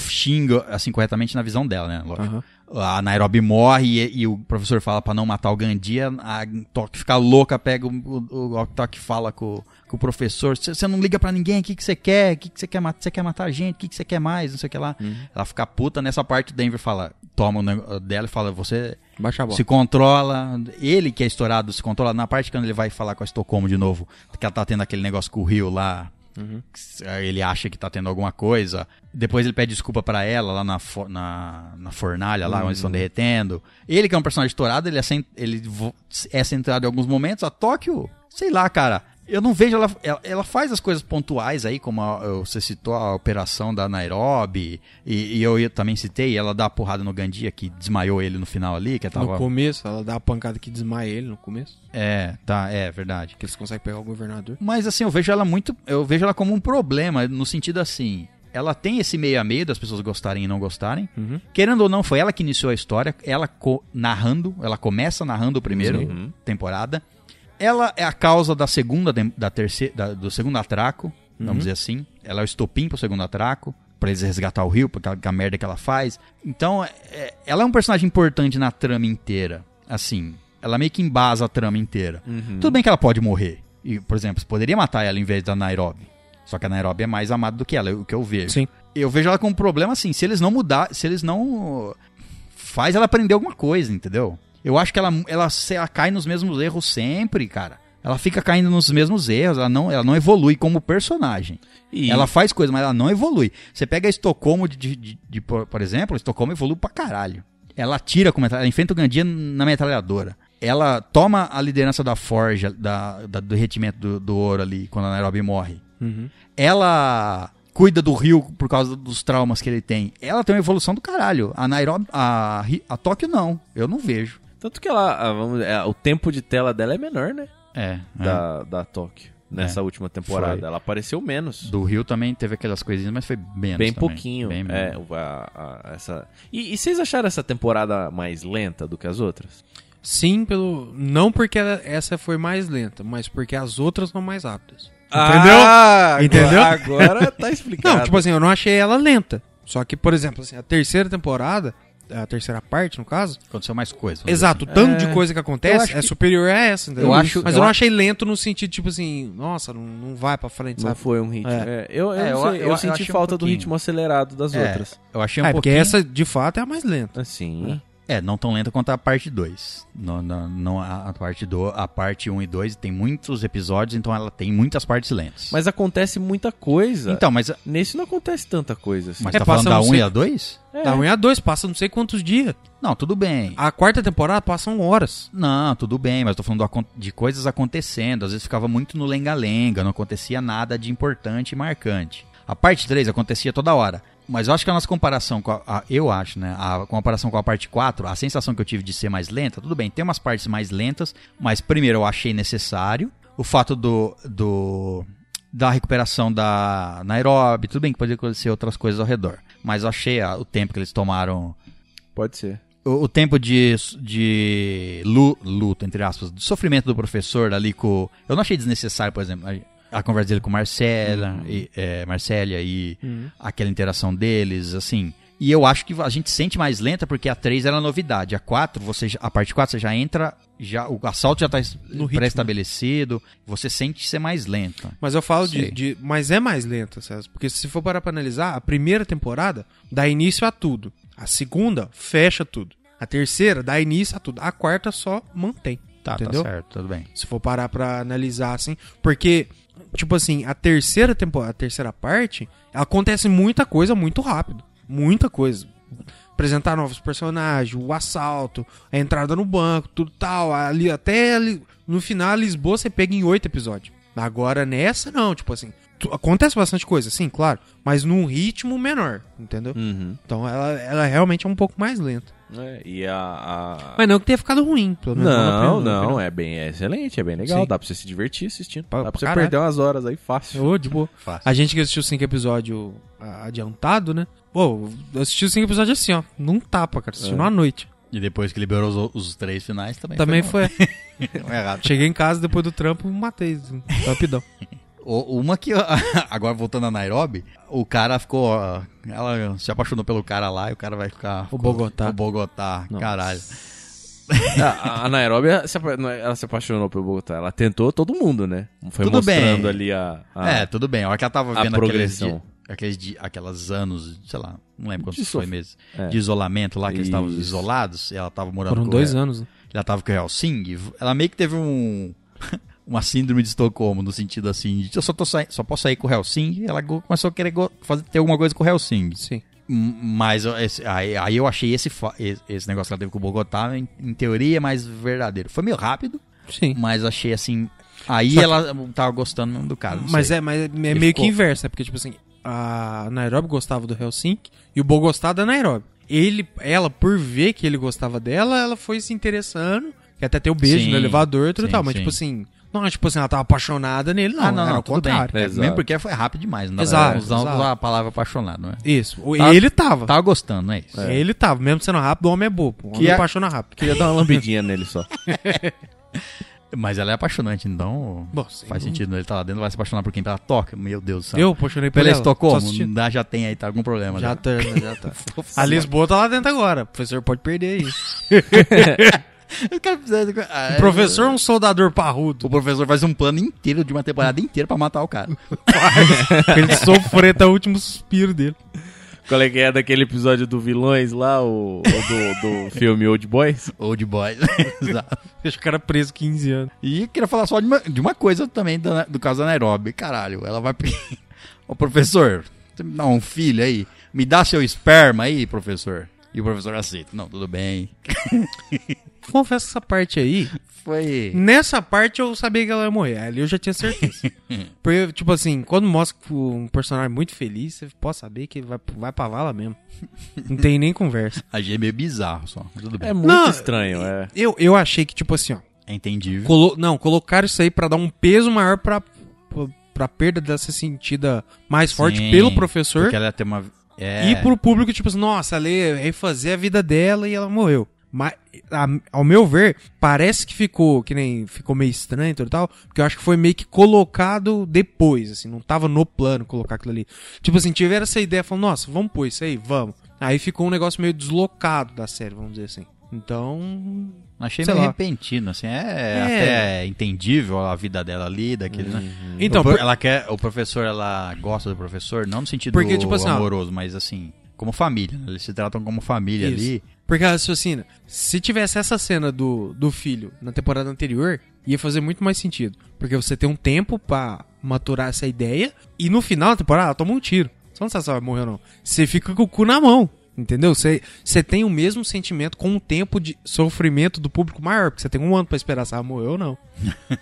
Xinga, assim, corretamente na visão dela, né? Lógico. Aham. A Nairobi morre e, e o professor fala pra não matar o Gandia. A Tóquio fica louca, pega o, o, o Tóquio fala com, com o professor. Você não liga pra ninguém, o que você quer? O que você quer matar? Você quer matar a gente? O que você quer mais? Não sei o que lá. Uhum. Ela fica puta. Nessa parte o Denver fala, toma o nego- dela e fala, você Baixa a bola. se controla. Ele que é estourado se controla. Na parte quando ele vai falar com a Estocolmo de novo, que ela tá tendo aquele negócio com o Rio lá. que se- Ele acha que tá tendo alguma coisa. Depois ele pede desculpa pra ela lá na, fo- na, na fornalha, lá onde eles estão derretendo. Ele, que é um personagem estourado, ele é, cen- ele vo- é centrado em alguns momentos. A Tóquio, sei lá, cara. Eu não vejo ela, ela. ela faz as coisas pontuais aí, como a- eu- você citou a operação da Nairobi. E, e eu, ia- também citei, ela dá a porrada no Gandia, que desmaiou ele no final ali, que é tava. No começo, ela dá a pancada que desmaia ele no começo. É, tá, é verdade. Que eles conseguem pegar o governador. Mas assim, eu vejo ela muito. Eu vejo ela como um problema, no sentido assim. Ela tem esse meio a meio das pessoas gostarem e não gostarem. Querendo ou não, foi ela que iniciou a história. Ela co- narrando, ela começa narrando o primeiro temporada. Ela é a causa da segunda, dem- da terceira, da- do segundo atraco, vamos dizer assim. Ela é o estopim pro segundo atraco, pra eles resgatar o Rio, porque a, merda que ela faz. Então, é- ela é um personagem importante na trama inteira. Assim, ela meio que embasa a trama inteira. Tudo bem que ela pode morrer. E, por exemplo, você poderia matar ela em vez da Nairobi. Só que a Nairobi é mais amada do que ela, é o que eu vejo. Sim. Eu vejo ela com um problema assim, se eles não mudar, se eles não faz ela aprender alguma coisa, entendeu? Eu acho que ela, ela, se- ela cai nos mesmos erros sempre, cara. Ela fica caindo nos mesmos erros, ela não, ela não evolui como personagem. E- Ela faz coisa, mas ela não evolui. Você pega a Estocolmo, de, de- de- de- por, por exemplo, Estocolmo evolui pra caralho. Ela tira com metralha, ela enfrenta o Gandia na metralhadora. Ela toma a liderança da forja, da, da- do retimento do, do ouro ali, quando a Nairobi morre. Ela cuida do Rio por causa dos traumas que ele tem. Ela tem uma evolução do caralho. A Nairobi, a, Ri- a Tóquio não, eu não vejo. Tanto que ela, ah, vamos, é, o tempo de tela dela é menor, né? É, Da, da Tóquio, nessa última temporada. Foi. Ela apareceu menos. Do Rio também teve aquelas coisinhas, mas foi menos também. Bem pouquinho. Bem menos. é, o- a- a- essa... e, e vocês acharam essa temporada mais lenta do que as outras? Sim, pelo. Não porque ela- essa foi mais lenta, mas porque as outras são mais rápidas. Ah, Entendeu? Agora, agora (laughs) tá explicado. Não, tipo assim, eu não achei ela lenta. Só que, por exemplo, assim, a terceira temporada, a terceira parte, no caso, Aconteceu mais coisa. vamos dizer exato, o tanto de coisa que eu acontece acho é que- superior a essa, entendeu? Eu é acho- Mas eu eu, não a- achei lento no sentido, tipo assim, nossa, não, não vai pra frente, Não sabe? foi um ritmo. É, eu, eu, É, eu- não sei, eu- eu eu senti achei um falta do pouquinho. ritmo acelerado das É, outras. Eu achei um Ah, é porque pouquinho... essa, de fato, é a mais lenta. Assim. É, não tão lenta quanto a parte 2. Não, não, não a, a parte do, a parte 1 e 2 tem muitos episódios, então ela tem muitas partes lentas. Mas acontece muita coisa. então, mas, Nesse não acontece tanta coisa assim. mas É, tá falando passa da um 1 sec- e a 2? É. Da 1 Tá a 2, passa não sei quantos dias. Não, tudo bem. A quarta temporada passam horas. Não, tudo bem, mas tô falando do acon- de coisas acontecendo. Às vezes ficava muito no lenga-lenga, não acontecia nada de importante e marcante. A parte 3 acontecia toda hora. Mas eu acho que a nossa comparação com a, a- Eu acho, né? A comparação com a parte 4, a sensação que eu tive de ser mais lenta, tudo bem, tem umas partes mais lentas, mas primeiro eu achei necessário. O fato do. do da recuperação da Nairobi, tudo bem que poderia acontecer outras coisas ao redor. Mas eu achei ah, o tempo que eles tomaram Pode ser. o, o tempo de, de lu- luta, entre aspas, do sofrimento do professor ali com. Eu não achei desnecessário, por exemplo, a, a conversa dele com Marcela, Uhum. e, é, Marcélia e aquela interação deles, assim. E eu acho que a gente sente mais lenta porque a 3 era novidade. A 4, você, já- a parte 4, você já entra, já o assalto já tá es- No ritmo. pré-estabelecido, você sente ser mais lenta. Mas eu falo Sei. de, de- Mas é mais lenta, César. Porque se for parar pra analisar, a primeira temporada dá início a tudo. A segunda fecha tudo. A terceira dá início a tudo. A quarta só mantém. entendeu? certo, tudo bem. Se for parar pra analisar, assim. Porque, tipo assim, a terceira temporada, a terceira parte, acontece muita coisa muito rápido. Muita coisa. Apresentar novos personagens, o assalto, a entrada no banco, tudo tal. Ali, até ali- no final, a Lisboa você pega em oito episódios. Agora nessa, não, tipo assim. tu- Acontece bastante coisa, sim, claro. Mas num ritmo menor, entendeu? Uhum. Então ela, ela realmente é um pouco mais lenta. É, e a. a- Mas não que tenha ficado ruim, pelo menos. na Não, primeira- não, é bem é excelente, é bem legal. Sim. Dá pra você se divertir assistindo. Pra- dá pra pra você caralho. perder umas horas aí fácil. Ô, de boa. Fácil. A gente que assistiu cinco episódios ah, adiantado, né? Pô, eu assisti os cinco episódios assim, ó. Num tapa, cara. Assisti numa noite. E depois que liberou os, os três finais, também, Também bom. (laughs) foi. Não é errado. Cheguei em casa depois do trampo e matei. assim, Rapidão. O- Uma que. (laughs) Agora voltando a Nairobi, o cara ficou. ó, Ela se apaixonou pelo cara lá e o cara vai ficar. O Bogotá. O Bogotá, caralho. Ah, a, a Nairobi, ela se, apa- não, ela se apaixonou pelo Bogotá. Ela tentou todo mundo, né? Foi Tudo mostrando bem. ali a. a- É, tudo bem. A hora que ela tava Ah. a vendo aqueles, progressão. di- aqueles, di- aquelas anos, sei lá, não lembro De quantos foi sof- meses, é. de isolamento lá, que eles estavam Isso. isolados, e ela tava morando Foram com dois o, anos. né? Ela tava com o Helsing. Ela meio que teve um. (laughs) Uma síndrome de Estocolmo, no sentido assim, de eu só, tô sai- só posso sair com o Helsing, e ela go- começou a querer go- fazer, ter alguma coisa com o Helsing. Sim. M- Mas ó, esse- aí, aí eu achei esse, fa- esse esse negócio que ela teve com o Bogotá, em, em teoria, mais verdadeiro. Foi meio rápido, Sim. mas achei assim. Aí Só que- ela tava gostando mesmo do cara. Mas é, mas é meio ficou- que inverso, né? Porque, tipo assim, a Nairobi gostava do Helsinki e o Bo gostava da Nairobi. Ele, ela, por ver que ele gostava dela, ela foi se interessando. Que até tem o beijo Sim. no elevador e tudo Sim, e tal. Mas, sim. tipo assim, não, tipo assim, ela tava apaixonada nele, é, não. Ah, não, era não, ao tudo bem. contrário. É, Exato. mesmo porque foi rápido demais, não dá Exato, pra usar, exato. usar a palavra apaixonado, não é? Isso. O- Tá- Ele tava. Tava gostando, não é isso? Ele tava. Mesmo sendo rápido, o homem é bobo. O homem é- apaixona rápido. Queria dar uma lambidinha nele só. Mas ela é apaixonante, então Bom, sim, faz não- sentido. Ele tá lá dentro, vai se apaixonar por quem? Pela toca? Meu Deus do céu. Eu apaixonei por Tá. Pela ela. Só Estocolmo? assistindo. Dá, já tem aí, tá algum problema. Já né? (laughs) (laughs) tá, já tá. a Lisboa tá lá dentro agora. O professor pode perder aí. Os caras fizeram- Ah, O professor é um soldador parrudo. O professor faz um plano inteiro de uma temporada inteira pra matar o cara. pra ele sofrer até o último suspiro dele. Qual é que é daquele episódio do vilões lá, o, o (laughs) do, do filme Old Boys? Old boy. (laughs) Exato. Deixa o cara preso 15 anos. E queria falar só de uma, de uma coisa também da- do, caso da Nairobi. Caralho, ela vai. pe- (laughs) Ô, professor, você me dá um filho aí? Me dá seu esperma aí, professor. E o professor aceita. Não, tudo bem. Confesso que essa parte aí. Foi. Nessa parte eu sabia que ela ia morrer. Ali eu já tinha certeza. Porque, tipo assim, quando mostra um personagem muito feliz, você pode saber que vai, vai pra vala mesmo. Não tem nem conversa. Achei é meio bizarro só. mas Tudo bem. É muito Não, estranho, é. Eu, eu achei que, tipo assim, ó. É entendível. Colo não, colocaram isso aí pra dar um peso maior pra, pra, pra perda dessa sentida mais forte Sim, pelo professor Porque ela tem uma. É. e pro público, tipo assim, nossa, ela ia refazer a vida dela e ela morreu. Mas, a- ao meu ver, parece que ficou, que nem ficou meio estranho e tudo e tal, porque eu acho que foi meio que colocado depois, assim, não tava no plano colocar aquilo ali. Tipo assim, tiveram essa ideia, falando, nossa, vamos pôr isso aí, vamos. Aí ficou um negócio meio deslocado da série, vamos dizer assim. Então, Achei sei meio lá. repentino, assim. É, É. até entendível a vida dela ali, daquele. né? Então, O pro- por- ela quer. O professor, ela gosta do professor, não no sentido Porque, tipo assim, ó- amoroso, mas assim, como família. né? Eles se tratam como família Isso. ali. Porque, raciocina, se tivesse essa cena do, do filho na temporada anterior, ia fazer muito mais sentido. Porque você tem um tempo pra maturar essa ideia e no final da temporada ela toma um tiro. Você não sabe se ela vai morrer ou não. Você fica com o cu na mão. Entendeu? Você, você tem o mesmo sentimento com o tempo de sofrimento do público maior, porque você tem um ano pra esperar se ela morreu ou não.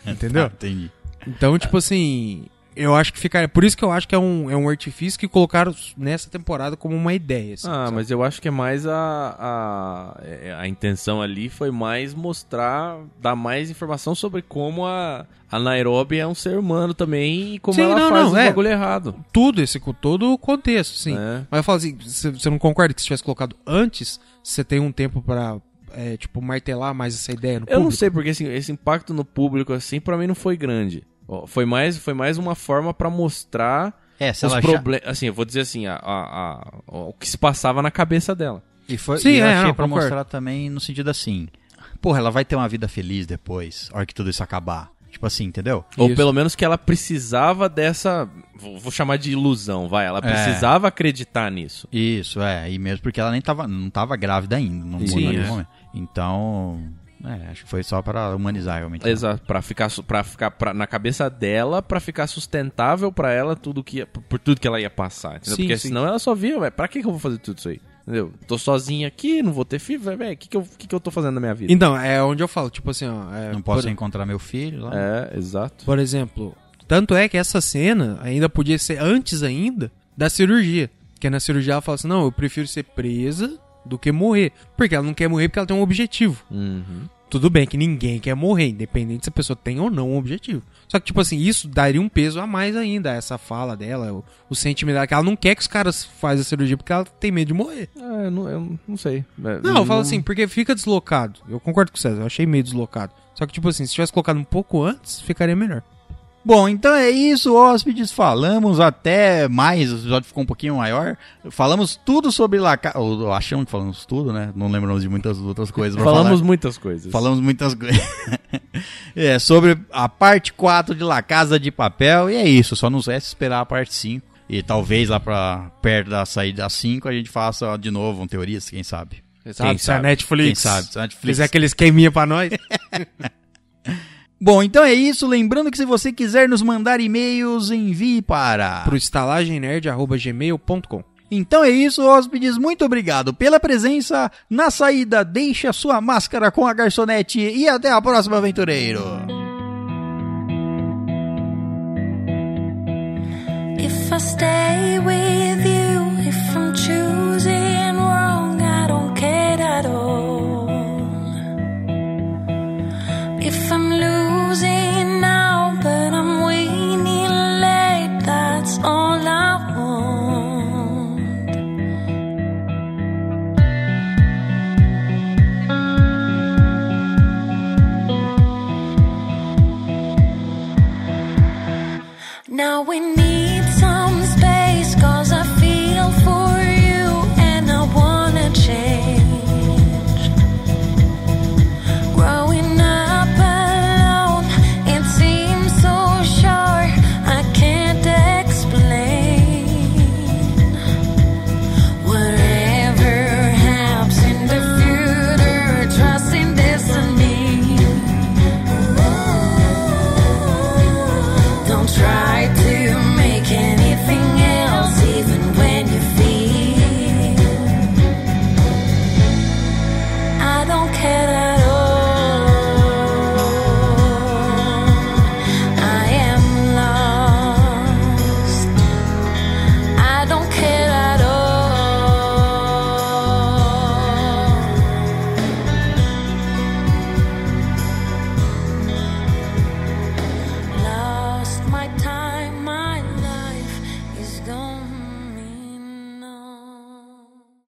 Entendeu? Tá, entendi. Então, tipo assim, eu acho que ficaria. Por isso que eu acho que é um, é um artifício que colocaram nessa temporada como uma ideia. assim, Ah, sabe? mas eu acho que é mais a, a. é, A intenção ali foi mais mostrar, dar mais informação sobre como a, a Nairobi é um ser humano também e como Sim, ela não, faz não, o é. bagulho errado. tudo esse co- todo o contexto, sim. É. Mas eu falo assim, você você não concorda que se tivesse colocado antes, você tem um tempo pra, é, tipo, martelar mais essa ideia no Eu não público? sei, porque assim, esse impacto no público, assim, pra mim não foi grande. Ó, Foi mais, foi mais uma forma pra mostrar É, se os ela achar- problemas. Assim, eu vou dizer assim, a, a- a- o que se passava na cabeça dela. E foi, Sim, e eu é, achei não, pra concordo. mostrar também no sentido assim. Porra, ela vai ter uma vida feliz depois, a hora que tudo isso acabar. Tipo assim, entendeu? Ou Isso. pelo menos que ela precisava dessa. Vou, vou chamar de ilusão, vai. É. Ela precisava acreditar nisso. Isso, é. E mesmo porque ela nem tava, não tava grávida ainda, não Sim, morreu é. momento. Então, é, acho que foi só pra humanizar realmente. né? Exato, pra ficar, su- pra ficar pra- na cabeça dela, pra ficar sustentável pra ela tudo que ia- por tudo que ela ia passar, entendeu? Sim, Porque sim. senão ela só via, ué, pra que que eu vou fazer tudo isso aí? Entendeu? Tô sozinha aqui, não vou ter filho, velho, o que que eu, que que eu tô fazendo na minha vida? Então, é onde eu falo, tipo assim, ó. é, Não posso por, encontrar meu filho Então, lá. É, exato. por exemplo, tanto é que essa cena ainda podia ser antes ainda da cirurgia. Porque na cirurgia ela fala assim, não, eu prefiro ser presa do que morrer. Porque ela não quer morrer porque ela tem um objetivo. Uhum. Tudo bem que ninguém quer morrer, independente se a pessoa tem ou não um objetivo. Só que, tipo assim, isso daria um peso a mais ainda, essa fala dela, o, o sentimento dela, que ela não quer que os caras façam a cirurgia porque ela tem medo de morrer. Ah, eu não, eu não sei. É, Não, eu falo assim, porque fica deslocado. Eu concordo com o César, eu achei meio deslocado. Só que, tipo assim, se tivesse colocado um pouco antes, ficaria melhor. Bom, então é isso, hóspedes. Falamos até mais, o episódio ficou um pouquinho maior. Falamos tudo sobre La Casa. Achamos que falamos tudo, né? Não lembramos de muitas outras coisas. pra Falamos falar. muitas coisas. Falamos muitas coisas. (laughs) é, sobre a parte 4 de La Casa de Papel. E é isso, só nos resta esperar a parte 5. E talvez lá pra perto da saída 5 a gente faça de novo um teorias, quem sabe. Quem Se a sabe? Netflix Quem sabe? Se a Netflix fizer aquele esqueminha pra nós. Bom, então é isso. Lembrando que se você quiser nos mandar e-mails, envie para. pro estalagemnerd.gmail.com. Então é isso, hóspedes. Muito obrigado pela presença. Na saída, deixe a sua máscara com a garçonete e até a próxima, aventureiro. If I stay with you, if I'm choosing wrong, I don't care at all. If I'm losing now, but I'm winning late, that's all I want. Now we need